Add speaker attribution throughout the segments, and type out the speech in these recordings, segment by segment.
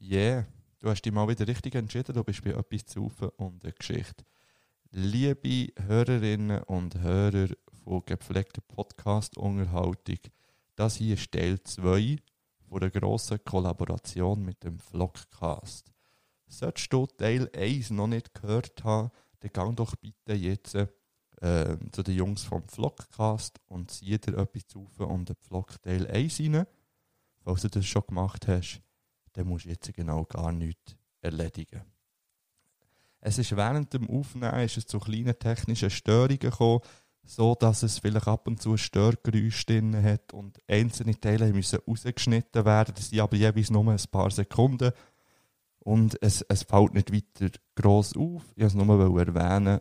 Speaker 1: Yeah, du hast dich mal wieder richtig entschieden. Du bist bei etwas zu Haufen und eine Geschichte. Liebe Hörerinnen und Hörer von gepflegter Podcast-Unterhaltung, das hier ist Teil 2 von der grossen Kollaboration mit dem Vlogcast. Solltest du Teil 1 noch nicht gehört haben, dann gang doch bitte jetzt äh, zu den Jungs vom Vlogcast und zieh dir etwas zu Haufen und den Vlog Teil 1 rein. Falls du das schon gemacht hast, dann musst du jetzt genau gar nichts erledigen. Es ist während dem Aufnehmen ist es zu kleinen technischen Störungen gekommen, so dass es vielleicht ab und zu Störgeräusche drin hat und einzelne Teile müssen rausgeschnitten werden. Das sind aber jeweils nur ein paar Sekunden und es, es fällt nicht weiter gross auf. Ich wollte es nur erwähnen,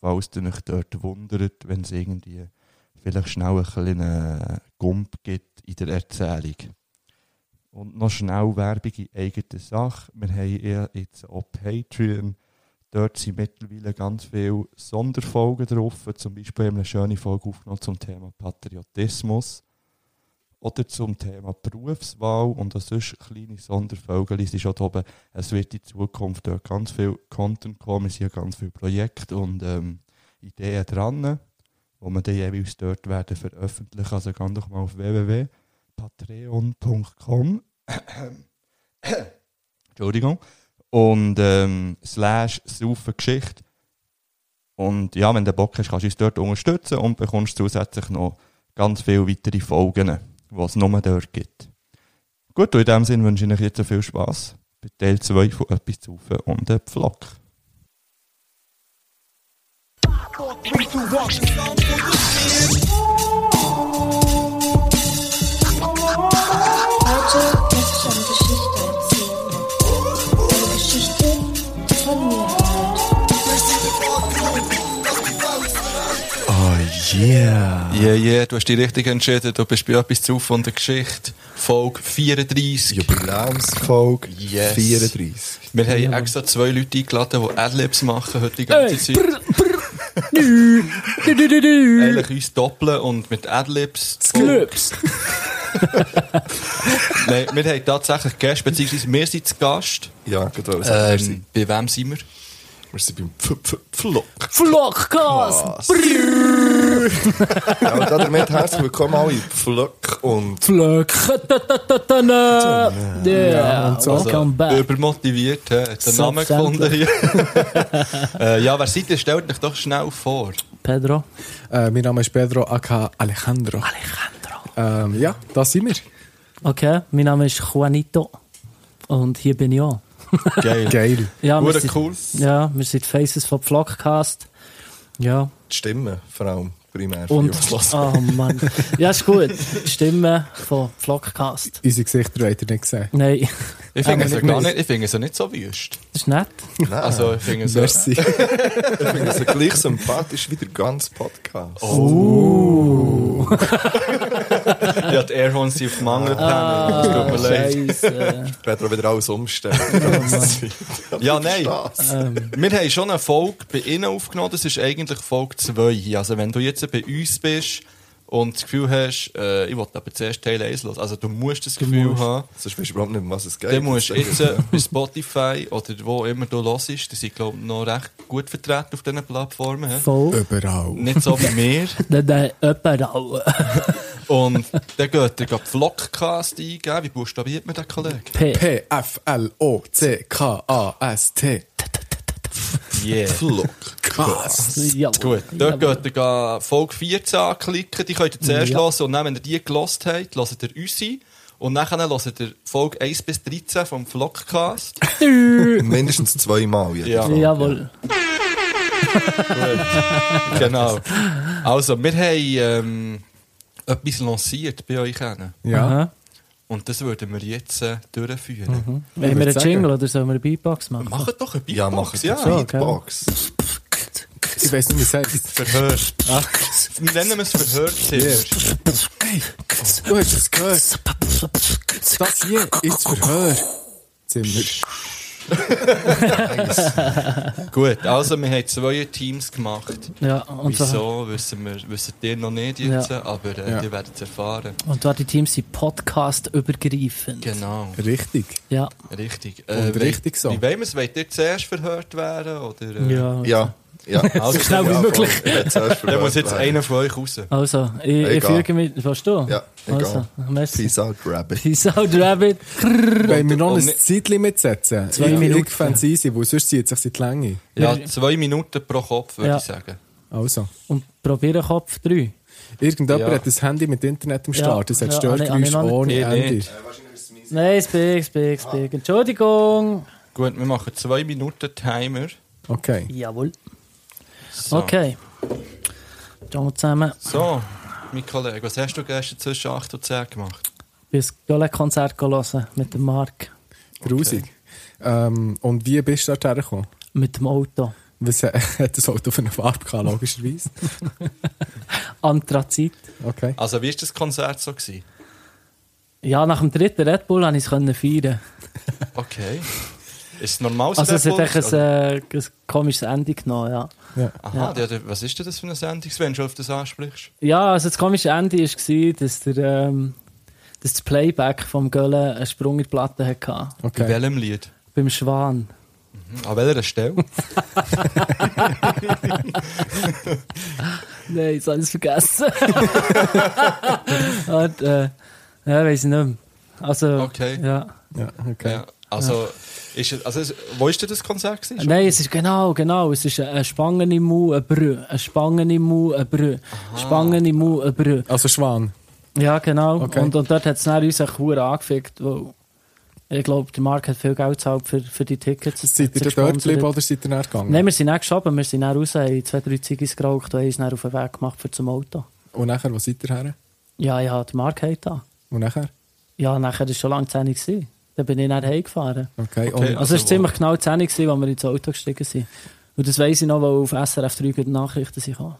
Speaker 1: falls ihr euch dort wundert, wenn es irgendwie vielleicht schnell ein kleinen Gump gibt in der Erzählung. Und noch schnell Werbung in eigener Sache. Wir haben ja jetzt auch Patreon. Dort sind mittlerweile ganz viele Sonderfolgen drauf. Zum Beispiel haben wir eine schöne Folge aufgenommen zum Thema Patriotismus oder zum Thema Berufswahl und auch sonst kleine Sonderfolgen. Es ist auch da oben, es wird in Zukunft dort ganz viel Content kommen. Es sind ja ganz viele Projekte und ähm, Ideen dran, die wir dann jeweils dort werden veröffentlichen. Also geh doch mal auf www patreon.com Entschuldigung und ähm, slash Saufengeschichte und ja, wenn du Bock hast, kannst du uns dort unterstützen und bekommst zusätzlich noch ganz viele weitere Folgen, die es nur dort gibt. Gut, und in dem Sinne wünsche ich euch jetzt viel Spass bei Teil 2 von «Etwas zu Saufen» und dem Vlog.
Speaker 2: Heute möchte ich eine Geschichte erzählen. Eine Geschichte, die von mir handelt.
Speaker 3: Oh yeah.
Speaker 1: Ah. Yeah, yeah, du hast dich richtig entschieden, du bist bei «Etwas zu Saufen» und der Geschichte, Folge 34.
Speaker 3: Jubiläumsfolge
Speaker 1: Yes.
Speaker 3: 34.
Speaker 1: Wir haben extra zwei Leute eingeladen, die Adlibs machen heute die ganze Zeit. Eigentlich uns doppeln und mit Adlibs.
Speaker 4: Glüps.
Speaker 1: Nein, wir haben tatsächlich Gäste, beziehungsweise wir sind zu Gast.
Speaker 3: Ja, genau. das haben wir
Speaker 1: Ähm,
Speaker 3: sind-
Speaker 1: bei wem sind wir?
Speaker 3: Wir sind beim Pf- Pf- Pflock.
Speaker 4: Vlogcast.
Speaker 3: Ja, und damit herzlich willkommen alle Pflock und
Speaker 4: Vlog.
Speaker 3: Ja,
Speaker 4: Yeah.
Speaker 3: und so.
Speaker 4: Welcome back.
Speaker 1: Also, Übermotiviert, hä? hat den
Speaker 4: So
Speaker 1: Namen gefunden hier. äh, ja, wer seid ihr? Stellt euch doch schnell vor.
Speaker 4: Pedro.
Speaker 5: Äh, mein Name ist Pedro aka Alejandro. Ähm, ja, da sind wir.
Speaker 4: Okay, mein Name ist Juanito. Und hier bin ich auch.
Speaker 1: Geil.
Speaker 5: Geil.
Speaker 4: Ja, Ah, wir
Speaker 1: Hure
Speaker 4: sind,
Speaker 1: cool.
Speaker 4: Ja, wir sind die Faces von Vlogcast. Ja,
Speaker 3: die Stimme, vor allem primär.
Speaker 4: und.
Speaker 3: Ja, was-
Speaker 4: Oh Mann. Ja, ist gut. Die Stimme von Vlogcast.
Speaker 5: Unsere Gesichter habt ihr nicht gesehen.
Speaker 4: Nein,
Speaker 1: Ich
Speaker 4: Ah,
Speaker 1: finde es ja
Speaker 5: nicht
Speaker 1: gar
Speaker 5: mehr.
Speaker 1: nicht, ich finde es ja nicht so wüst.
Speaker 4: das ist nett.
Speaker 1: Also, ich finde es ja.
Speaker 5: Merci.
Speaker 3: Ich finde es gleich sympathisch wie der ganze Podcast.
Speaker 4: Oh.
Speaker 1: Ja, die Airhorns sind auf dem anderen Panel. Es tut mir leid.
Speaker 4: Ah, Scheiße.
Speaker 3: Pedro wieder alles umstellen. Die
Speaker 1: Ja, nein. Ähm.
Speaker 3: ganze Zeit.
Speaker 1: Wir haben schon eine Folge bei Ihnen aufgenommen, das ist eigentlich Folge 2. Also wenn du jetzt bei uns bist und das Gefühl hast, äh, ich wollte aber zuerst Teil 1 los, also du musst das Gefühl haben,
Speaker 3: Sonst weißt du überhaupt nicht, um was es geht.
Speaker 1: dann musst du
Speaker 3: Das ist
Speaker 1: jetzt äh, bei Spotify oder wo immer du hörst, die sind glaube ich noch recht gut vertreten auf diesen Plattformen. hä?
Speaker 4: Voll.
Speaker 5: Überall.
Speaker 1: Nicht so wie wir.
Speaker 4: Dann äh, jemand auch.
Speaker 1: Und dann geht ihr gerade Vlogcast eingeben. Wie buchstabiert man den Kollegen?
Speaker 4: P.
Speaker 5: P-F-L-O-C-K-A-S-T.
Speaker 1: Yeah.
Speaker 5: Krass.
Speaker 4: Jawohl.
Speaker 1: Gut, dort
Speaker 4: Jawohl.
Speaker 1: könnt ihr Folge 14 anklicken, die könnt ihr zuerst
Speaker 4: Ja.
Speaker 1: hören und dann, wenn ihr die gelost habt, hört ihr uns ein. und nachher hört ihr Folge 1 bis 13 vom Vlogcast.
Speaker 3: Mindestens zweimal. jeden
Speaker 1: Ja.
Speaker 3: Fall.
Speaker 4: Jawohl.
Speaker 1: genau. Also, wir haben ähm, etwas lanciert bei euch hin.
Speaker 5: Ja.
Speaker 4: Aha.
Speaker 1: und das würden wir jetzt äh, durchführen.
Speaker 4: Wollen wir
Speaker 5: würd
Speaker 4: einen
Speaker 5: sagen-
Speaker 4: Jingle oder sollen wir eine Beatbox machen?
Speaker 1: Macht doch ein Beatbox,
Speaker 3: Ja, mach es.
Speaker 1: ja.
Speaker 3: Ja,
Speaker 4: So, okay.
Speaker 3: Beatbox.
Speaker 5: Ich weiß nicht, wie es heißt.
Speaker 1: Verhör. Nennen wir es Verhörzimmer.
Speaker 5: Hey, du hast es gehört. Das hier ist Verhör. Zimmer.
Speaker 1: Gut, also wir haben zwei Teams gemacht.
Speaker 4: Ja, und, so,
Speaker 1: Wieso, wissen wir, wissen ihr noch nicht jetzt, aber äh,
Speaker 5: Ja.
Speaker 1: ihr werdet es erfahren.
Speaker 4: und da die Teams sind podcast-übergreifend.
Speaker 1: Genau,
Speaker 5: Richtig.
Speaker 4: Ja.
Speaker 1: richtig.
Speaker 5: Und
Speaker 1: wei-
Speaker 5: richtig so.
Speaker 1: Wie wollen wir es? Wollt ihr zuerst verhört werden? Oder, äh,
Speaker 4: ja.
Speaker 3: Ja. ja.
Speaker 1: Also,
Speaker 4: schnell wie
Speaker 3: ja,
Speaker 4: möglich.
Speaker 3: voll. Ich hätte zuerst
Speaker 1: Dann muss jetzt
Speaker 3: verraten.
Speaker 1: einer von euch raus.
Speaker 4: Also, ich, ich
Speaker 3: Egal.
Speaker 4: füge mich. Was du?
Speaker 3: Ja, egal.
Speaker 4: also, merci.
Speaker 3: Peace out, Rabbit.
Speaker 4: Peace out, Rabbit.
Speaker 5: Wollen wir noch
Speaker 1: und
Speaker 5: ein
Speaker 1: nicht-
Speaker 5: Zeitlimit setzen?
Speaker 4: Zwei
Speaker 5: ich,
Speaker 4: Minuten.
Speaker 5: Ich fände es easy, weil sonst zieht es sich die Länge.
Speaker 1: Ja, zwei Minuten pro Kopf, würde
Speaker 4: Ja.
Speaker 1: ich sagen.
Speaker 5: Also.
Speaker 4: Und probiere Kopf 3.
Speaker 5: Irgendjemand
Speaker 1: Ja.
Speaker 5: hat ein Handy mit Internet am Start. Das hat
Speaker 4: Ja, habe ich-
Speaker 5: Störgeräusche
Speaker 4: habe ich noch
Speaker 5: ohne
Speaker 1: nicht. Nee,
Speaker 5: Ende.
Speaker 1: nicht.
Speaker 4: Nein, Speak, Speak, Speak. Entschuldigung.
Speaker 1: Gut, wir machen zwei Minuten Timer.
Speaker 5: Okay.
Speaker 4: Jawohl.
Speaker 1: So.
Speaker 4: Okay. Ciao zusammen.
Speaker 1: So, mein Kollege, was hast du gestern zwischen 8 und 10 gemacht?
Speaker 4: Ich bin das Gole-Konzert hören mit dem Marc.
Speaker 5: Grusig. Ähm, und wie bist du dort hergekommen?
Speaker 4: Mit dem Auto.
Speaker 5: Was hat hat das Auto für eine Farbe gehabt, logischerweise?
Speaker 4: Anthrazit.
Speaker 5: Okay.
Speaker 1: Also, wie war das Konzert so? Gewesen?
Speaker 4: Ja, nach dem dritten Red Bull konnte ich es können feiern.
Speaker 1: Okay. Ist es normal
Speaker 4: Also, es hat echt ein, äh, ein komisches Ende genommen, ja.
Speaker 5: Ja.
Speaker 1: Aha, ja. der- was ist denn das für eine Sendung, wenn du auf das ansprichst?
Speaker 4: Ja, also das komische Ende war, dass, der, ähm, dass das Playback vom Göllen einen Sprung in die Platte hatte.
Speaker 1: Bei
Speaker 5: Okay.
Speaker 1: welchem Lied?
Speaker 4: Beim Schwan.
Speaker 1: Hm, An welcher Stelle?
Speaker 4: Nein, jetzt habe ich es vergessen. Und, äh, ja, weiß ich nicht mehr. Also,
Speaker 1: Okay.
Speaker 4: ja.
Speaker 5: Ja, okay.
Speaker 1: ja. Also, Ist, es- also, es- wo ist denn das Konzert? Gewesen?
Speaker 4: Nein, es ist genau, genau. Es ist eine Spangen im Mund, ein Brü. Eine Spangen im Mund, ein Brü. Spangen im Mund, ein Brü.
Speaker 5: Also Schwan.
Speaker 4: Ja, genau.
Speaker 5: Okay.
Speaker 4: Und, und dort hat es dann uns echt verdammt angefickt, weil ich glaube, der Markt hat viel Geld gezahlt für, für die Tickets.
Speaker 5: Seid ihr
Speaker 4: Hat sie
Speaker 5: dort
Speaker 4: gesponsert.
Speaker 5: geblieben oder seid ihr dann gegangen?
Speaker 4: Nein, wir sind nicht geschoben, wir sind dann raus, haben zwei, drei Ziggis geraucht und haben uns dann auf den Weg gemacht für zum Auto.
Speaker 5: Und nachher, wo seid ihr her?
Speaker 4: Ja, ich hatte die Marke da.
Speaker 5: Und nachher?
Speaker 4: Ja, nachher war es schon lange 10 Uhr. gewesen. Dann bin ich dann heimgefahren.
Speaker 5: Okay.
Speaker 1: Okay.
Speaker 5: Und,
Speaker 4: Also, es
Speaker 1: Also,
Speaker 4: war ziemlich genau 10 Uhr, als wir ins Auto gestiegen sind. Und das weiss ich noch, weil auf SRF 3 gute Nachrichten sind. gekommen.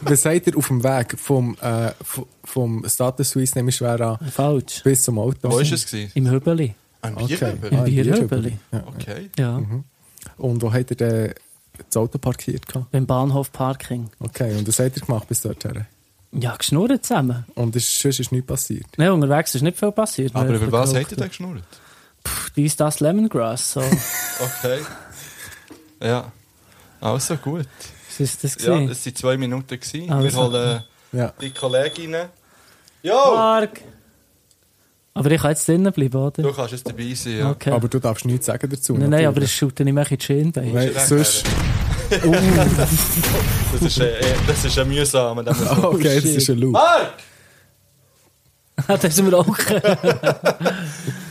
Speaker 5: was seid ihr auf dem Weg vom, äh, v- vom Status Suisse, nehme ich schwer an,
Speaker 4: Äh, Falsch.
Speaker 5: bis zum Auto?
Speaker 1: Wo war es? Gewesen?
Speaker 4: Im Höbeli.
Speaker 1: Ein
Speaker 5: Okay.
Speaker 1: Bierhöbel?
Speaker 4: Im
Speaker 5: Ah, im
Speaker 4: Bierhöbeli.
Speaker 5: Bierhöbeli. Ja.
Speaker 1: Okay.
Speaker 4: Ja,
Speaker 1: Mhm.
Speaker 5: Und wo habt ihr denn das Auto parkiert? gehabt?
Speaker 4: beim Bahnhof Parking.
Speaker 5: Okay, und was habt ihr gemacht bis dorthin?
Speaker 4: Ja, geschnurrt zusammen.
Speaker 5: Und es, sonst ist nichts passiert.
Speaker 4: Nein, unterwegs ist nicht viel passiert.
Speaker 1: Aber
Speaker 4: Wir
Speaker 1: über was
Speaker 4: verkauft.
Speaker 1: habt ihr denn geschnurrt?
Speaker 4: Pff, Dies, das Lemongrass. So.
Speaker 1: Okay. Ja. Also gut.
Speaker 4: Was ist das?
Speaker 1: Ja,
Speaker 4: gewesen?
Speaker 1: das waren zwei Minuten. Gewesen. Wir
Speaker 4: Also. Ah.
Speaker 1: holen
Speaker 5: Ja.
Speaker 1: die Kolleginnen. Jo!
Speaker 4: Mark! Aber ich kann jetzt drinnen bleiben, oder?
Speaker 1: Du kannst jetzt dabei sein, ja.
Speaker 4: Okay.
Speaker 5: Aber du darfst nichts sagen dazu.
Speaker 4: nein, nein, aber das
Speaker 5: natürlich.
Speaker 4: shooten nicht mehr in die Schienbeine.
Speaker 5: Nein,
Speaker 1: das-
Speaker 5: sonst...
Speaker 1: Das ist, äh, das ist ein mühsamer. der muss-
Speaker 5: Okay, das ist ein Loop.
Speaker 1: Mark!
Speaker 4: Ah, das ist mir auch.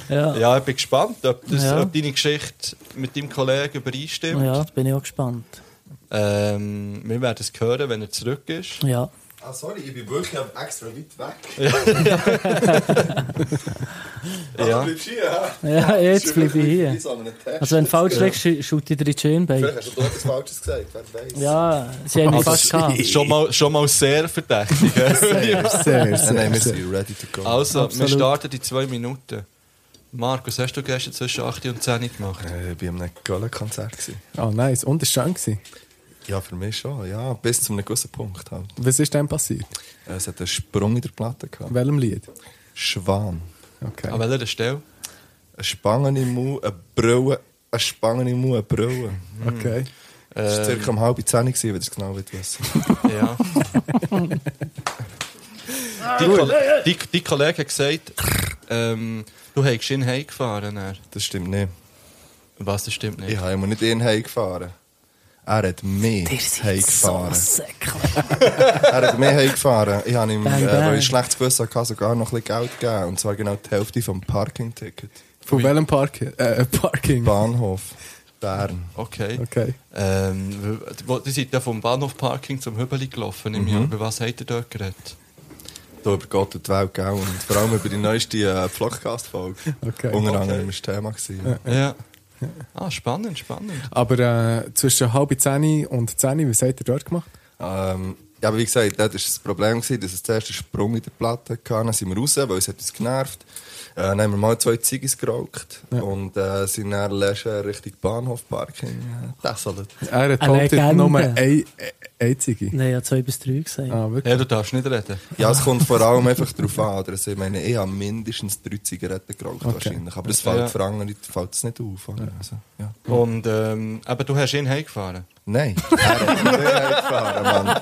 Speaker 4: ja.
Speaker 1: Ja, ich bin gespannt, ob, das,
Speaker 4: Ja.
Speaker 1: ob deine Geschichte mit deinem Kollegen übereinstimmt.
Speaker 4: ja, bin ich auch gespannt.
Speaker 1: Ähm, wir werden es hören, wenn er zurück ist.
Speaker 4: Ja.
Speaker 3: Ah, sorry, ich bin wirklich am extra weit weg.
Speaker 1: Ja.
Speaker 3: bleibst Also, hier, ja?
Speaker 4: Ja, jetzt bleibe ich hier. Also, wenn du falsch liegst, schu- shoot ich dir in die Schienbeine.
Speaker 3: hast du etwas Falsches gesagt, wer weiß.
Speaker 4: Ja, sie haben mich
Speaker 1: Also,
Speaker 4: fast gehabt.
Speaker 1: Schon mal, schon mal sehr verdächtig. gell?
Speaker 5: Sehr,
Speaker 3: Nein,
Speaker 5: sehr,
Speaker 3: nein, wir
Speaker 5: sehr.
Speaker 3: sind ready to go.
Speaker 1: also,
Speaker 4: Absolut.
Speaker 1: wir starten in zwei Minuten. Markus, hast du gestern zwischen 8 und 10 Uhr gemacht?
Speaker 3: Äh, Ich war an einem Gala-Konzert. gewesen.
Speaker 5: Ah, nice. Und es war schön. gewesen.
Speaker 3: Ja, für mich schon, ja. Bis zu einem gewissen Punkt halt.
Speaker 5: Was ist denn passiert?
Speaker 3: Es hat einen Sprung in der Platte gehabt.
Speaker 5: In welchem Lied?
Speaker 3: Schwan.
Speaker 5: Okay.
Speaker 1: An welcher Stelle?
Speaker 3: Eine Spange im Mund, eine Brille. Eine Spange im Mund, eine Brille.
Speaker 5: okay.
Speaker 3: Es
Speaker 5: Äh.
Speaker 3: war circa um halb zehn, gewesen, wenn ihr es genau wollt wissen
Speaker 1: Ja. die, Kolle die, die Kollege hat gesagt, ähm, du hättest ihn heimgefahren. dann.
Speaker 3: Das stimmt nicht.
Speaker 1: Was, das stimmt nicht.
Speaker 3: Ich habe immer nicht ihn heimgefahren. Er hat mich heimgefahren.
Speaker 4: säcklich.
Speaker 3: Er hat mich heimgefahren. Ich habe ihm,
Speaker 4: Bang,
Speaker 3: äh,
Speaker 4: bang.
Speaker 3: weil ich schlechtes Gewissen hatte, sogar noch ein bisschen Geld gegeben. Und zwar genau die Hälfte vom Parking-Ticket.
Speaker 5: Von welchem Park äh, Parking?
Speaker 3: Bahnhof Bern.
Speaker 1: Okay.
Speaker 5: Okay.
Speaker 1: Ähm, wo- die sind ja vom Bahnhof Parking zum Höbeli gelaufen im Jahr. Über was habt ihr dort geredet?
Speaker 3: Da über Gott und die Welt, gell? Und vor allem über die neueste äh, Vlogcast-Folge.
Speaker 5: Okay.
Speaker 3: Unter anderem war das Thema. Gewesen.
Speaker 1: Ja. Ah, spannend, spannend.
Speaker 5: Aber äh, zwischen halb zehn und zehn, was habt ihr dort gemacht?
Speaker 3: Ähm, Ja, aber wie gesagt, das war das Problem, gewesen, dass es zuerst einen Sprung in der Platte hatte. Dann sind wir raus, weil es hat uns genervt. Äh, dann haben wir mal zwei Ziggis geraucht und äh, sind dann Läschen Richtung Bahnhofpark hin. Das alles.
Speaker 5: Er hat
Speaker 4: Eine Legende.
Speaker 5: behauptet, nur ein- ein- einzige.
Speaker 4: Nein, ich habe zwei bis drei gesagt.
Speaker 5: Ah, wirklich?
Speaker 1: Ja, du darfst nicht reden.
Speaker 3: Ja, es kommt vor allem einfach darauf an. Oder? Also, ich meine, ich habe mindestens drei Zigaretten geraucht wahrscheinlich. Aber das fällt
Speaker 1: Ja.
Speaker 3: für andere fällt es nicht auf. Oder? Also, ja.
Speaker 1: Und, ähm, aber du hast ihn heimgefahren.
Speaker 3: Nein, er hat mich nicht gefahren, Mann.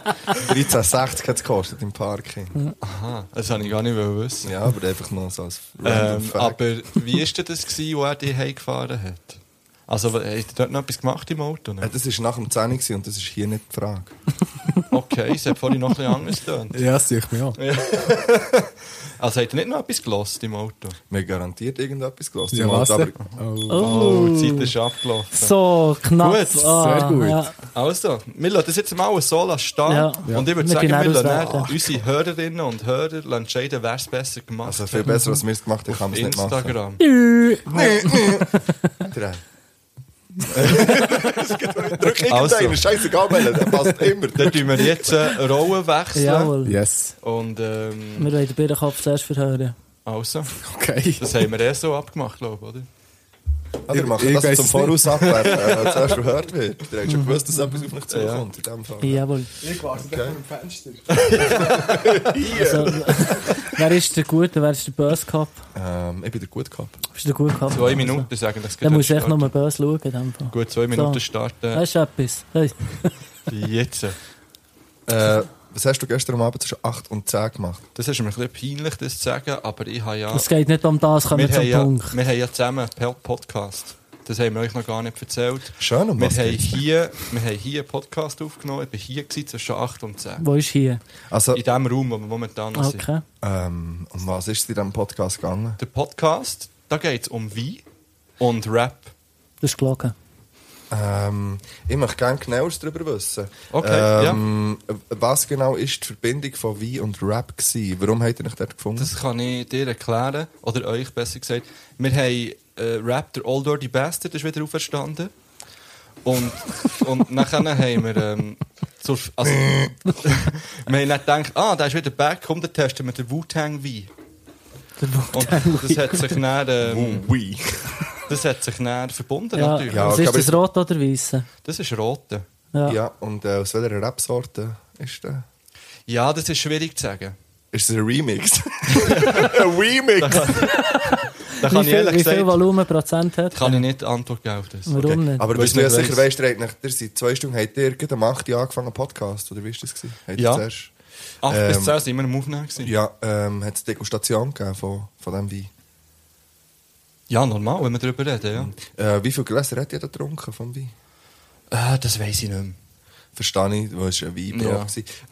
Speaker 3: 13,60 hat es gekostet im Park. hin.
Speaker 1: Aha, das wollte ich gar nicht wissen.
Speaker 3: Ja, aber einfach nur so als random
Speaker 1: Ähm,
Speaker 3: Fact.
Speaker 1: aber wie war das, gewesen, wo er dich heimgefahren hat? Also, w- hast du dort noch etwas gemacht im Auto?
Speaker 3: Äh,
Speaker 1: Ne?
Speaker 3: Das war nach dem 10 Uhr gewesen und das ist hier nicht die Frage.
Speaker 1: Okay, es hat vorhin noch etwas anders getan.
Speaker 5: Ja, das sehe ich mir an.
Speaker 1: Also, hat er nicht noch etwas gelost im Auto?
Speaker 3: Wir haben garantiert irgendetwas gelassen.
Speaker 5: Ja, was
Speaker 3: aber
Speaker 5: denn? Oh.
Speaker 1: Oh,
Speaker 4: Oh,
Speaker 1: die Zeit ist abgelaufen.
Speaker 4: so knapp. Ah,
Speaker 1: Gut,
Speaker 5: sehr gut.
Speaker 4: Ja.
Speaker 1: Also, wir lassen das jetzt mal so lassen stehen.
Speaker 4: Ja.
Speaker 1: Und ich würde
Speaker 4: Wir
Speaker 1: sagen,
Speaker 4: gehen
Speaker 1: wir
Speaker 4: auch
Speaker 1: lassen
Speaker 4: auswählen.
Speaker 1: dann unsere Hörerinnen und Hörer lassen entscheiden, wer es besser gemacht
Speaker 3: also
Speaker 1: hat.
Speaker 3: viel besser, als wir es gemacht haben, kann
Speaker 1: auf
Speaker 3: man es nicht machen.
Speaker 1: Instagram.
Speaker 3: Drei. Drück irgendeinen, scheißegal, welchen, der passt immer.
Speaker 1: Dann tun wir jetzt äh, Rollen wechseln.
Speaker 4: Jawohl.
Speaker 5: Yes.
Speaker 1: Und ähm,
Speaker 4: Wir wollen den Bärenkopf zuerst verhören.
Speaker 1: also,
Speaker 5: Okay.
Speaker 1: das haben wir eh so abgemacht, glaube ich, oder?
Speaker 3: Oder macht
Speaker 5: Ich
Speaker 3: das
Speaker 5: weiss
Speaker 3: zum
Speaker 5: es
Speaker 3: Voraus ab, wer äh, zuerst gehört wird. Ihr habt
Speaker 5: Mhm.
Speaker 3: schon gewusst, dass etwas auf mich zukommt. In dem Fall.
Speaker 4: Jawohl.
Speaker 5: Ich warte okay. vor dem Fenster.
Speaker 4: Also, wer ist der Gute, wer ist der Böse Cup?
Speaker 3: Ähm, ich bin der gute Cup.
Speaker 4: Bist du der Gute Cup?
Speaker 1: Zwei Minuten ist eigentlich das
Speaker 4: Dann musst du echt
Speaker 1: Starten.
Speaker 4: nochmal böse schauen. in dem Fall.
Speaker 1: Gut, Ah. zwei Minuten starten.
Speaker 4: Weißt du etwas? Hey.
Speaker 1: Jetzt.
Speaker 3: Äh, was hast du gestern Abend zwischen 8 und 10 gemacht?
Speaker 1: Das ist mir ein bisschen peinlich, das zu sagen, aber ich habe ja...
Speaker 4: Es geht nicht um das, kommen wir
Speaker 1: Wir haben,
Speaker 4: zum
Speaker 1: ja,
Speaker 4: Punkt.
Speaker 1: wir haben ja zusammen einen Podcast. Das haben wir euch noch gar nicht erzählt.
Speaker 3: Schön, um
Speaker 1: Wir
Speaker 3: was
Speaker 1: haben,
Speaker 3: geht's?
Speaker 1: hier, wir haben hier einen Podcast aufgenommen. Ich war hier gewesen, zwischen 8 und 10.
Speaker 4: Wo ist hier?
Speaker 3: Also,
Speaker 1: In dem Raum, wo wir momentan noch sind.
Speaker 4: Okay.
Speaker 3: ähm, um was ist es in diesem Podcast gegangen?
Speaker 1: Der Podcast, da geht es um Wein und Rap.
Speaker 4: Das ist gelogen.
Speaker 3: Ähm, ich möchte gerne genaueres darüber wissen.
Speaker 1: Okay,
Speaker 3: ähm, Was genau ist die Verbindung von Wein und Rap gewesen? Warum habt ihr euch dort gefunden?
Speaker 1: Das kann ich dir erklären. Oder euch besser gesagt. Wir haben äh, Rap, der Old Dirty Bastard, ist wieder auferstanden. Und, und nachher haben wir. Ähm, zur, also, wir haben nicht gedacht, ah, der ist wieder back, komm, dann testen wir den Wu-Tang Wein. Und das hat sich dann, ähm,
Speaker 3: Wein.
Speaker 1: das hat sich dann verbunden,
Speaker 4: Ja,
Speaker 1: natürlich.
Speaker 3: Ja,
Speaker 4: was
Speaker 3: okay,
Speaker 4: ist
Speaker 3: aber
Speaker 4: das
Speaker 3: ich-
Speaker 4: rot oder weiß?
Speaker 1: Das ist rote.
Speaker 4: Ja.
Speaker 3: Ja. und äh, aus welcher Rap-Sorte ist der?
Speaker 1: Ja, das ist schwierig zu sagen.
Speaker 3: Ist es ein Remix? ein Remix?
Speaker 1: Da
Speaker 4: Wie
Speaker 1: kann ich
Speaker 4: viel,
Speaker 1: ehrlich
Speaker 4: wie viel
Speaker 1: gesagt,
Speaker 4: Volumen Prozent hat?
Speaker 1: kann ich nicht Antwort geben auf das.
Speaker 4: Warum
Speaker 3: Okay.
Speaker 4: nicht?
Speaker 3: Aber
Speaker 1: Weil
Speaker 3: bist du ja
Speaker 1: ich nicht
Speaker 3: sicher,
Speaker 1: weiss.
Speaker 3: weißt du, eigentlich, ihr seid zwei Stunden, habt ihr gerade um 8 Uhr angefangen einen Podcast, oder wie war das? Gewesen? Habt ihr
Speaker 1: Ja.
Speaker 3: zuerst-
Speaker 1: 8 bis
Speaker 3: Ähm,
Speaker 1: 10 sind wir im Aufnehmen. gewesen.
Speaker 3: Ja, ähm, hat es Degustation gegeben von, von diesem Wein?
Speaker 1: ja, normal, wenn wir darüber reden, ja.
Speaker 3: Äh, wie viele Gläser hat jeder getrunken vom Wein?
Speaker 1: Ah, das weiß ich nicht mehr.
Speaker 3: Verstehe ich, weil es war ein
Speaker 1: Ja.
Speaker 3: Weinprobe war.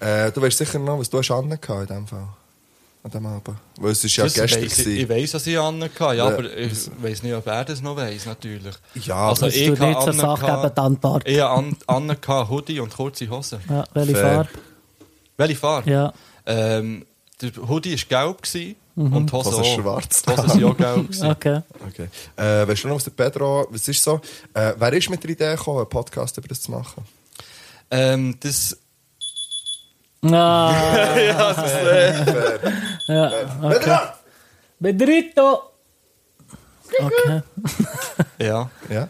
Speaker 3: Äh, du weißt sicher noch, was du hast an in diesem Fall. An diesem Abend. Weil es ist ja
Speaker 1: Das
Speaker 3: gestern
Speaker 1: weiss ich, ich
Speaker 3: gewesen.
Speaker 1: weiss, dass ich Anne hatte, ja,
Speaker 3: Ja.
Speaker 1: aber ich weiss nicht, ob er das noch weiss, natürlich.
Speaker 3: Ja,
Speaker 1: Also
Speaker 3: aber
Speaker 4: Kannst du
Speaker 1: ich habe
Speaker 4: nicht zur
Speaker 1: Anne
Speaker 4: Sache
Speaker 1: gehabt-
Speaker 4: geben, die Antwort.
Speaker 1: Ich hatte Anne, gehabt, Hoodie und kurze Hose.
Speaker 4: Ja, welche
Speaker 3: Fair.
Speaker 4: Farbe?
Speaker 1: Welche Farbe?
Speaker 4: Ja.
Speaker 1: Ähm, der Hoodie war gelb gewesen, und die Hose,
Speaker 3: Hose
Speaker 1: auch.
Speaker 3: schwarz.
Speaker 1: Die Hose war auch gelb. gewesen.
Speaker 4: Mhm. Okay.
Speaker 3: okay. äh, weißt du noch, was der Pedro, was ist so? Äh, wer ist mit der Idee gekommen, einen Podcast über das zu machen?
Speaker 1: Ähm, das,
Speaker 4: Ah,
Speaker 3: Pedro!
Speaker 4: Bedrito! Okay,
Speaker 1: ja.
Speaker 3: Ja?
Speaker 4: ja.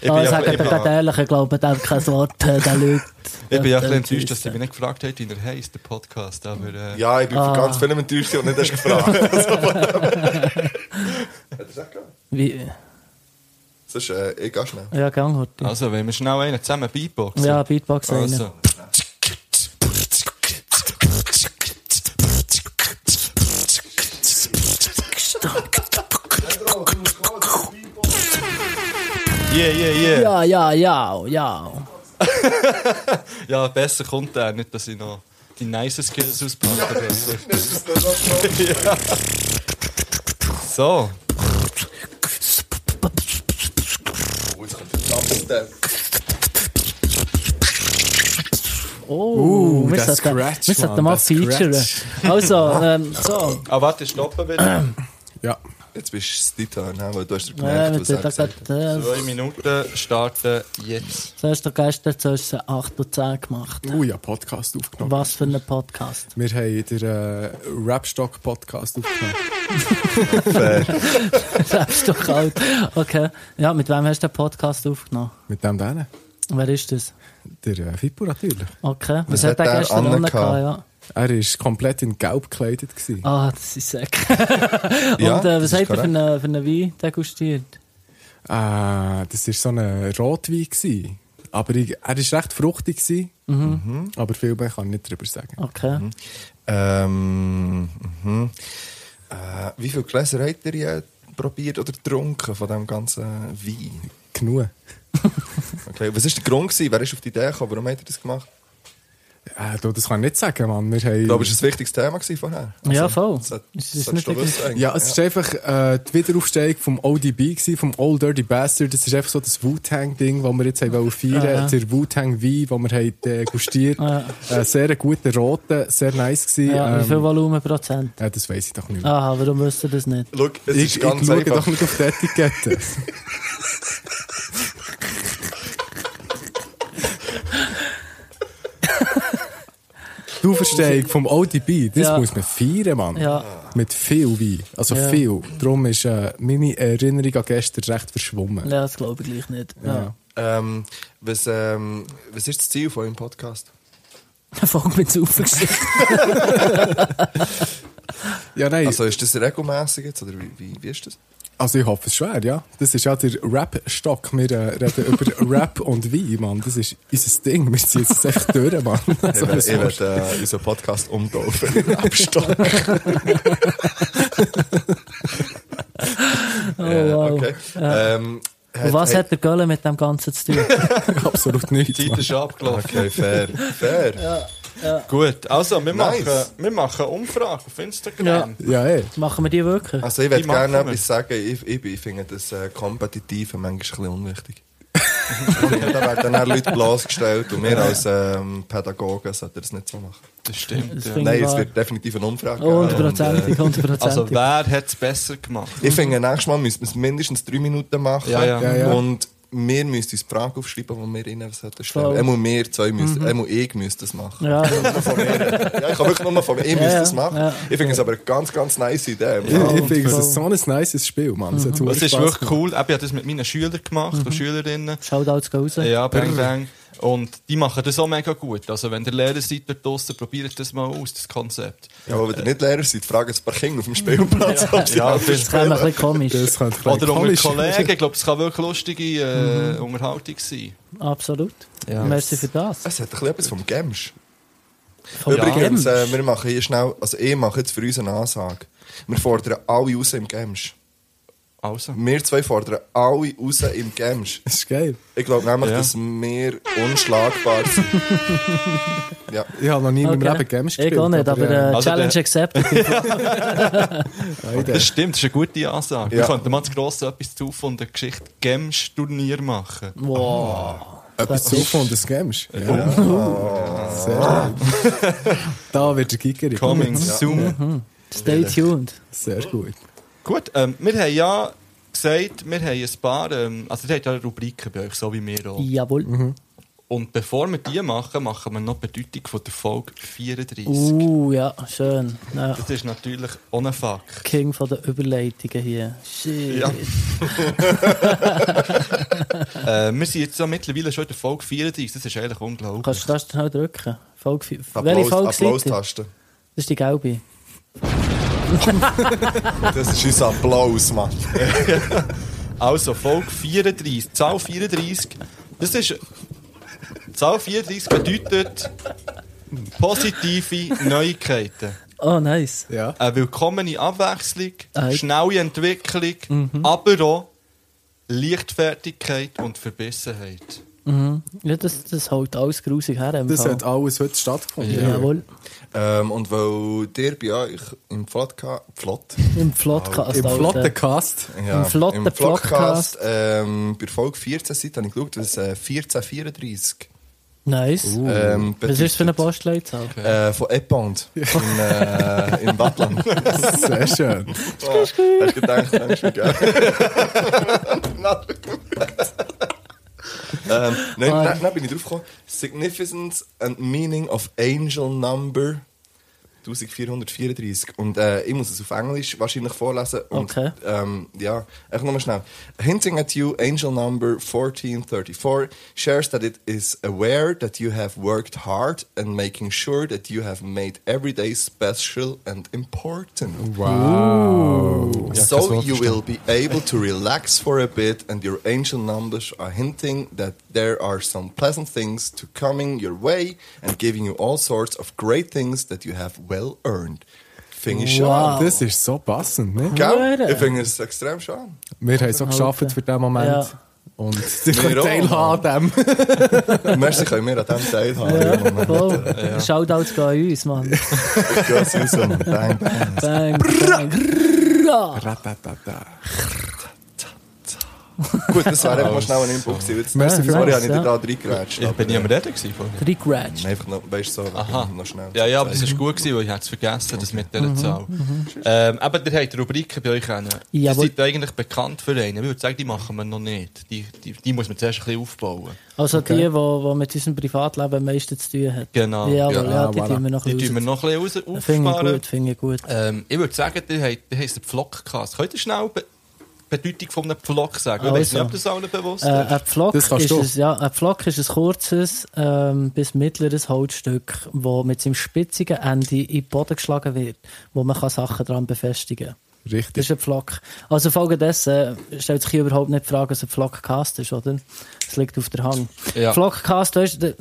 Speaker 1: Ich
Speaker 4: Ah,
Speaker 1: bin ja-
Speaker 4: ich
Speaker 1: ich
Speaker 4: sage
Speaker 1: bin
Speaker 4: dir ganz ehrlich, ich glaube, der hat kein Wort, äh, der Leute.
Speaker 1: Ich bin ja ein bisschen
Speaker 4: Äh,
Speaker 1: enttäuscht, dass sie
Speaker 4: wissen.
Speaker 1: mich nicht gefragt haben, wie er heisst, der Podcast. Aber, äh,
Speaker 3: Ja, ich bin
Speaker 4: Ah.
Speaker 3: von ganz vielen enttäuscht und nicht erst gefragt. Also,
Speaker 4: Wie?
Speaker 3: Sonst, äh, ich gehe schnell.
Speaker 4: Ja, gang heute.
Speaker 1: Also, wenn wir schnell einen zusammen beatboxen.
Speaker 4: Ja, Beatbox also.
Speaker 1: also. Yeah, yeah, yeah. Ja.
Speaker 4: Ja, ja, ja, ja.
Speaker 1: besser kommt der. Nicht, dass ich noch die nice Skills auspacke. so,
Speaker 4: Oh,
Speaker 5: Uh,
Speaker 4: wir
Speaker 5: der
Speaker 4: sollten-
Speaker 5: Scratch,
Speaker 4: wir sollten
Speaker 5: Mann,
Speaker 4: mal
Speaker 5: der
Speaker 4: featuren.
Speaker 5: Scratch.
Speaker 4: Also, ähm, so.
Speaker 1: ah, warte, stoppen bitte.
Speaker 5: Ja.
Speaker 3: Ich Jetzt bist du dein Turn, hä? weil du hast dir
Speaker 4: Ja,
Speaker 3: gemerkt,
Speaker 4: äh, mit
Speaker 3: was er
Speaker 4: der äh,
Speaker 3: gesagt hat.
Speaker 1: Zwei Minuten starten jetzt.
Speaker 4: Zuerst der gestern zwischen 8 und 10 gemacht.
Speaker 5: Oh ja, Podcast aufgenommen.
Speaker 4: Was für ein Podcast.
Speaker 5: Wir haben den äh, Rapstock-Podcast aufgenommen.
Speaker 4: Das ist doch alt. Okay. Ja, mit wem hast du den Podcast aufgenommen?
Speaker 5: Mit dem denen.
Speaker 4: Wer ist das?
Speaker 5: Der äh, Fippo natürlich.
Speaker 4: Okay.
Speaker 3: Was hat
Speaker 4: der
Speaker 3: der
Speaker 4: gestern
Speaker 3: Anne
Speaker 4: unten
Speaker 3: gehabt?
Speaker 4: ja?
Speaker 5: Er war komplett in Gelb gekleidet. gewesen.
Speaker 4: Ah, das ist sick.
Speaker 3: Ja,
Speaker 4: und äh,
Speaker 3: das ist
Speaker 4: was habt ihr für
Speaker 3: korrekt.
Speaker 4: einen, für einen Wein degustiert?
Speaker 5: Ah, das war so ein Rotwein. Gewesen. Aber ich, er war recht fruchtig. Gewesen.
Speaker 4: Mhm.
Speaker 5: Aber viel mehr kann ich nicht darüber sagen.
Speaker 4: Okay.
Speaker 3: Mhm. Ähm, mhm. äh, wie viele Gläser habt ihr je probiert oder getrunken von dem ganzen Wein?
Speaker 5: Genug.
Speaker 3: Okay. Was war der Grund? Gewesen? Wer ist auf die Idee gekommen? Warum habt ihr das gemacht?
Speaker 5: Äh, du, das kann ich nicht sagen, Mann. Wir haben,
Speaker 3: Ich glaube, es war ein wichtiges Thema gewesen vorher.
Speaker 4: Ja,
Speaker 3: Also,
Speaker 4: voll.
Speaker 3: Das hat-
Speaker 4: Es
Speaker 3: das
Speaker 4: ist
Speaker 3: hättest
Speaker 4: nicht
Speaker 3: du
Speaker 4: wirklich-
Speaker 3: wissen eigentlich.
Speaker 5: ja, es ist einfach äh, die Wiederaufstehung vom ODB, gewesen, vom Old Dirty Bastard. Das ist einfach so das Wu-Tang-Ding, das wir jetzt haben wollen feiern
Speaker 4: Ah, ja.
Speaker 5: Der Wu-Tang-Wein, den wir haben degustiert
Speaker 4: Ah,
Speaker 5: äh, Sehr guter roter, sehr nice. Gewesen.
Speaker 4: Ja, wie viel
Speaker 5: ähm,
Speaker 4: Volumen Prozent?
Speaker 5: äh, das weiß ich doch nicht.
Speaker 4: Aha, warum wisst ihr das nicht?
Speaker 3: Schau, es
Speaker 5: ich
Speaker 3: ist
Speaker 5: ich
Speaker 3: ganz
Speaker 5: schaue
Speaker 3: einfach.
Speaker 5: doch nicht auf die Etikette. du verstehst, vom ODB, das
Speaker 4: Ja.
Speaker 5: muss man feiern, Mann.
Speaker 4: Ja.
Speaker 5: Mit viel Wein. Also
Speaker 4: Ja.
Speaker 5: viel. Darum ist äh, meine Erinnerung an gestern recht verschwommen.
Speaker 4: Ja, das glaube ich gleich nicht. Ja.
Speaker 3: Ähm, was, ähm, was ist das Ziel von eurem Podcast?
Speaker 4: Fang mit Saufergeschichte.
Speaker 5: Ja, nein.
Speaker 3: Also
Speaker 5: Also,
Speaker 3: ist das regelmässig jetzt oder wie, wie, wie ist das?
Speaker 5: ich hoffe es schwer, ja. Das ist ja der Rap-Stock. Wir äh, reden über Rap und Wein, Mann. Das ist unser Ding. Wir ziehen es echt durch, Mann. Also,
Speaker 3: ich
Speaker 5: was willst
Speaker 3: werde äh, unseren Podcast umtaufen. Abstand.
Speaker 4: Oh, wow.
Speaker 3: Okay. Ähm,
Speaker 4: Und was hat der Göller mit dem Ganzen zu tun?
Speaker 5: du? Absolut nichts.
Speaker 1: Die Zeit
Speaker 5: Mann.
Speaker 1: ist abgelaufen.
Speaker 3: Okay, fair. Fair.
Speaker 1: Gut, also wir,
Speaker 3: Nice.
Speaker 1: machen, wir machen eine Umfrage auf Instagram.
Speaker 5: Ja, ey.
Speaker 4: Machen wir die wirklich?
Speaker 3: Also ich
Speaker 1: Die
Speaker 3: würde gerne
Speaker 1: machen wir.
Speaker 3: etwas sagen. Ich, ich, ich finde das äh, Kompetitive manchmal ein bisschen unwichtig. Ich finde, da werden dann Leute bloßgestellt und wir als ähm, Pädagogen sollten das nicht so machen.
Speaker 1: Das stimmt.
Speaker 4: Das
Speaker 1: Ja.
Speaker 4: finde
Speaker 3: Nein, es
Speaker 4: wahr.
Speaker 3: wird definitiv eine Umfrage geben.
Speaker 4: Oh,
Speaker 3: äh,
Speaker 4: Hundertprozentig,
Speaker 1: Also
Speaker 4: hundertprozentig.
Speaker 1: wer hat es besser gemacht?
Speaker 3: Ich finde, nächstes Mal müssen wir es mindestens drei Minuten machen.
Speaker 1: Ja, ja.
Speaker 5: Ja, ja.
Speaker 3: Und wir müssen uns die Frage aufschreiben, die wir ihnen sollten stellen.
Speaker 4: Voll. Mhm.
Speaker 3: Einmal wir zwei müssen, einmal ich müsste das machen.
Speaker 4: Ja, also,
Speaker 3: Ja, ich kann wirklich nur von mir, ich müsste
Speaker 4: ja,
Speaker 3: das machen.
Speaker 4: ja.
Speaker 3: Ich finde es aber eine ganz, ganz nice Idee.
Speaker 5: Ich, ich finde, es
Speaker 4: voll.
Speaker 5: ist so ein nices Spiel, Mann. Es hat super
Speaker 1: Das ist
Speaker 5: Spass
Speaker 1: wirklich
Speaker 5: gemacht.
Speaker 1: cool. Ich habe das mit meinen Schülern gemacht und Schülerinnen.
Speaker 4: Shoutouts gehen raus.
Speaker 1: Ja, Bang Bang. Und die machen das auch mega gut. Also wenn ihr Lehrer seid dort draussen, probiert das mal aus, das Konzept.
Speaker 3: Ja, aber wenn ihr nicht Lehrer seid, fragen ein paar Kinder auf dem Spielplatz, ob sie
Speaker 1: Ja,
Speaker 3: helfen
Speaker 1: vielleicht.
Speaker 4: Das käme ein bisschen komisch.
Speaker 5: Das könnte
Speaker 1: Oder unter
Speaker 5: komisch-
Speaker 1: Kollegen. Ich glaube, es kann wirklich lustige äh, Unterhaltung sein.
Speaker 4: Absolut.
Speaker 1: Ja.
Speaker 4: Merci für das.
Speaker 3: Es hat ein bisschen etwas vom Gemsch.
Speaker 4: Vom
Speaker 3: Übrigens,
Speaker 4: Game.
Speaker 3: äh, wir machen hier schnell, also ich mache jetzt für uns eine Ansage. Wir fordern alle raus im Gemsch.
Speaker 1: Also.
Speaker 3: Wir zwei fordern alle raus im Gemsch.
Speaker 5: Das ist geil.
Speaker 3: Ich glaube nämlich,
Speaker 1: Ja.
Speaker 3: dass wir unschlagbar sind. ja.
Speaker 5: Ich habe noch nie in meinem
Speaker 4: Okay.
Speaker 5: Leben Games gespielt.
Speaker 4: genau. Ich auch nicht, aber äh,
Speaker 1: Also
Speaker 4: Challenge
Speaker 1: der-
Speaker 4: accepted.
Speaker 5: äh, nein, der-
Speaker 1: Das stimmt, das ist eine gute Ansage.
Speaker 3: Ja.
Speaker 1: Wir könnten mal das grosse etwas zu von der Geschichte Games-Turnier machen.
Speaker 4: Wow.
Speaker 5: Etwas zu von das Games. Ja. Sehr gut. Da wird der Kicker.
Speaker 1: Coming soon.
Speaker 4: Stay tuned.
Speaker 5: Sehr gut.
Speaker 1: Gut, ähm, wir haben ja gesagt, wir haben ein paar, ähm, also ihr habt ja Rubriken bei euch, so wie wir auch.
Speaker 4: Jawohl.
Speaker 1: Und bevor wir die machen, machen wir noch die Bedeutung von der Folge 34.
Speaker 4: Uh, ja, schön. Ja.
Speaker 1: Das ist natürlich ohne Fakt.
Speaker 4: King von der Überleitungen hier. Shit.
Speaker 1: Ja. Äh, wir sind jetzt ja mittlerweile schon in der Folge 34, das ist eigentlich unglaublich.
Speaker 4: Kannst du das schnell drücken? Folge vier- Welche
Speaker 3: Applaus,
Speaker 4: Folge seid ihr?
Speaker 3: Applaus-Taste.
Speaker 4: Das ist die gelbe.
Speaker 3: Das ist unser dus Applaus, Mann.
Speaker 1: Also, Folge 34, Zahl 34, das ist. Zahl 34 bedeutet positive Neuigkeiten.
Speaker 4: Oh, nice.
Speaker 5: Ja.
Speaker 1: Eine willkommene Abwechslung,
Speaker 4: Ei.
Speaker 1: schnelle Entwicklung,
Speaker 4: Mhm.
Speaker 1: aber auch Leichtfertigkeit und Verbissenheit.
Speaker 4: Ja, das, das hält alles grusig her. im
Speaker 5: Das
Speaker 1: genau.
Speaker 4: Fall.
Speaker 5: hat alles heute stattgefunden.
Speaker 4: Ja. Jawohl.
Speaker 3: Ähm, und weil ihr bei euch im Flotka... Flot?
Speaker 4: Im Flottcast.
Speaker 5: Im
Speaker 4: Alter.
Speaker 5: flotten Cast.
Speaker 3: Ja,
Speaker 4: Im flotten
Speaker 3: Flottcast,
Speaker 4: Flottcast.
Speaker 3: ehm, dus, eh, Ähm, bei der Folge 14 seid, habe ich geschaut, was äh, 1434
Speaker 4: Nice.
Speaker 3: Ähm,
Speaker 4: Was ist das für eine
Speaker 3: bedeutet,
Speaker 4: Postleitzahl?
Speaker 3: Äh, von Eppand in, äh, in Wattland.
Speaker 5: Sehr schön.
Speaker 3: Oh, hast du gedacht, denkst du, gell? Nou, ähm, nein,
Speaker 4: Ah.
Speaker 3: nein, nein, bin ich drauf gekommen. Significance and Meaning of Angel Number 1434. Und äh, ich muss es auf Englisch wahrscheinlich vorlesen. Und,
Speaker 4: Okay.
Speaker 3: Ähm, ja, einfach nochmal schnell. Hinting at you, Angel Number 1434 shares that it is aware that you have worked hard and making sure that you have made every day special and important.
Speaker 5: Wow.
Speaker 1: Ja, kein
Speaker 3: So
Speaker 1: Wort
Speaker 3: you
Speaker 1: verstanden.
Speaker 3: will be able to relax for a bit, and your angel numbers are hinting that there are some pleasant things to coming your way and giving you all sorts of great things that you have well earned. Finde ich
Speaker 4: Wow.
Speaker 3: schade.
Speaker 5: Das ist so passend, ne?
Speaker 3: Gell?
Speaker 4: Hure.
Speaker 3: Ich finde es extrem schade.
Speaker 5: Wir haben so geschafft für diesen Moment.
Speaker 4: Genau. Ja.
Speaker 5: Und sie
Speaker 3: Wir
Speaker 5: können
Speaker 3: auch,
Speaker 5: teilhaben an dem.
Speaker 3: Merci, können wir an dem teilhaben.
Speaker 4: Ja, voll. Shoutouts gehen an uns, Mann.
Speaker 3: Geh's raus und bang, bang.
Speaker 4: Bang, bang. Rrra.
Speaker 5: Ratatata.
Speaker 3: Gut, das wäre einfach mal schnell ein Input gewesen.
Speaker 5: Merci
Speaker 3: Jetzt-
Speaker 5: vielmals,
Speaker 3: Sorry, habe ich
Speaker 4: Oh, ja.
Speaker 3: dir da reingeratscht.
Speaker 1: Ich bin ja am Reden gewesen vorher.
Speaker 4: Regratsch.
Speaker 3: Einfach noch, weißt du, so,
Speaker 1: Aha.
Speaker 3: noch schnell.
Speaker 1: Ja, ja, aber das war gut, gewesen, weil ich hätte es vergessen, das mit
Speaker 4: Mhm.
Speaker 1: dieser Zahl. Ähm, aber ihr habt Rubriken bei euch auch. Ihr
Speaker 4: Jawohl.
Speaker 1: seid eigentlich bekannt für einen. Ich würde sagen, die machen wir noch nicht. Die, die, die muss man zuerst ein bisschen aufbauen.
Speaker 4: Also die, die, die mit unserem Privatleben am meisten zu tun hat.
Speaker 1: Genau.
Speaker 4: Ja, ja,
Speaker 1: Ja,
Speaker 4: ja die
Speaker 5: voilà.
Speaker 4: tun wir noch
Speaker 1: Die
Speaker 4: ein
Speaker 1: tun wir
Speaker 4: bisschen
Speaker 1: noch ein bisschen
Speaker 4: raus. Äh,
Speaker 1: raus-
Speaker 4: Finde ich
Speaker 1: aufsparen.
Speaker 4: gut, finde ich gut.
Speaker 1: Ähm, ich würde sagen, ihr habt, ihr heisst Pflockcast. Könnt ihr schnell be die Bedeutung von einem Pflock sagen? Ich weiß
Speaker 4: Also.
Speaker 1: nicht, ob das allen bewusst
Speaker 4: Äh,
Speaker 1: ist.
Speaker 4: ein Pflock
Speaker 5: Das kannst
Speaker 4: ist
Speaker 5: du.
Speaker 4: ein, ja, ein Pflock ist ein kurzes ähm, bis mittleres Holzstück, das mit seinem spitzigen Ende in den Boden geschlagen wird, wo man kann Sachen dran befestigen kann. Das ist
Speaker 5: Richtig.
Speaker 4: ein Pflock. Also folgendessen äh, stellt sich hier überhaupt nicht die Frage, was ein Pflockcast ist, oder? Es liegt auf der Hand.
Speaker 1: Ja.
Speaker 4: Pflockcast, weißt du,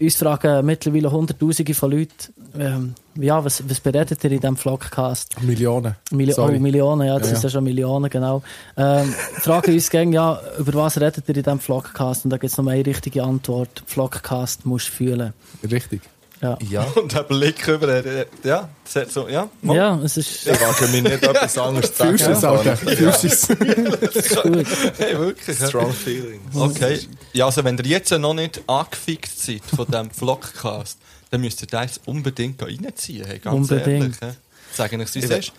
Speaker 4: uns fragen mittlerweile hunderttausende von Leuten, ähm, ja, was, was beredet ihr in diesem Pflockcast?
Speaker 5: Millionen.
Speaker 4: Mil oh,
Speaker 5: Sorry.
Speaker 4: Millionen, ja, das
Speaker 5: Ja, ja.
Speaker 4: ist ja schon Millionen, genau. Ähm, fragen uns gern, ja, über was redet ihr in diesem Vlogcast? Und da gibt es nur eine richtige Antwort. Vlogcast musst du fühlen.
Speaker 5: Richtig.
Speaker 4: Ja.
Speaker 3: Ja.
Speaker 1: Und der Blick über den, ja, das hat so, ja, mal.
Speaker 4: Ja, es ist
Speaker 3: Ich wage mich nicht etwas anderes zu
Speaker 5: Fühlst du es, Alter?
Speaker 3: sagen.
Speaker 5: Fühlst du es?
Speaker 4: gut.
Speaker 1: Hey, wirklich. ja.
Speaker 3: Strong feelings.
Speaker 1: Okay. Ja, also wenn ihr jetzt noch nicht angefixt seid von diesem Vlogcast, dann müsst ihr das unbedingt reinziehen, hey, ganz
Speaker 4: Unbedingt.
Speaker 1: ehrlich. Hey. Sagen euch, wie es ist.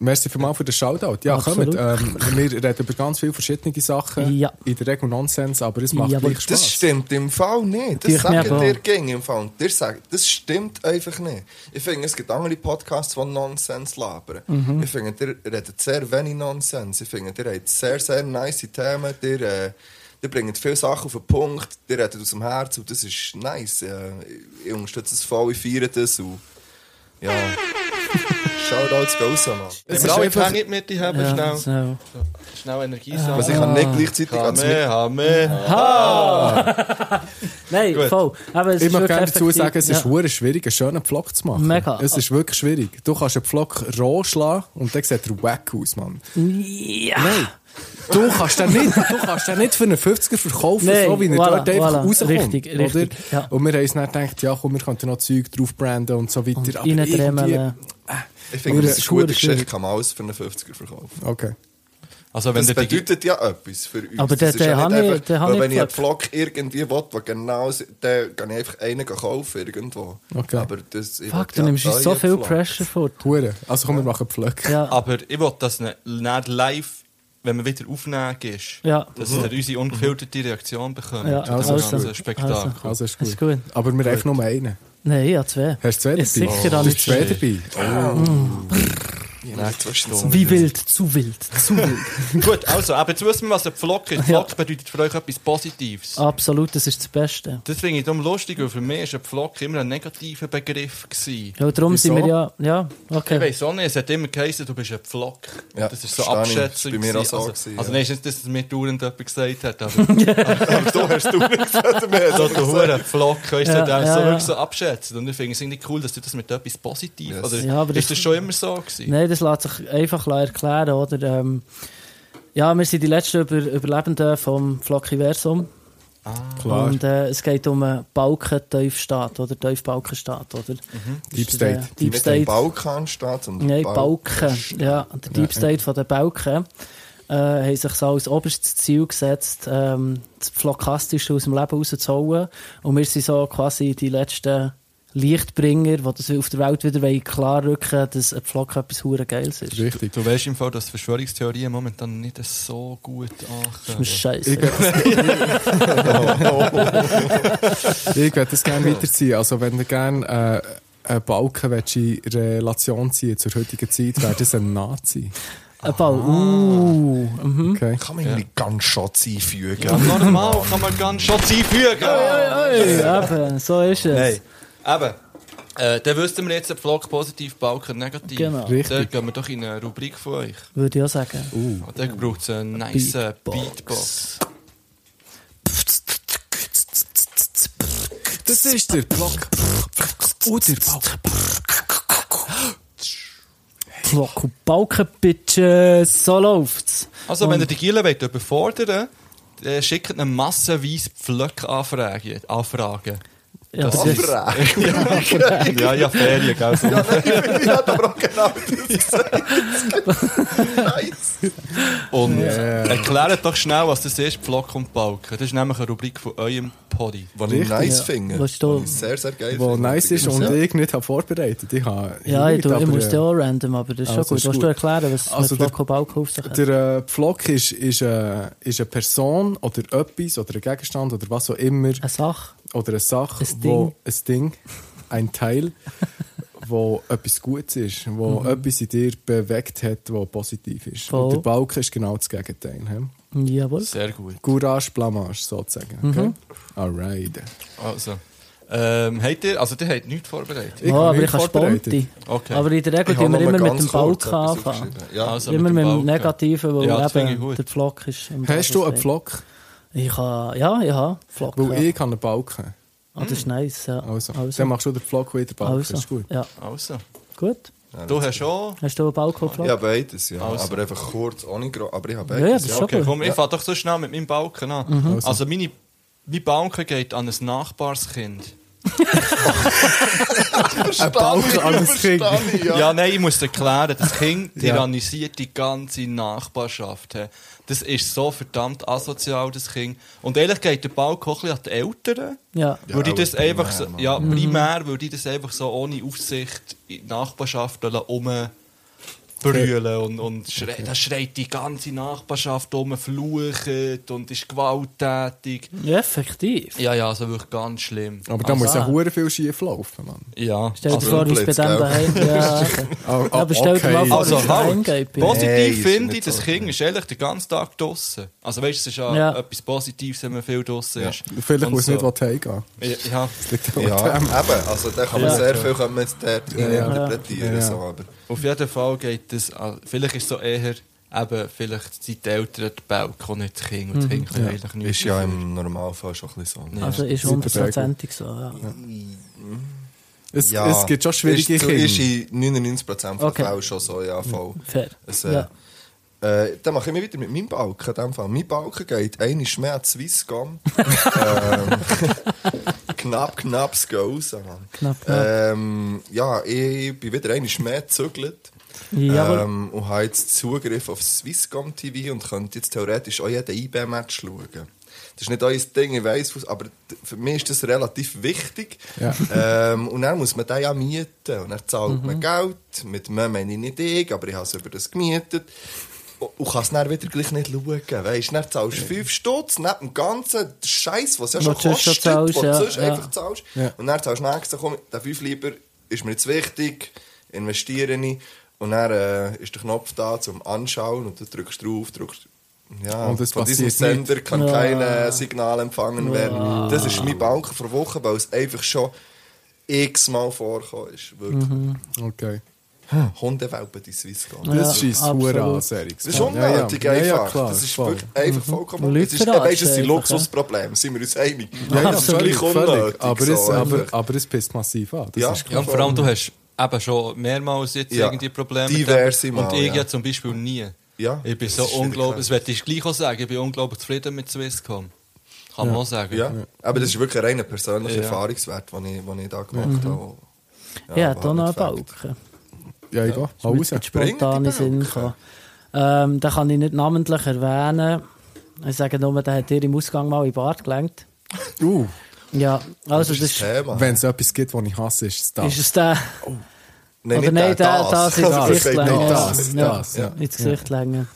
Speaker 5: Merci vielmals für den Shoutout. Ja,
Speaker 4: Absolut.
Speaker 5: kommt. Ähm, wir reden über ganz viele verschiedene Sachen.
Speaker 4: Ja.
Speaker 5: In der Regel Nonsens, aber es macht
Speaker 4: Jawohl.
Speaker 5: gleich Spaß.
Speaker 3: Das stimmt im Fall nicht.
Speaker 4: Natürlich
Speaker 3: Das sagt
Speaker 4: nicht,
Speaker 3: ihr
Speaker 4: aber-
Speaker 3: ging im Fall. Und ihr sagt, das stimmt einfach nicht. Ich finde, es gibt andere Podcasts, die Nonsens labern. Ich finde, ihr redet sehr wenig Nonsens. Ich finde, ihr habt sehr, sehr nice Themen. Ihr, äh, ihr bringt viele Sachen auf den Punkt. Ihr redet aus dem Herzen und das ist nice. Äh, ich unterstütze es voll, ich feiere das. Und, ja. Shoutouts go raus, Mann.
Speaker 1: Wenn
Speaker 5: Es
Speaker 1: wir
Speaker 5: ist
Speaker 1: alle die
Speaker 5: einfach-
Speaker 1: Hänge mit die haben,
Speaker 4: Ja,
Speaker 1: schnell,
Speaker 4: so.
Speaker 1: schnell Energie sammeln.
Speaker 3: Also ich kann nicht gleichzeitig ans Mikro-
Speaker 1: Kamehameha.
Speaker 4: Nein,
Speaker 1: Gut.
Speaker 4: voll. Aber es
Speaker 5: Ich
Speaker 4: ist wirklich
Speaker 5: möchte gerne dazu
Speaker 4: effektiv.
Speaker 5: sagen, es ist
Speaker 4: ja.
Speaker 5: hure schwierig, einen schönen Pflock zu machen.
Speaker 4: Mega.
Speaker 5: Es ist wirklich schwierig. Du kannst einen Pflock roh schlagen und dann sieht er wack aus, Mann.
Speaker 4: Ja.
Speaker 5: Du kannst den nicht, du kannst den nicht für einen 50er verkaufen,
Speaker 4: Nein,
Speaker 5: so wie er
Speaker 4: voilà,
Speaker 5: dort einfach
Speaker 4: voilà.
Speaker 5: rauskommt.
Speaker 4: Richtig,
Speaker 5: oder?
Speaker 4: richtig, ja.
Speaker 5: Und wir haben uns dann gedacht, ja komm, wir könnten noch Zeug drauf branden und so weiter.
Speaker 4: Und
Speaker 5: aber irgendwie-
Speaker 4: reindremeln.
Speaker 3: Ich finde, das ist eine
Speaker 4: Hure
Speaker 3: gute Geschichte.
Speaker 4: schwierig.
Speaker 3: Kann man alles für einen 50er verkaufen.
Speaker 5: Okay.
Speaker 1: Also wenn
Speaker 3: Das
Speaker 1: ihr die
Speaker 3: bedeutet ja etwas für uns.
Speaker 4: Aber
Speaker 3: das
Speaker 4: der- der
Speaker 3: nicht
Speaker 4: habe ich-
Speaker 3: einfach-
Speaker 4: der habe
Speaker 3: weil
Speaker 4: ich
Speaker 3: wenn ich einen
Speaker 4: gepflückt.
Speaker 3: Pflock irgendwie will, der genau so- dann kann ich einfach einen kaufen irgendwo.
Speaker 5: Okay.
Speaker 3: Aber das, ich
Speaker 4: Fuck,
Speaker 3: will
Speaker 4: du
Speaker 3: ja
Speaker 4: nimmst uns so
Speaker 3: neuen
Speaker 4: viel
Speaker 3: Pflock.
Speaker 4: Pressure fort.
Speaker 5: Hure. Also komm, wir machen Pflöcke.
Speaker 4: Ja.
Speaker 1: Aber ich will, dass ne- nicht live, wenn man wieder aufnehmen ist,
Speaker 4: Ja.
Speaker 1: dass ihr
Speaker 3: Mhm.
Speaker 1: unsere ungefilterte Reaktion bekommt.
Speaker 4: Ja,
Speaker 1: Ja, das
Speaker 5: also,
Speaker 1: ist ein Spektakel.
Speaker 4: also.
Speaker 5: Also ist gut.
Speaker 4: Ist gut.
Speaker 5: Aber wir haben einfach nur einen.
Speaker 4: Nein, ja, zwei.
Speaker 5: Hast du zwei dabei?
Speaker 4: Oh, Ist sicher
Speaker 5: du
Speaker 4: alles
Speaker 5: hast zwei dabei.
Speaker 3: Ja, das ist so.
Speaker 4: Wie wild, zu wild, zu wild.
Speaker 1: Gut, also, aber jetzt wissen wir, was ein Pflock ist. Pflock bedeutet für euch etwas Positives.
Speaker 4: Ah. Absolut, das ist das Beste.
Speaker 1: Das finde ich darum lustig, weil für mich ist ein Pflock immer ein negativer Begriff gewesen.
Speaker 4: Ja, darum sind wir
Speaker 5: Wieso?
Speaker 4: ja. Ja,
Speaker 1: Ich
Speaker 4: okay.
Speaker 1: weiss auch nicht, es hat immer geheißen, du bist ein Pflock.
Speaker 3: Ja,
Speaker 1: das ist so
Speaker 3: verstehe ich.
Speaker 1: Abschätzung.
Speaker 3: Das ist bei mir auch so
Speaker 1: gewesen. also,
Speaker 3: gewesen,
Speaker 1: also
Speaker 3: ja.
Speaker 1: nein, ist nicht, dass es mir dauernd jemand gesagt hat, aber
Speaker 3: Du hast du nicht gesagt, wir haben
Speaker 1: so
Speaker 3: es
Speaker 1: der
Speaker 3: gesagt.
Speaker 1: Huren Pflock, weißt du,
Speaker 4: Ja,
Speaker 1: der ist
Speaker 4: ja,
Speaker 1: so
Speaker 4: ja.
Speaker 1: wirklich so abschätzt. Und ich finde es irgendwie cool, dass du das mit etwas Positiv,
Speaker 3: Yes.
Speaker 1: oder
Speaker 4: Ja, aber
Speaker 1: ist
Speaker 4: das-
Speaker 1: das schon immer so gewesen?
Speaker 4: Nein, das lässt sich einfach erklären, oder? Ähm, ja, wir sind die letzten Über eh, Überlebenden vom Flockiversum.
Speaker 5: Oh, Klar.
Speaker 4: Und äh, es geht um einen Balken-Teufstaat, oder? Teufbalkenstaat, oder? Das
Speaker 5: Mhm. Deep
Speaker 4: ist der-
Speaker 5: State.
Speaker 4: dus, eh, Deep
Speaker 3: Nicht ein
Speaker 4: State.
Speaker 3: Balkanstaat, sondern
Speaker 4: Nein,
Speaker 3: Bal-
Speaker 4: Balken. Ja, der Deep State von den Balken. äh, haben sich so als oberstes Ziel gesetzt, ähm, das Flokastische aus dem Leben rauszuholen. Und wir sind so quasi die letzten Lichtbringer, dus die das auf der Welt wieder wollen klarrücken wollen, dass ein Flock eh, etwas hure Geiles ist. Das
Speaker 5: Richtig.
Speaker 1: Du weißt im Fall, dass Verschwörungstheorien momentan nicht so gut ankommen.
Speaker 4: ist mir scheiße.
Speaker 5: Ich würde das gerne weiterziehen. Also, wenn du gerne äh, einen Balken willst in Relation ziehen zur heutigen Zeit, wäre das ein Nazi.
Speaker 4: Ein Ball. Uh, mhm.
Speaker 5: Okay.
Speaker 3: Kann man irgendwie ganz Schatz einfügen.
Speaker 1: Normal kann man ganz schon einfügen.
Speaker 4: Oi, eben, so ist es.
Speaker 1: Nein. Eben. Äh, dann wüssten wir jetzt, ob Vlog positiv, Balken negativ.
Speaker 4: Genau.
Speaker 1: Dann
Speaker 5: Richtig.
Speaker 1: gehen wir doch in eine Rubrik von euch.
Speaker 4: Würde ich auch sagen.
Speaker 1: Und dann braucht es einen nice äh, Beatbox.
Speaker 4: Beatbox.
Speaker 5: Das ist der Block. Und der Balken.
Speaker 4: Flock und Balken, Bitches. So läuft's.
Speaker 1: Also, wenn ihr die Giele wollt überfordern wollt, dann schickt eine massenweise Pflöckanfragen. Anfragen.
Speaker 4: Ja,
Speaker 1: Das
Speaker 4: aber
Speaker 1: ist- ja, ja, Ferien, gell? So.
Speaker 3: Ich hatte aber auch genau das gesagt. nice.
Speaker 1: Und erklärt doch schnell, was das ist, Pflock und Balken. Das ist nämlich eine Rubrik von eurem Podi.
Speaker 3: Was ich nice finde.
Speaker 4: Was du-
Speaker 3: ich sehr, sehr geil
Speaker 5: Wo
Speaker 3: finde.
Speaker 5: nice ist und
Speaker 3: Ja.
Speaker 5: ich nicht habe vorbereitet. Ich habe
Speaker 4: Ja, ich,
Speaker 5: nicht,
Speaker 4: tu, ich
Speaker 5: aber,
Speaker 4: muss
Speaker 5: äh,
Speaker 4: ja auch random, aber das ist
Speaker 5: also
Speaker 4: schon
Speaker 5: ist
Speaker 4: gut. Willst du
Speaker 5: gut.
Speaker 4: erklären, was
Speaker 5: Also
Speaker 4: mit Flock und Balken auf sich hat?
Speaker 5: Der äh, Pflock ist, ist, äh, ist eine Person oder etwas oder ein Gegenstand oder was auch immer
Speaker 4: Eine Sache.
Speaker 5: oder eine Sache,
Speaker 4: Ein
Speaker 5: wo ein Ding, ein Teil, wo etwas Gutes ist, wo etwas in dir bewegt hat, wo positiv ist.
Speaker 4: Mhm. Voll.
Speaker 5: Und der Balken ist genau das Gegenteil. He?
Speaker 4: Jawohl.
Speaker 1: Sehr gut.
Speaker 5: Courage, Blamage sozusagen.
Speaker 4: Mhm.
Speaker 5: Okay? Alright.
Speaker 1: Also, ähm, habt ihr, also, ihr habt nichts vorbereitet.
Speaker 5: Ich
Speaker 4: oh,
Speaker 5: habe
Speaker 4: aber
Speaker 5: nicht
Speaker 4: ich kann
Speaker 5: vorbereitet.
Speaker 4: Sponti.
Speaker 1: Okay.
Speaker 4: Aber in der Regel
Speaker 3: Ich habe
Speaker 4: tun
Speaker 3: nur
Speaker 4: wir immer mit
Speaker 3: ganz
Speaker 4: dem
Speaker 3: kurz
Speaker 4: Balken
Speaker 3: etwas
Speaker 4: anfangen.
Speaker 3: aufgeschrieben. Ja,
Speaker 1: Also,
Speaker 4: Immer mit dem
Speaker 1: Balken.
Speaker 4: Negativen, weil
Speaker 1: Ja, das finde ich
Speaker 4: eben
Speaker 1: gut.
Speaker 4: der Pflock ist. um am
Speaker 5: Hast du einen
Speaker 4: Basis-
Speaker 5: Pflock?
Speaker 4: Ich habe, ja, ich habe Pflock.
Speaker 5: Weil
Speaker 4: ja.
Speaker 5: ich kann einen Balken.
Speaker 4: Ah, das ist nice. Ja.
Speaker 5: Also. Dann machst du den Pflock wieder Balken.
Speaker 4: also.
Speaker 5: Ist gut.
Speaker 4: Ja,
Speaker 1: Also,
Speaker 4: gut.
Speaker 1: du hast schon.
Speaker 4: Hast du einen Balken Pflock?
Speaker 3: Ich habe beides, ja.
Speaker 1: Also.
Speaker 3: Aber einfach kurz, ohne groß. Aber ich habe
Speaker 4: ja, Mhm. das
Speaker 3: beides.
Speaker 4: ist
Speaker 3: oh, ja.
Speaker 4: schon
Speaker 1: Okay,
Speaker 4: gut.
Speaker 1: komm, ich fahre doch so schnell mit meinem Balken an. Also, meine, mein Balken geht an ein Nachbarskind.
Speaker 5: Ein Balken an das Kind.
Speaker 1: Ja. nein, ich muss erklären, das Kind tyrannisiert die ganze Nachbarschaft. hä. Das ist so verdammt asozial, das Kind. Und ehrlich geht der Balken auch ein bisschen an die Eltern.
Speaker 4: Ja.
Speaker 3: Ja,
Speaker 1: würde ich
Speaker 3: aber
Speaker 1: das einfach so,
Speaker 3: primär,
Speaker 1: ja, primär würde ich das einfach so ohne Aufsicht in die Nachbarschaft umbrüllen und, und schreit, da schreit die ganze Nachbarschaft um, flucht und ist gewalttätig.
Speaker 4: Ja, effektiv.
Speaker 1: Ja, ja, also wirklich ganz schlimm. Also,
Speaker 5: Aber da muss ja
Speaker 4: ah.
Speaker 5: hure viel schief laufen, Mann.
Speaker 1: Ja,
Speaker 4: Stell dir
Speaker 1: also,
Speaker 4: vor, wie es bei
Speaker 3: Blitz,
Speaker 4: dem
Speaker 3: gell?
Speaker 4: daheim ja, okay.
Speaker 5: Oh,
Speaker 4: Ja, aber stell dir mal vor, wie
Speaker 1: Also
Speaker 4: es daheim
Speaker 1: halt,
Speaker 4: geht. bei ihm.
Speaker 1: positiv
Speaker 3: Nein, ist
Speaker 1: finde
Speaker 3: nicht
Speaker 1: ich, das
Speaker 3: so.
Speaker 1: Kind ist ehrlich den ganzen Tag draussen. Also weißt du, es ist ja,
Speaker 4: Ja.
Speaker 1: etwas Positives, wenn man viel draussen ist.
Speaker 5: Vielleicht
Speaker 1: Und
Speaker 5: muss es nicht
Speaker 1: so.
Speaker 5: was heimgehen.
Speaker 1: Ja, ja.
Speaker 3: Ja, eben. Also, da kann man
Speaker 4: Ja.
Speaker 3: sehr viel kann man jetzt dort interpretieren.
Speaker 5: Ja.
Speaker 3: So, aber.
Speaker 1: Auf jeden Fall geht es, an- vielleicht ist es so eher, eben, vielleicht sind die Eltern die Balken und nicht die Kinder. Und die Kinder können eigentlich nichts
Speaker 3: Ist Mhm. ja
Speaker 1: dafür.
Speaker 3: im Normalfall schon ein bisschen so.
Speaker 4: Also ist
Speaker 5: Super
Speaker 4: hundertprozentig so, ja.
Speaker 5: Es, es gibt schon schwierige
Speaker 3: ist,
Speaker 5: Kinder.
Speaker 3: Ist in 99% der
Speaker 4: Okay.
Speaker 3: Fälle schon so, ja, voll.
Speaker 4: Mm, Fair.
Speaker 3: Es, äh,
Speaker 4: Ja.
Speaker 3: Äh, dann mache ich mich wieder mit meinem Balken. In dem Fall. Mein Balken geht einmal mehr an Swisscom. Ehm, ähm, knapp, knapp, es geht raus. Mann.
Speaker 4: Knapp, knapp.
Speaker 3: Ähm, ja, ich bin wieder einmal mehr gezügelt.
Speaker 4: Jawohl.
Speaker 3: Ähm, und habe jetzt Zugriff auf Swisscom TV und könnte jetzt theoretisch auch jeden IB-Match schauen. Das ist nicht euer Ding, ich weiss, was- aber d- für mich ist das relativ wichtig.
Speaker 5: Ja.
Speaker 3: Ähm, und dann muss man den ja mieten. Und dann zahlt
Speaker 4: Mhm.
Speaker 3: man Geld. Mit mir meine ich nicht ich, aber ich habe es über das gemietet. Und- Und kannst dann wieder gleich nicht schauen. Weißt du, dann zahlst du 5 Stutz neben dem ganzen Scheiß, was ja schon
Speaker 4: Was du schon
Speaker 3: kostet,
Speaker 4: zahlst,
Speaker 3: was du
Speaker 4: ja,
Speaker 3: sonst
Speaker 4: ja.
Speaker 3: einfach zahlst.
Speaker 5: Ja.
Speaker 3: Und dann zahlst du nächstes, komm, der 5 lieber, ist mir jetzt wichtig, investiere ich. Und dann äh, ist der Knopf da zum Anschauen und du drückst drauf, drückst. Ja,
Speaker 5: Und das
Speaker 3: von diesem
Speaker 5: passiert nicht.
Speaker 3: Sender kann kein äh, Signal empfangen werden. Das ist mein Balken vor Wochen, weil es einfach schon x-mal vorgekommen ist. Wirklich.
Speaker 5: Okay.
Speaker 3: Hundewelpen in Swisscom.
Speaker 4: Mhm. Ja,
Speaker 5: Das schießt
Speaker 4: absolut.
Speaker 5: hure an, Serix.
Speaker 3: Das ist unnötig
Speaker 5: ja, ja.
Speaker 3: einfach.
Speaker 5: Ja, ja, klar,
Speaker 3: das ist
Speaker 5: voll.
Speaker 3: wirklich einfach vollkommen
Speaker 4: Mhm. Leute
Speaker 3: unnötig. Das ist,
Speaker 4: verarschen
Speaker 3: weißt, das sind
Speaker 4: einfach, ja.
Speaker 3: Luxusprobleme, sind wir uns einig.
Speaker 5: Ja, ja,
Speaker 3: das ist
Speaker 5: völlig,
Speaker 3: gleich unnötig.
Speaker 5: völlig. Aber, es,
Speaker 3: so
Speaker 5: aber,
Speaker 3: einfach.
Speaker 5: aber es pisst massiv an. Das
Speaker 3: Ja.
Speaker 5: ist
Speaker 1: Ja, und vor allem, du hast eben schon mehrmals jetzt
Speaker 3: Ja.
Speaker 1: irgendwie Probleme.
Speaker 3: Diverse
Speaker 1: mit dem. Und
Speaker 3: Mal,
Speaker 1: ich ja.
Speaker 3: ja.
Speaker 1: zum Beispiel nie.
Speaker 3: Ja,
Speaker 1: Ich bin
Speaker 3: das
Speaker 1: so
Speaker 3: ist wieder
Speaker 1: unglaublich, das
Speaker 3: klar.
Speaker 1: werde ich gleich auch sagen, ich bin unglaublich zufrieden mit Swisscom. Kann man auch sagen.
Speaker 3: Ja. Ah, Aber das ist wirklich ein reiner persönlicher
Speaker 1: Ja.
Speaker 3: Erfahrungswert, den ich, den ich da gemacht habe.
Speaker 4: Ja, ja
Speaker 3: war
Speaker 4: noch einen
Speaker 3: nicht fertig.
Speaker 4: Balken.
Speaker 5: Ja, ich gehe. Hau
Speaker 4: Mit
Speaker 5: raus.
Speaker 4: spontanen
Speaker 3: Bringt die
Speaker 4: Sinn
Speaker 3: Balken.
Speaker 4: kann. Ähm, den kann ich nicht namentlich erwähnen. Ich sage nur, der hat dir im Ausgang mal in die Bar gelenkt.
Speaker 5: Uh,
Speaker 4: Ja, also
Speaker 3: Das
Speaker 4: das,
Speaker 3: ist
Speaker 4: ist,
Speaker 3: ein Thema.
Speaker 5: wenn es etwas gibt, was ich hasse, ist es das.
Speaker 4: ist es der.
Speaker 3: Nein,
Speaker 4: Oder nein, der- das ist
Speaker 3: Also,
Speaker 4: das
Speaker 3: es geht
Speaker 4: Richtlinie.
Speaker 3: nicht
Speaker 4: Ja.
Speaker 5: das,
Speaker 4: Ja.
Speaker 5: das, ja.
Speaker 4: ins Gesicht längen.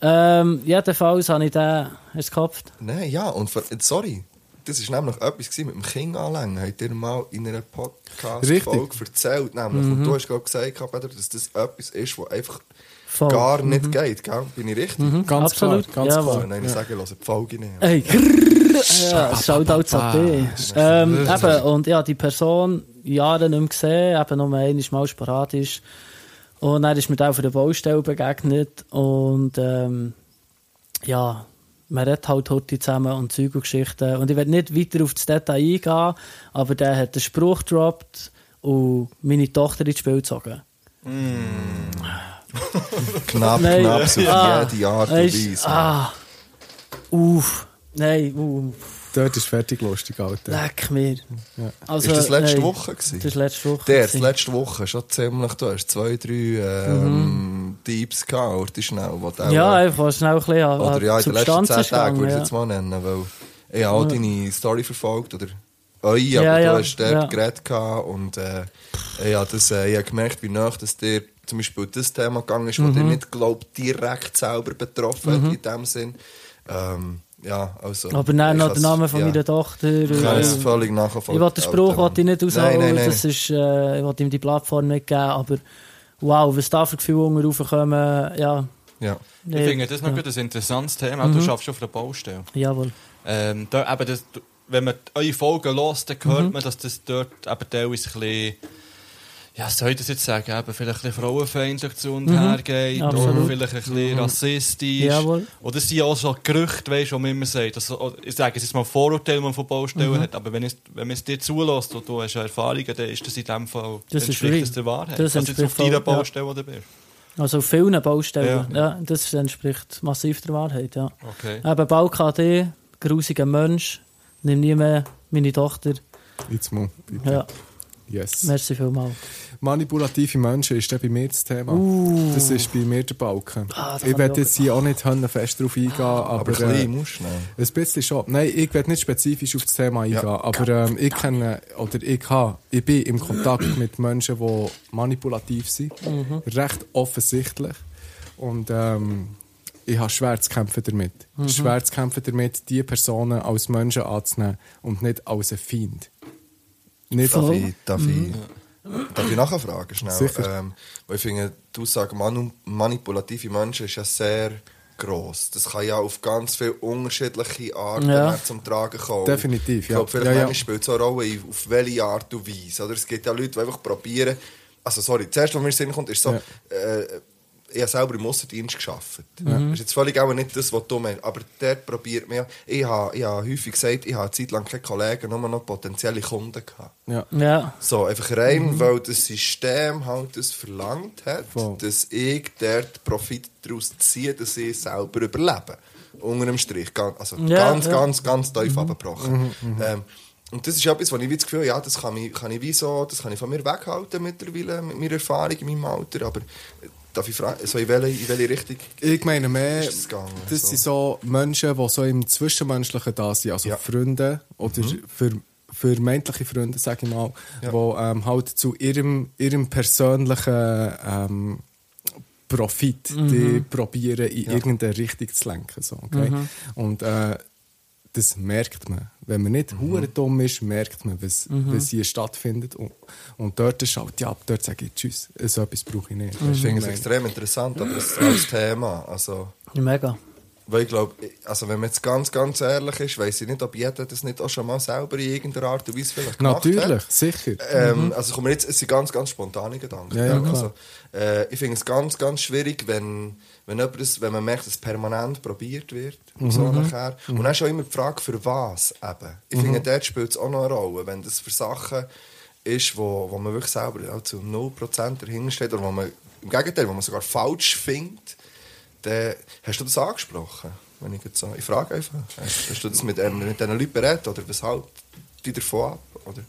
Speaker 4: Ähm, jedenfalls habe ich den erst gekopft.
Speaker 3: Nein, ja, und ver- sorry, das war nämlich etwas gewesen mit dem Kind anlängen. Habt ihr mal in einer Podcast-Folge
Speaker 5: Richtig.
Speaker 3: erzählt, nämlich.
Speaker 4: Mhm.
Speaker 3: Und du hast gerade gesagt, Peter, dass das etwas ist, was einfach
Speaker 4: Voll.
Speaker 3: gar
Speaker 4: Mhm.
Speaker 3: nicht geht, gell? Bin ich richtig?
Speaker 5: Ganz
Speaker 4: Absolut,
Speaker 5: klar, ganz
Speaker 4: jawohl.
Speaker 5: klar.
Speaker 3: Wenn einer sagt, hört die Folge nicht.
Speaker 4: Ey, grrrr, ja, Shoutouts an dich. Ähm, eben, und ja, die Person Jahre nicht mehr gesehen, eben nur einmal mal sporadisch. Und dann ist mir der auf der Baustelle begegnet und ähm, ja, man redet halt heute zusammen und Zeug und Geschichten. Und ich werde nicht weiter auf das Detail eingehen, aber der hat einen Spruch gedroppt und meine Tochter ins Spiel gezogen.
Speaker 3: Knapp,
Speaker 4: Nein.
Speaker 3: knapp, so
Speaker 4: Ah,
Speaker 3: jede Art und
Speaker 4: weisst,
Speaker 3: Weise.
Speaker 4: Ah, uff, nein, uff,
Speaker 5: Dort ist fertig lustig, Alter.
Speaker 4: leck mir. Also,
Speaker 3: ist das letzte
Speaker 4: nein,
Speaker 3: Woche gewesen?
Speaker 4: Das ist letzte Woche.
Speaker 3: Der,
Speaker 4: gewesen.
Speaker 3: letzte Woche, schon ziemlich, du hast zwei, drei ähm, Deeps gehabt, oder Die schnell, wo der-
Speaker 4: Mhm. ja, einfach was schnell ein bisschen an,
Speaker 3: Oder ja,
Speaker 4: an
Speaker 3: in den letzten
Speaker 4: Substanz
Speaker 3: zehn
Speaker 4: ist
Speaker 3: Tagen würde ich es
Speaker 4: gegangen, ja.
Speaker 3: jetzt mal nennen, weil ich habe auch deine Story verfolgt oder eure, aber
Speaker 4: ja,
Speaker 3: du hast dort
Speaker 4: ja.
Speaker 3: geredet gehabt und äh, ich, habe das, äh, ich habe gemerkt, wie nach dass dir zum Beispiel das Thema gegangen ist,
Speaker 4: Mhm.
Speaker 3: das dir nicht, glaube direkt selber betroffen hat in dem Sinn. Ähm, ja, also...
Speaker 4: Aber nein,
Speaker 3: ich
Speaker 4: noch
Speaker 3: kann's-
Speaker 4: der Name von
Speaker 3: ja.
Speaker 4: meiner Tochter. und-
Speaker 3: Ich kann es völlig nachvollziehen.
Speaker 4: Ich will den Spruch will ich nicht rausholen,
Speaker 3: Nein, nein, nein.
Speaker 4: das ist, äh, ich will ihm die eh, Plattform nicht geben, aber wow, was da für Gefühle unten raufkommen, eh, ja,
Speaker 3: ja.
Speaker 6: Ich finde das noch gut ein interessantes Thema.
Speaker 3: Mhm.
Speaker 6: Du schaffst auf einer Baustelle.
Speaker 4: jawohl.
Speaker 6: Ähm, da, eben das, wenn man eure Folgen hört, dann hört
Speaker 4: Mhm.
Speaker 6: man, dass das dort eben teilweise ein bisschen, ja, soll ich das jetzt sagen, eben vielleicht ein bisschen frauenfeindlich zu und her geht, oder
Speaker 4: Mhm. Absolut. Mhm.
Speaker 6: vielleicht ein bisschen rassistisch.
Speaker 4: Jawohl.
Speaker 6: Oder es sind ja auch so Gerüchte, weißt, die man immer sagt. Also, ich sage, es ist mal ein Vorurteil, das man von Baustellen
Speaker 4: Mhm.
Speaker 6: hat, aber wenn, es, wenn man es dir zulässt und du hast ja Erfahrungen, dann ist das in dem Fall
Speaker 4: Das ist
Speaker 6: entspricht
Speaker 4: real.
Speaker 6: das der Wahrheit.
Speaker 4: Das
Speaker 6: also jetzt auf
Speaker 4: entspricht voll,
Speaker 6: deiner
Speaker 4: ja.
Speaker 6: Baustelle, wo du bist.
Speaker 4: Also auf vielen Baustellen, ja. das entspricht massiv der Wahrheit, ja.
Speaker 6: Okay.
Speaker 4: Eben Bau-KD, grusiger Mensch, nimm nie mehr meine Tochter,
Speaker 5: Jetzt mal, bitte.
Speaker 4: ja,
Speaker 5: Yes.
Speaker 4: merci vielmals.
Speaker 5: Manipulative Menschen ist dann bei mir das Thema. Das ist bei mir der Balken.
Speaker 4: Uh. Ah, das
Speaker 5: ich
Speaker 4: kann
Speaker 5: werde
Speaker 4: ich Ah.
Speaker 5: jetzt hier auch nicht hören, fest drauf eingehen,
Speaker 3: Aber
Speaker 5: aber,
Speaker 3: ein bisschen
Speaker 5: äh,
Speaker 3: musst du schnell.
Speaker 5: ein bisschen schon. Nein, ich werde nicht spezifisch auf das Thema eingehen, aber ähm, ich kenne, oder ich habe, ich bin im Kontakt mit Menschen, die manipulativ sind. Recht offensichtlich. Und ähm, ich habe schwer zu kämpfen damit. Schwer zu kämpfen damit, diese Personen als Menschen anzunehmen und nicht als ein Feind. Nicht
Speaker 3: Darf
Speaker 4: Voll. Mhm.
Speaker 3: ich, darf ich, darf ich nachfragen schnell?
Speaker 5: Sicher.
Speaker 3: Ähm, weil ich finde, die Aussage manu- manipulative Menschen ist ja sehr gross. Das kann ja auf ganz viele unterschiedliche Arten
Speaker 4: Ja.
Speaker 3: dann zum Tragen kommen.
Speaker 5: Definitiv,
Speaker 3: Ich
Speaker 5: ja.
Speaker 3: glaube, vielleicht
Speaker 5: Ja, ja.
Speaker 3: manchmal spielt es auch eine Rolle, in- auf welche Art und Weise. Oder es gibt ja Leute, die einfach probieren... Also sorry, das Erste, was mir in den Sinn kommt, ist so...
Speaker 5: Ja.
Speaker 3: Äh, ich habe selber im Aussendienst gearbeitet.
Speaker 4: Mhm.
Speaker 3: Das ist jetzt völlig auch nicht das, was du meinst. Aber dort probiert man ja... Ich habe, ich habe häufig gesagt, ich habe eine Zeit lang keine Kollegen, nur noch potenzielle Kunden gehabt.
Speaker 5: Ja.
Speaker 4: Ja,
Speaker 3: So, einfach
Speaker 4: Mhm.
Speaker 3: rein, weil das System halt das verlangt hat,
Speaker 5: Voll.
Speaker 3: dass ich dort Profit daraus ziehe, dass ich selber überlebe. Unter dem Strich. Gan- Also
Speaker 4: Ja, Mhm.
Speaker 3: ganz,
Speaker 4: ja.
Speaker 3: ganz, ganz tief abgebrochen. Ähm, und das ist etwas, wo ich wie das Gefühl habe, ja, das kann ich, kann ich wie so, das kann ich von mir weghalten mittlerweile, mit meiner Erfahrung, in meinem Alter. Aber äh, darf ich fragen, so in, welche, in welche Richtung?
Speaker 4: Mhm.
Speaker 5: Ich meine mehr,
Speaker 3: Ist das
Speaker 5: das,
Speaker 3: gegangen, so?
Speaker 5: sind so Menschen, die so im Zwischenmenschlichen da sind, also
Speaker 3: Ja. Mhm.
Speaker 5: Freunde oder für vermeintliche Freunde, sage ich mal,
Speaker 3: Ja.
Speaker 5: die ähm, halt zu ihrem, ihrem persönlichen ähm, Profit
Speaker 3: Mhm.
Speaker 5: die probieren, in irgendeine Richtung zu lenken. So, okay?
Speaker 3: Mhm.
Speaker 5: Und äh, das merkt man. Wenn man
Speaker 3: Mhm.
Speaker 5: nicht hure dumm ist, merkt man, was, was hier stattfindet. Und, und dort schaut ja ab, dort sage ich Tschüss, so etwas brauche ich nicht.
Speaker 3: Ich finde es extrem interessant, aber das als Thema. Also,
Speaker 4: mega.
Speaker 3: Weil ich glaube, also wenn man jetzt ganz, ganz ehrlich ist, weiß ich nicht, ob jeder das nicht auch schon mal selber in irgendeiner Art und Weise vielleicht gemacht
Speaker 5: Natürlich,
Speaker 3: hat.
Speaker 5: sicher.
Speaker 3: Ähm, Also kommen jetzt, es sind ganz, ganz spontane Gedanken.
Speaker 5: Mhm. Ja, ja,
Speaker 3: gell?
Speaker 5: klar.
Speaker 3: also, äh, ich finde es ganz, ganz schwierig, wenn, wenn, jemand das, wenn man merkt, dass es permanent probiert wird. und
Speaker 5: Mhm.
Speaker 3: So nachher. Und dann ist auch immer die Frage, für was eben. Ich finde,
Speaker 5: Mhm.
Speaker 3: dort spielt es auch noch eine Rolle, wenn das für Sachen ist, wo, wo man wirklich selber auch zu 0% dahinter steht oder wo man, im Gegenteil, wo man sogar falsch findet, dann hast du das angesprochen. Wenn ich, jetzt so, ich frage einfach, hast, hast du das mit, ähm, mit diesen Leuten berät oder was hält die davon ab? Oder?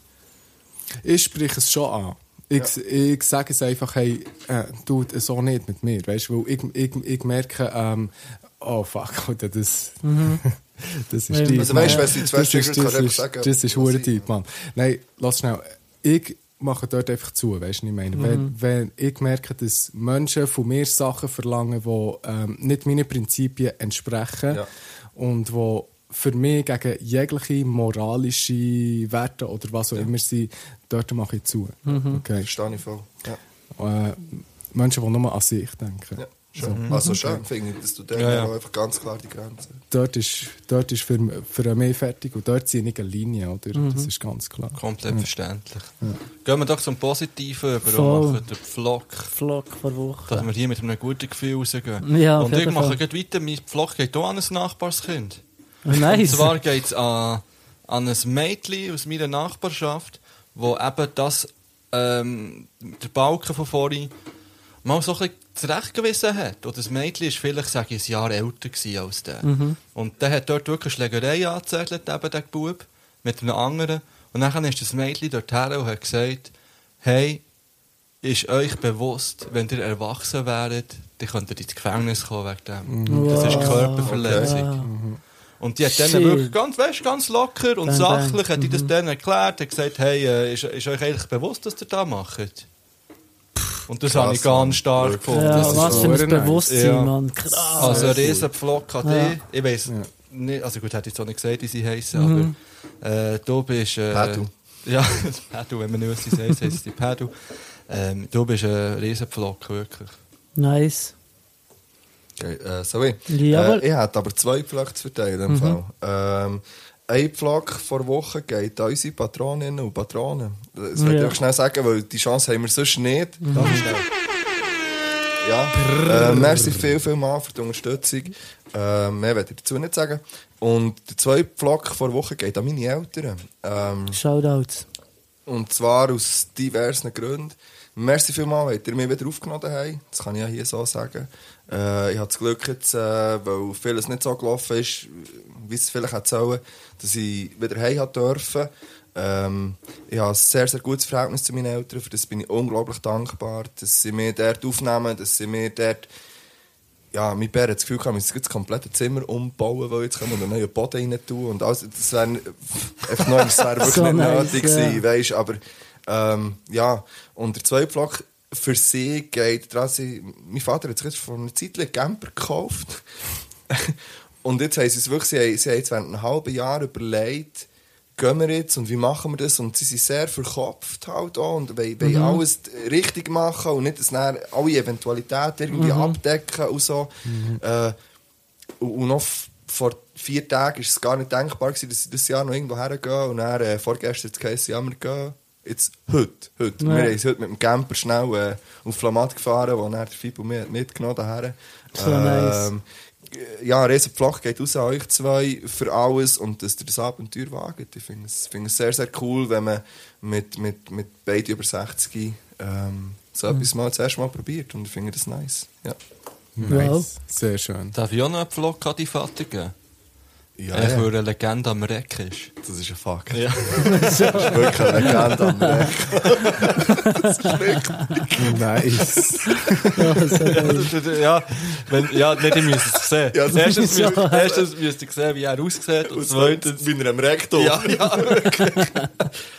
Speaker 5: Ich spreche es schon an. Ich, ich sage es einfach, hey, äh, du, so nicht mit mir, weißt du, weil ich, ich, ich merke, ähm, oh fuck, Alter, das, das ist
Speaker 4: Ja.
Speaker 5: deep,
Speaker 4: Also
Speaker 3: weisst,
Speaker 5: Mann.
Speaker 3: wenn sie zwei
Speaker 5: Das ist-
Speaker 3: Stück
Speaker 5: das
Speaker 3: kann,
Speaker 5: ist-
Speaker 3: dann sagen,
Speaker 5: Das ist
Speaker 3: was
Speaker 5: hure
Speaker 3: ich-
Speaker 5: deep, Mann. Nein, lass schnell, ich mache dort einfach zu, weißt du, was ich meine, wenn, wenn ich merke, dass Menschen von mir Sachen verlangen, die ähm, nicht meinen Prinzipien entsprechen
Speaker 3: Ja.
Speaker 5: und die für mich gegen jegliche moralische Werte oder was auch immer sind, dort mache ich zu.
Speaker 4: Mhm.
Speaker 5: Okay.
Speaker 3: Verstehe ich voll. Ja.
Speaker 5: Äh, Menschen, die nur an sich denken.
Speaker 3: Ja. Schön. Also schön, finde ich, dass du da
Speaker 6: Ja, ja.
Speaker 3: auch einfach ganz klar die Grenze
Speaker 5: Dort ist, dort ist für, für mich fertig und dort ziehe ich eine Linie, oder?
Speaker 4: Mhm.
Speaker 5: Das ist ganz klar.
Speaker 1: Komplett verständlich. Gehen wir doch zum Positiven über
Speaker 4: Voll.
Speaker 1: und machen den Vlog.
Speaker 4: Vlog vor Woche.
Speaker 1: Dass wir hier mit einem guten Gefühl rausgehen.
Speaker 4: Ja, auf
Speaker 1: und ich
Speaker 4: jeden
Speaker 1: mache
Speaker 4: Fall. Oh,
Speaker 1: gleich weiter. Mein Vlog geht auch an ein Nachbarskind. Und
Speaker 4: Nice.
Speaker 1: zwar geht es an, an ein Mädchen aus meiner Nachbarschaft, wo eben das, ähm, der Balken von vorhin mal so ein bisschen zurechtgewiesen hat. Und das Mädchen ist vielleicht, sage ich, ein Jahr älter gewesen als der.
Speaker 4: Mhm.
Speaker 1: Und der hat dort wirklich eine Schlägerei angezettelt, eben der Bub, mit einem anderen. Und dann ist das Mädchen dort her und hat gesagt, hey, ist euch bewusst, wenn ihr erwachsen wäret, dann könnt ihr ins Gefängnis kommen wegen dem. Das ist
Speaker 4: Wow.
Speaker 1: Körperverletzung.
Speaker 4: Ja.
Speaker 1: Und die hat dann
Speaker 4: Shit.
Speaker 1: wirklich ganz, weißt, ganz locker und
Speaker 4: Bang, bang. Mhm.
Speaker 1: sachlich hat die das dann erklärt. Hat gesagt, hey, äh, ist, ist euch eigentlich bewusst, dass ihr das macht? Und das
Speaker 3: Krass,
Speaker 1: habe ich ganz stark
Speaker 3: Wirklich.
Speaker 5: Oh,
Speaker 1: gefunden.
Speaker 4: Ja,
Speaker 1: Das ist
Speaker 4: was
Speaker 5: auch
Speaker 4: für
Speaker 5: sehr
Speaker 4: ein
Speaker 5: nice. Ah,
Speaker 4: Bewusstsein,
Speaker 1: Ja.
Speaker 4: Mann.
Speaker 3: Ah,
Speaker 4: Krass.
Speaker 1: also ein riesen Pflock an dich.
Speaker 4: Ja.
Speaker 1: Ich weiß
Speaker 5: Ja.
Speaker 1: nicht, also gut, hätte ich jetzt auch nicht gesagt, wie sie heißen, aber äh, du bist... Äh,
Speaker 3: Pädu.
Speaker 1: Ja, Pädu, wenn man nicht was sie sagt, heißt es die Pädu. Ähm, du bist ein riesen Pflock, wirklich.
Speaker 4: Nice.
Speaker 3: Okay, äh, sorry.
Speaker 4: Jawohl.
Speaker 3: Äh, ich hätte aber zwei Pflöcke zu verteilen. in dem Fall. Ähm, ein Pflock vor Woche geht an unsere Patroninnen und Patronen. Das will
Speaker 4: Ja.
Speaker 3: ich auch schnell sagen, weil die Chance haben wir sonst nicht. Darf ich schnell? Ja. Äh, merci viel, viel mal für die Unterstützung. Äh, mehr werde ich dazu nicht sagen. Und der zweite Pflock vor Woche geht an meine Eltern. Ähm,
Speaker 4: Shoutouts.
Speaker 3: und zwar aus diversen Gründen. Merci vielmals, habt ihr mich wieder aufgenommen habt. Das kann ich ja hier so sagen. Äh, ich habe das Glück jetzt, äh, weil vieles nicht so gelaufen ist, wie es vielleicht hätte sollen, dass ich wieder heim hat dürfen. Ähm, ich habe ein sehr, sehr gutes Verhältnis zu meinen Eltern. Für das bin ich unglaublich dankbar, dass sie mich dort aufnehmen, dass sie mir dort ja, mein Bär hat das Gefühl gehabt, wir müssen jetzt das komplette Zimmer umbauen, weil jetzt können wir einen neuen Boden rein tun und alles. Das wäre einfach neu, das wäre wirklich
Speaker 4: So
Speaker 3: nicht
Speaker 4: nice,
Speaker 3: nötig
Speaker 4: ja.
Speaker 3: gewesen, weisst, aber ähm, ja, und der zweite Block für sie geht daran, sie, mein Vater hat sich jetzt vor einer Zeit einen Camper gekauft und jetzt haben sie es wirklich, sie haben, sie haben jetzt während einem halben Jahr überlegt, gehen wir jetzt und wie machen wir das und sie sind sehr verkopft halt auch und wollen, wollen alles richtig machen und nicht, dass dann alle Eventualitäten irgendwie abdecken und so. Äh, und, und noch f- vor vier Tagen war es gar nicht denkbar, gewesen, dass sie das Jahr noch irgendwo hergehen. Und dann, äh, vorgestern hat es geheißen, ja, wir gehen. Jetzt, heute, heute.
Speaker 4: Ja.
Speaker 3: Wir haben es heute mit dem Camper schnell äh, auf Flamat gefahren, wo dann der Fibo mir mitgenommen hat.
Speaker 4: So nice.
Speaker 3: Ja, Riesenpflach geht raus an euch zwei für alles und dass ihr das Abenteuer wagt. Ich finde es, finde es sehr, sehr cool, wenn man mit, mit, mit beiden über 60 ähm, so
Speaker 4: Mhm.
Speaker 3: etwas mal zuerst mal probiert und ich finde das nice. Ja,
Speaker 5: Nice.
Speaker 4: Wow.
Speaker 5: Sehr schön.
Speaker 1: Darf ich auch noch einen Vlog an die Vater geben?
Speaker 3: ja,
Speaker 1: ich würde eine Legende am Reck ist.
Speaker 3: das ist ein Fuck.
Speaker 1: Ja.
Speaker 3: Das ist wirklich eine Legende am Recht.
Speaker 5: Nice.
Speaker 4: Ja, sehr
Speaker 1: Ja,
Speaker 4: geil.
Speaker 1: das- das- ja, wenn, ja nicht, ich müsste es sehen.
Speaker 3: Ja, das-
Speaker 1: erstens,
Speaker 4: Ja.
Speaker 1: müsst- erstens müsste ich sehen, wie er aussieht. Und
Speaker 3: Und
Speaker 1: zweitens.
Speaker 3: zweitens bin ich am Rektor.
Speaker 1: Ja, ja.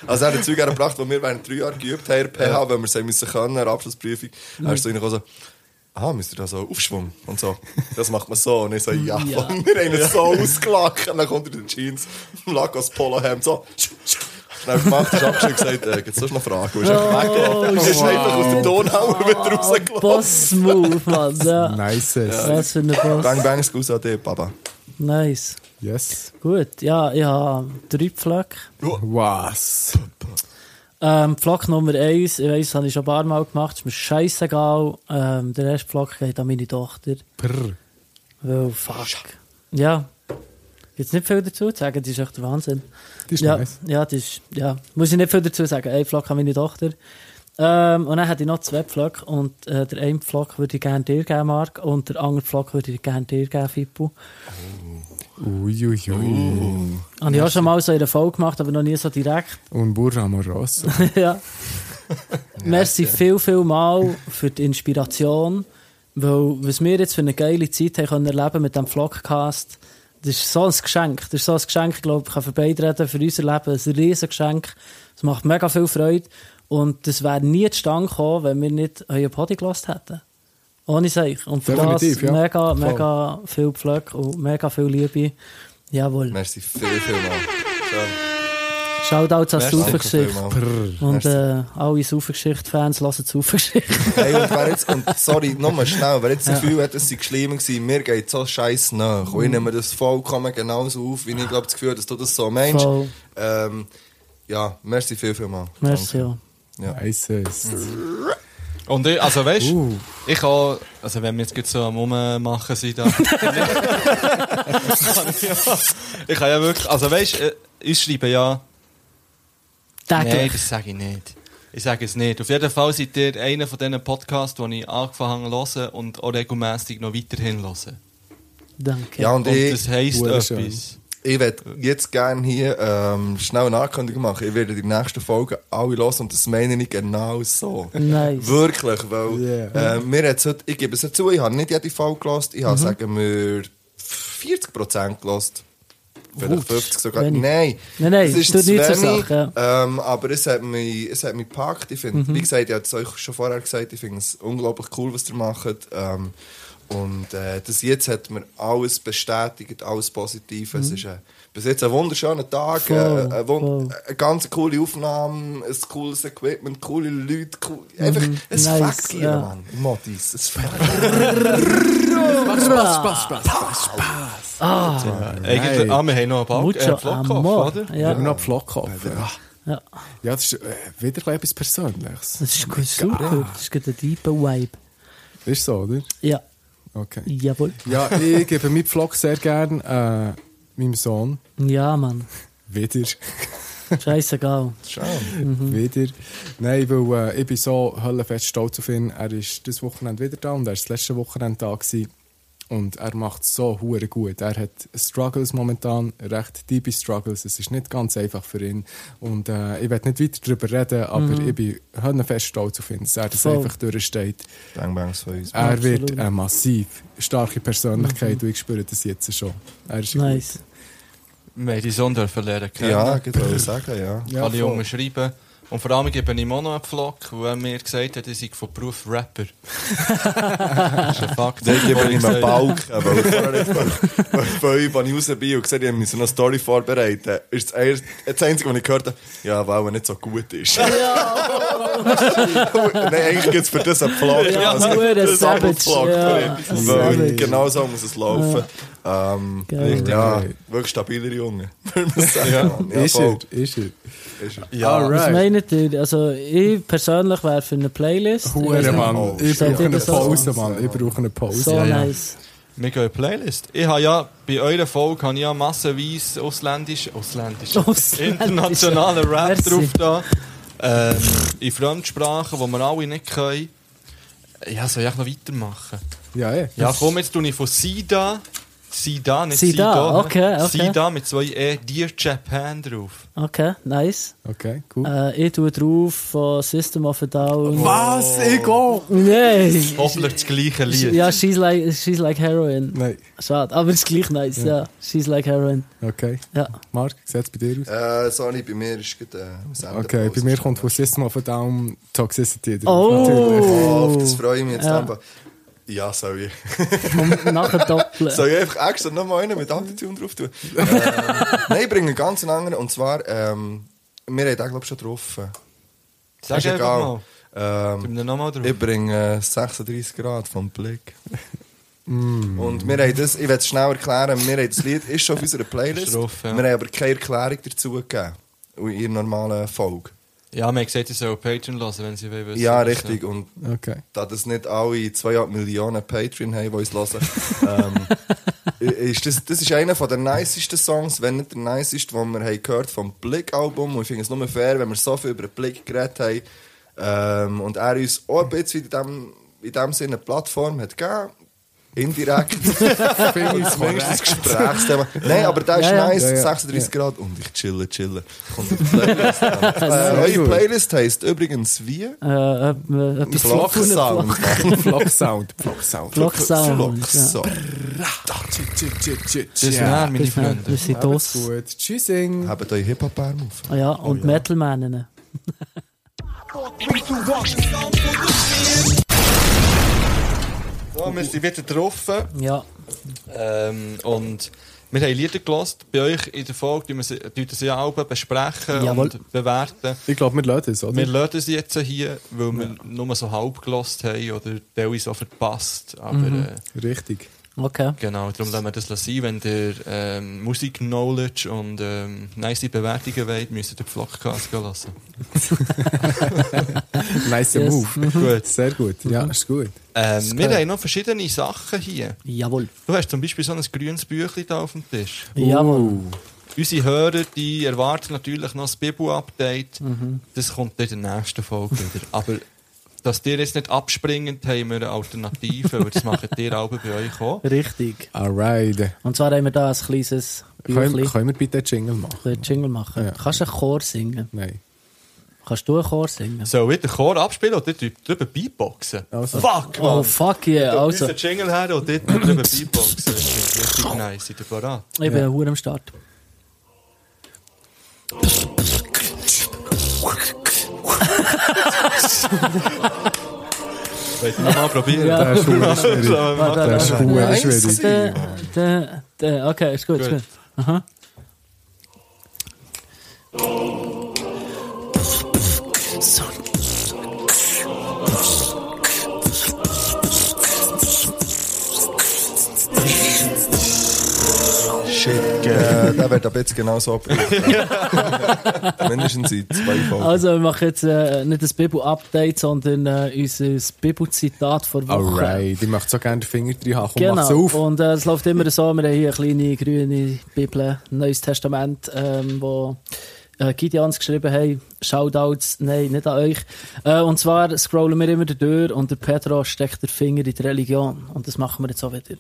Speaker 3: Also er hat Zeug gebracht, die wir während drei Jahren geübt haben, PH, wenn wir es haben müssen können, eine Abschlussprüfung. Er ist so reingekommen, so, ah, müsst ihr da so aufschwung und so. Das macht man so. Und ich so, ja,
Speaker 4: Ja.
Speaker 3: Und wir haben ihn so ausgelacht. Und dann kommt er in den Jeans, Lagos Polohemd, so. Schnell gemacht, ist abgeschickt und gesagt, äh, gibt es sonst noch Fragen? Und ist einfach weggelaufen. Ist einfach aus der Tonhauer wieder rausgelaufen.
Speaker 4: Boss-Move, Mann. Ja.
Speaker 5: Nice.
Speaker 4: Was für ein Boss.
Speaker 3: Bang, bang, es geht an dich, Papa.
Speaker 4: Nice.
Speaker 5: Yes.
Speaker 4: Gut, ja, ich habe drei Pflöcke.
Speaker 5: Was?
Speaker 4: Ähm, Pflock Nummer eins, ich weiss, das habe ich schon ein paar Mal gemacht, ist mir scheißegal. Ähm, der erste Pflock geht an meine Tochter.
Speaker 5: Brr.
Speaker 4: Weil, Oh, fuck. Ja. Jetzt nicht viel dazu zu sagen, das ist echt der Wahnsinn.
Speaker 5: Das ist
Speaker 4: ja,
Speaker 5: nice.
Speaker 4: ja, das ist, ja. Muss ich nicht viel dazu sagen. Ein Pflock an meine Tochter. Ähm, und dann hätte ich noch zwei Pflöcke. Und äh, der eine Pflock würde ich gerne dir geben, Marc. Und der andere Pflock würde ich gerne dir geben, Fippo.
Speaker 5: Uiuiui.
Speaker 4: Uh. Habe ich auch schon mal so in der Folge gemacht, aber noch nie so direkt.
Speaker 5: Und Burra Moroso.
Speaker 4: ja. Merci viel, viel mal für die Inspiration. Weil, was wir jetzt für eine geile Zeit haben können erleben mit dem Vlogcast, das ist so ein Geschenk. Das ist so ein Geschenk, ich glaube, ich kann für beide reden, für unser Leben. Ein riesen Geschenk. Es macht mega viel Freude. Und das wäre nie zustande gekommen, wenn wir nicht euren Body gelassen hätten. Ohne sich. Und für das
Speaker 5: Definitiv, ja.
Speaker 4: mega,
Speaker 5: Voll.
Speaker 4: mega viel Pflöck und mega viel Liebe. Jawohl.
Speaker 3: Merci viel, viel mal. Schön.
Speaker 4: Shoutouts an das
Speaker 1: Merci.
Speaker 3: Danke
Speaker 4: Saufergeschicht.
Speaker 3: vielmals.
Speaker 4: Und
Speaker 3: Merci.
Speaker 4: äh, alle Saufergeschicht-Fans lassen Saufergeschicht.
Speaker 3: Hey, und wer jetzt, und sorry, nochmal schnell, wer jetzt das Gefühl hat, es sei schlimm gewesen, mir geht so scheiß nach. Und ich
Speaker 4: Mhm.
Speaker 3: nehme das vollkommen genauso auf, wie ich glaube, das Gefühl habe, dass du das so meinst.
Speaker 4: Voll.
Speaker 3: Ähm, ja, merci viel, viel mal.
Speaker 4: Merci. ja.
Speaker 5: Nice.
Speaker 1: Und ich, also weißt du,
Speaker 5: Uh.
Speaker 1: ich kann, also wenn wir jetzt gerade so am Rummachen sind, da. ich kann ja wirklich, also weißt du, ich schreibe ja. Nein,
Speaker 4: Täglich.
Speaker 1: das sage ich nicht. Ich sage es nicht. Auf jeden Fall seid ihr einer von diesen Podcasts, die ich angefangen habe zu hören und auch regelmässig noch weiterhin höre.
Speaker 4: Danke.
Speaker 3: Ja, und,
Speaker 1: Und
Speaker 3: ich,
Speaker 1: das heisst
Speaker 5: Hure
Speaker 1: etwas.
Speaker 5: schön.
Speaker 3: ich werde jetzt gerne hier ähm, schnell eine Ankündigung machen. Ich werde die nächsten Folgen alle hören und das meine ich genau so.
Speaker 4: Nice.
Speaker 3: Wirklich, weil
Speaker 5: Yeah.
Speaker 3: äh, mir hat's heute, ich gebe es ja zu, ich habe nicht jede Folge gehört, ich
Speaker 4: Mhm.
Speaker 3: habe, sagen wir, 40% gehört. Vielleicht
Speaker 4: Wow,
Speaker 3: 50 sogar.
Speaker 4: wenig.
Speaker 3: Nein,
Speaker 4: Nein, nein,
Speaker 3: das ist
Speaker 4: tut
Speaker 3: zu
Speaker 4: nichts zur
Speaker 3: wenig,
Speaker 4: Sache, Mhm.
Speaker 3: ähm, aber es hat mich, es hat mich gepackt. Ich find, Wie gesagt, ich habe es euch schon vorher gesagt, ich finde es unglaublich cool, was ihr macht. Ähm, und äh, das jetzt hat mir alles bestätigt, alles positiv. Es ist äh, bis jetzt ein wunderschöner Tag, äh,
Speaker 4: Mhm. Voll,
Speaker 3: ein wund
Speaker 4: voll.
Speaker 3: eine ganz coole Aufnahme, ein cooles Equipment, coole Leute, cool, einfach ein
Speaker 4: Mhm. Nice,
Speaker 3: Fakt hier,
Speaker 4: ja.
Speaker 3: Mann. Modis, es fängt
Speaker 1: Eigentlich, ah, wir haben noch einen Ball,
Speaker 4: Mucho
Speaker 1: äh, Flockkopf,
Speaker 4: amor.
Speaker 1: oder?
Speaker 5: Ja.
Speaker 4: Ja.
Speaker 5: Nur noch Pflockkopf. Ja.
Speaker 4: Ja.
Speaker 5: ja, das ist äh, wieder etwas Persönliches.
Speaker 4: Das ist
Speaker 1: Oh
Speaker 4: gut, super. Das ist gerade ein deeper Vibe.
Speaker 5: Ist so, oder?
Speaker 4: Ja,
Speaker 5: Okay.
Speaker 4: jawohl.
Speaker 5: Ja, ich gebe meinen Vlog sehr gerne äh, meinem Sohn.
Speaker 4: Ja, Mann.
Speaker 5: Wieder.
Speaker 4: Scheißegal.
Speaker 3: schon.
Speaker 5: Wieder. Nein, weil äh, ich bin so höllenfest stolz auf ihn. Er ist das Wochenende wieder da und er war das letzte Wochenende da. Gewesen. Und er macht es so hure gut. Er hat Struggles momentan, recht tiefe Struggles. Es ist nicht ganz einfach für ihn. Und äh, ich werde nicht weiter darüber reden, aber ich bin höllenfest stolz auf ihn, dass er das
Speaker 4: Voll.
Speaker 5: einfach durchsteht.
Speaker 3: Bang Bangs von uns.
Speaker 5: Er
Speaker 4: Absolut. Mhm.
Speaker 5: wird eine massiv starke Persönlichkeit und ich spüre das jetzt schon. Er ist
Speaker 4: Nice.
Speaker 1: Wir haben die Sonde verlernen können.
Speaker 3: Ja, ich würde sagen, ja.
Speaker 5: gut. Ja,
Speaker 1: kann ich
Speaker 5: voll.
Speaker 1: unterschreiben. Und vor allem gebe ich ihm auch noch einen Pflock, weil er mir gesagt hat, ich sei von Beruf Rapper. das ist ein Fakt.
Speaker 3: Dann gebe ich ihm einen
Speaker 1: gesagt.
Speaker 3: Balken, weil vorher von euch, als ich raus bin und gesehen habe, ich musste eine Story vorbereiten, ist das, erste, das Einzige, was ich gehört habe, ja, weil er nicht so gut ist. Nein, eigentlich gibt es für das einen Vlog. also
Speaker 4: Ja,
Speaker 3: es gibt
Speaker 4: verdammt,
Speaker 3: einen
Speaker 4: savage,
Speaker 3: Doppelvlog
Speaker 4: ja,
Speaker 3: für ihn.
Speaker 4: savage.
Speaker 3: Weil Genau so muss es laufen. Ähm,
Speaker 4: Geil.
Speaker 3: richtig, ja,
Speaker 5: Alright.
Speaker 3: wirklich stabiler Junge, würde man sagen. Ja,
Speaker 5: ist
Speaker 3: voll,
Speaker 5: er, ist
Speaker 4: Ah,
Speaker 5: er.
Speaker 3: ist er.
Speaker 1: Ja,
Speaker 4: Was
Speaker 5: Alright.
Speaker 4: meint ihr? Dus Also, ich persönlich wäre für eine Playlist. Ich
Speaker 5: Hure,
Speaker 4: weiss
Speaker 5: Mann.
Speaker 4: nicht.
Speaker 3: Oh,
Speaker 5: ich
Speaker 4: seid ihr
Speaker 5: brauche eine
Speaker 4: das auch?
Speaker 5: Pause, Mann. Ich brauche eine Pause.
Speaker 4: So
Speaker 1: Ja, ja.
Speaker 4: nice.
Speaker 1: wir gehen in die Playlist. Ich habe ja, bei eurer Folge habe ich ja massenweise ausländisch, ausländisch,
Speaker 4: Ausländisch.
Speaker 1: internationalen Rap
Speaker 4: Merci.
Speaker 1: drauf da. Ähm, in Fremdsprachen, die wir alle nicht können. Ja, soll ich echt noch weitermachen?
Speaker 5: Ja, ja.
Speaker 1: Ja, komm, jetzt tue ich von Sida. Sida, nicht
Speaker 4: Sida,
Speaker 1: Sida.
Speaker 4: okay, okay.
Speaker 1: Sida mit zwei E, Dear Japan drauf.
Speaker 4: Okay, nice.
Speaker 5: Okay, cool.
Speaker 4: Äh, ich tue drauf von System of a Down.
Speaker 5: Was? Ich auch?
Speaker 4: Nein!
Speaker 1: Hoffentlich das gleiche Lied.
Speaker 4: Ja, she's like, she's like heroin.
Speaker 5: Nein.
Speaker 4: Schade, aber ist gleich nice, ja. She's like heroin.
Speaker 5: Okay.
Speaker 4: Ja.
Speaker 5: Marc, sieht es bei dir aus?
Speaker 3: Äh, sorry, bei mir ist gerade äh, ein
Speaker 5: Okay, bei mir kommt von System of a Down Toxicity drauf.
Speaker 4: Oh!
Speaker 3: Oh, auf das freue ich mich jetzt
Speaker 4: Ja.
Speaker 3: einfach. Ja, soll ich.
Speaker 4: Und nachher doppeln.
Speaker 3: Soll ich einfach extra nochmal einen mit Autotune drauf tun? ähm, nein, ich bringe einen ganz anderen. Und zwar, ähm, wir haben den, glaube ich, schon getroffen.
Speaker 1: Sag
Speaker 3: Ist
Speaker 1: einfach mal. Gib
Speaker 3: Ähm,
Speaker 1: mir nochmal drauf.
Speaker 3: ich bringe äh, 36 Grad vom Blick. Und wir haben das, ich werde es schnell erklären, wir haben das Lied ist schon auf unserer Playlist.
Speaker 1: Ist drauf, ja.
Speaker 3: Wir haben aber keine Erklärung dazu gegeben. In ihrer normalen Folge.
Speaker 1: Ja, man hat gesagt, ich soll Patreon hören, wenn sie will wissen.
Speaker 3: Ja,
Speaker 1: was-
Speaker 3: richtig. Und
Speaker 5: Okay.
Speaker 3: da das nicht alle 2,5 Millionen Patreon haben, die uns hören, ähm, ist das, das ist einer von der nicesten Songs, wenn nicht der niceste, den wir haben gehört vom Blick-Album. Und ich finde es nur fair, wenn wir so viel über den Blick geredet haben ähm, und er uns auch ein bisschen in dem, in dem Sinne eine Plattform hat gegeben Indirekt.
Speaker 5: Finde ich
Speaker 3: Zumindest das Gesprächsthema. Nein, aber der ist
Speaker 4: Ja, ja.
Speaker 3: nice,
Speaker 5: Ja, ja.
Speaker 3: 36 Grad und ich chille, chille. Kommt auf die Playlist an. äh, Eure
Speaker 5: gut.
Speaker 3: Playlist heisst übrigens wie?
Speaker 4: Äh, äh, äh, etwas
Speaker 3: Flocksound.
Speaker 4: Flock-
Speaker 5: Flocksound. Flocksound.
Speaker 4: Flocksound. ja.
Speaker 3: Flocksound.
Speaker 1: Das wären meine
Speaker 4: Bis dann, Wir
Speaker 1: Freunde.
Speaker 4: sind dos.
Speaker 5: Alles gut. Tschüssing.
Speaker 3: Habt euch Hip-Hop-Arm auf?
Speaker 4: Ah Ja, und
Speaker 3: ja.
Speaker 4: Metalmännen.
Speaker 1: So, wir sind wieder getroffen.
Speaker 4: Ja.
Speaker 1: Ähm, und wir haben Lieder gelost. Bei euch in der Folge tun wir sie- tun wir sie ja alle besprechen
Speaker 4: Jawohl.
Speaker 1: und bewerten.
Speaker 5: Ich glaube, wir lassen es,
Speaker 1: Wir
Speaker 5: oder?
Speaker 1: lassen sie jetzt hier, weil wir nur so halb gelost haben oder teilweise so verpasst. Aber äh,
Speaker 5: Richtig.
Speaker 4: Okay.
Speaker 1: genau, darum lassen wir das sein. Wenn ihr ähm, Musik-Knowledge und ähm, nice Bewertungen wollt, müsst ihr den Vlogcast gehen lassen.
Speaker 5: Nice
Speaker 4: Yes.
Speaker 5: move.
Speaker 1: Gut.
Speaker 5: Sehr gut.
Speaker 4: Mhm.
Speaker 5: Ja, ist gut.
Speaker 1: Ähm, wir haben noch verschiedene Sachen hier.
Speaker 4: Jawohl.
Speaker 1: Du hast zum Beispiel so ein grünes Büchlein da auf dem Tisch.
Speaker 5: Uh.
Speaker 4: Jawohl.
Speaker 1: Unsere Hörer die erwarten natürlich noch das Bibu-Update.
Speaker 4: Mhm.
Speaker 1: Das kommt dann in der nächsten Folge wieder. Aber dass ihr jetzt nicht abspringt, haben wir eine Alternative, weil das macht ihr auch bei euch auch.
Speaker 4: Richtig.
Speaker 5: Alright.
Speaker 4: Und zwar haben wir da ein kleines
Speaker 5: Können,
Speaker 4: Büchlein.
Speaker 5: können wir bitte einen Jingle machen?
Speaker 4: Für den Jingle machen.
Speaker 5: Ja.
Speaker 4: Kannst du einen Chor singen?
Speaker 5: Nein.
Speaker 4: Kannst du einen Chor singen?
Speaker 1: So, wieder Chor abspielen und dort drüber Beatboxen.
Speaker 5: Also.
Speaker 1: Fuck, man!
Speaker 4: Oh, fuck yeah. Also,
Speaker 1: Also. Unser Jingle her und dort drüber Beatboxen. Das ist richtig nice. Seid ihr bereit?
Speaker 4: ich bin hure am Start.
Speaker 1: Wollt ihr nochmal probieren?
Speaker 4: Ja.
Speaker 5: Das ist verdammt schwierig.
Speaker 1: So,
Speaker 4: Warte,
Speaker 5: Das ist
Speaker 4: warte,
Speaker 5: verdammt
Speaker 3: Nice.
Speaker 5: schwierig.
Speaker 4: warte. Da, da, da. Okay, ist gut, ist
Speaker 1: Gut.
Speaker 4: gut. Aha.
Speaker 3: Schick. Äh, der wird ab jetzt genau so abgerufen. Mindestens in zwei Folgen.
Speaker 4: Also, wir machen jetzt äh, nicht das Bibel-Update, sondern äh, unser Bibel-Zitat vor Woche.
Speaker 5: Alright. Ich möchte so gerne den Finger drin haben. Komm, mach's
Speaker 4: Genau.
Speaker 5: auf.
Speaker 4: Und äh, es läuft immer so, wir haben hier eine kleine grüne Bibel, Neues Testament, ähm, wo äh, Gideons geschrieben haben. Shoutouts, nein, nicht an euch. Äh, und zwar scrollen wir immer durch und der Pedro steckt den Finger in die Religion. Und das machen wir jetzt auch wieder.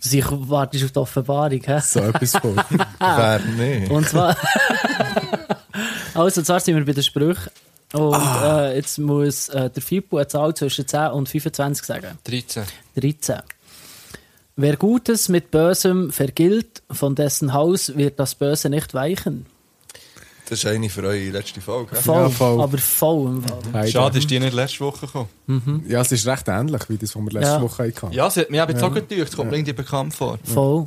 Speaker 4: Also, Sie wartest auf die Offenbarung, hä?
Speaker 5: So etwas von.
Speaker 3: Wer nicht?
Speaker 4: Und zwar. also, zwar sind wir bei den Sprüchen. Und äh, jetzt muss äh, der Fippo eine Zahl zwischen 10 und 25 sagen.
Speaker 1: 13.
Speaker 4: 13. Wer Gutes mit Bösem vergilt, von dessen Haus wird das Böse nicht weichen.
Speaker 3: Das ist eine für eure letzte Folge. hä?
Speaker 4: Voll,
Speaker 5: Ja, voll.
Speaker 4: aber voll im Fall.
Speaker 5: Hey,
Speaker 1: Schade, ist die nicht letzte Woche gekommen.
Speaker 5: Ja, es ist recht ähnlich, wie das, was wir letzte
Speaker 4: Ja.
Speaker 5: Woche hatten.
Speaker 1: Ja, sie hat mich eben jetzt auch gedacht, kommt irgendwie bekannt vor.
Speaker 4: Voll.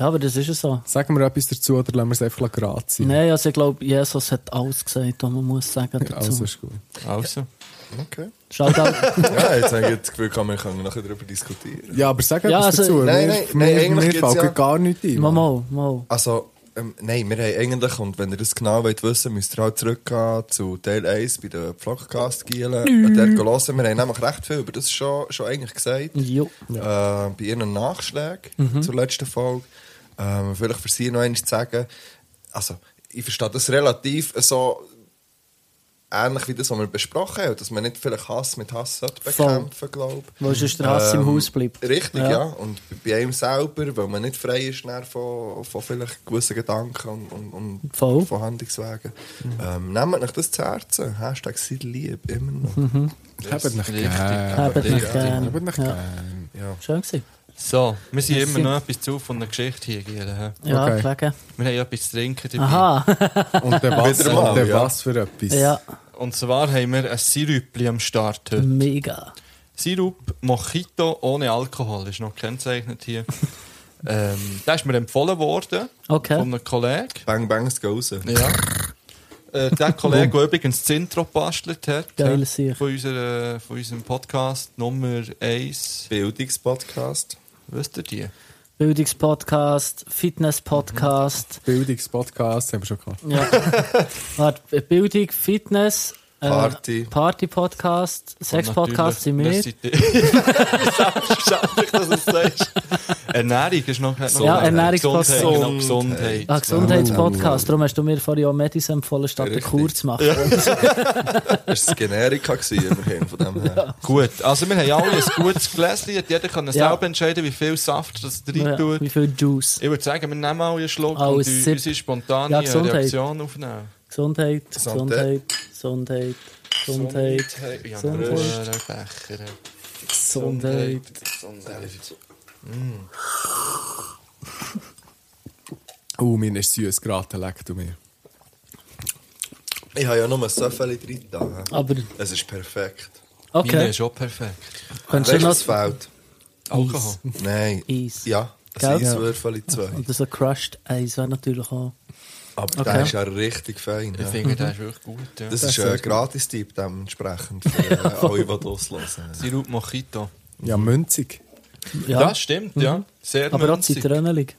Speaker 4: Ja, aber das ist ja so.
Speaker 5: Sagen wir etwas dazu oder lassen wir es einfach gerade sein?
Speaker 4: Nein, also ich glaube, Jesus hat alles gesagt, was man muss sagen
Speaker 5: Ja,
Speaker 4: dazu.
Speaker 5: Also ist gut.
Speaker 1: Also.
Speaker 3: Okay.
Speaker 4: Schaut auch.
Speaker 3: Ja, jetzt habe ich das Gefühl, kann man kann nachher darüber diskutieren.
Speaker 5: Ja, aber sag
Speaker 4: Ja,
Speaker 5: etwas
Speaker 4: also-
Speaker 5: dazu.
Speaker 3: Nein,
Speaker 5: Mir-
Speaker 3: nein,
Speaker 5: mir,
Speaker 3: nein, eigentlich
Speaker 5: mir
Speaker 3: geht's
Speaker 5: fällt
Speaker 3: ja-
Speaker 5: gar nichts ein.
Speaker 4: mal, mal, mal.
Speaker 3: Also, ähm, nein, wir haben eigentlich, und wenn ihr das genau wollt wissen, müsst ihr halt zurückgehen zu Teil 1 bei den Vlogcast-Gielen. Und der hören. Wir haben nämlich recht viel über das schon, schon eigentlich gesagt.
Speaker 4: Jo. Mhm.
Speaker 3: Äh, bei ihren Nachschlägen zur letzten Folge. Ähm, vielleicht für sie noch eins zu sagen. Also, ich verstehe das relativ äh, so ähnlich wie das, was wir besprochen haben. Dass man nicht vielleicht Hass mit Hass sollte
Speaker 4: Voll.
Speaker 3: bekämpfen glaube
Speaker 4: Weil sonst der Hass im Haus bleibt.
Speaker 3: Ähm, Richtig,
Speaker 4: Ja.
Speaker 3: ja. Und bei einem selber, weil man nicht frei ist dann von, von vielleicht gewissen Gedanken und, und, und
Speaker 4: Voll.
Speaker 3: von Handlungswegen. Ähm, nehmt euch das zu Herzen. Hashtag seid lieb, immer noch.
Speaker 5: Habt nicht
Speaker 1: Richtig.
Speaker 5: gern.
Speaker 4: Habt nicht gern.
Speaker 5: Habt nicht
Speaker 4: Ja.
Speaker 5: gern.
Speaker 4: Schön gewesen.
Speaker 1: So, wir sind
Speaker 4: Merci.
Speaker 1: immer noch etwas zu von der Geschichte hier, Giel. hä?
Speaker 4: Ja,
Speaker 5: Okay.
Speaker 4: wegen.
Speaker 1: Wir haben ja etwas zu trinken dabei.
Speaker 4: Aha.
Speaker 5: Und der was,
Speaker 3: Wieder mal,
Speaker 5: und der
Speaker 3: ja.
Speaker 5: was für etwas.
Speaker 4: ja,
Speaker 1: Und zwar haben wir ein Sirupli am Start
Speaker 4: Mhm.
Speaker 1: heute.
Speaker 4: mega.
Speaker 1: Sirup Mojito ohne Alkohol ist noch kennzeichnet hier. ähm, der ist mir empfohlen worden
Speaker 4: Okay.
Speaker 1: von einem Kollegen.
Speaker 3: Bang, bang, es geht raus.
Speaker 1: Ja. Äh, der Kollege, der übrigens das Intro gebastelt hat,
Speaker 4: Geil,
Speaker 1: hä,
Speaker 4: sicher.
Speaker 1: von, unserer, von unserem Podcast Nummer 1,
Speaker 3: Bildungspodcast.
Speaker 1: wisst ihr die?
Speaker 4: Bildungspodcast, Fitness-Podcast.
Speaker 5: Bildungspodcast haben wir schon gehabt.
Speaker 4: Ja. Warte, Bildung, Fitness, äh,
Speaker 3: Party.
Speaker 4: Party-Podcast, Sex-Podcast sind wir.
Speaker 1: Selbstverständlich, dass du es sagst. Ernährung ist noch nicht
Speaker 4: Ja, Ernährungspodcast.
Speaker 1: Gesundheit. Genau, Gesundheit.
Speaker 4: Ah, Gesundheits-Podcast. Darum hast du mir vorhin auch Medis empfohlen, statt eine
Speaker 3: Richtig.
Speaker 4: Kur zu machen.
Speaker 3: Das war das Generika gewesen, immerhin, von dem her.
Speaker 1: Gut, also wir haben alle ein gutes Gläschen. Jeder kann selber entscheiden, wie viel Saft das
Speaker 4: Ja,
Speaker 1: rein tut.
Speaker 4: wie viel Juice.
Speaker 1: Ich würde sagen, wir nehmen alle einen Schluck
Speaker 4: Ah,
Speaker 1: und
Speaker 4: ein
Speaker 1: die-
Speaker 4: Sip.
Speaker 1: unsere spontane
Speaker 4: Ja, Gesundheit.
Speaker 1: Reaktion aufnehmen.
Speaker 4: Gesundheit,
Speaker 3: Santé.
Speaker 4: Gesundheit, Gesundheit, Gesundheit,
Speaker 1: Ja,
Speaker 4: Gesundheit.
Speaker 1: Gesundheit. Becher.
Speaker 4: Gesundheit.
Speaker 5: Oh, mir ist süß geraten, leck du mir.
Speaker 3: Ich habe ja nur so viele drin da.
Speaker 4: Aber,
Speaker 3: Es ist perfekt.
Speaker 1: Meine
Speaker 4: okay.
Speaker 1: ist auch perfekt.
Speaker 4: Könntest du
Speaker 3: Weißt du, was
Speaker 4: noch
Speaker 3: fehlt?
Speaker 1: Alkohol.
Speaker 3: Nein.
Speaker 4: Eis.
Speaker 3: Ja, ein
Speaker 4: Gell?
Speaker 3: Eiswürfel in zwei.
Speaker 4: Oder so Crushed Eis wäre natürlich auch.
Speaker 3: Aber
Speaker 4: Okay.
Speaker 3: der ist ja richtig fein.
Speaker 1: Ich
Speaker 3: Ja.
Speaker 1: finde, der ist wirklich gut. Ja.
Speaker 3: Das ist ein Gratis-Tipp dementsprechend für äh, alle, die loslassen.
Speaker 1: Sirup Mojito.
Speaker 5: Ja, münzig.
Speaker 4: Ja,
Speaker 1: Das stimmt, ja. Sehr
Speaker 4: aber auch
Speaker 1: münzig.
Speaker 4: zitronelig.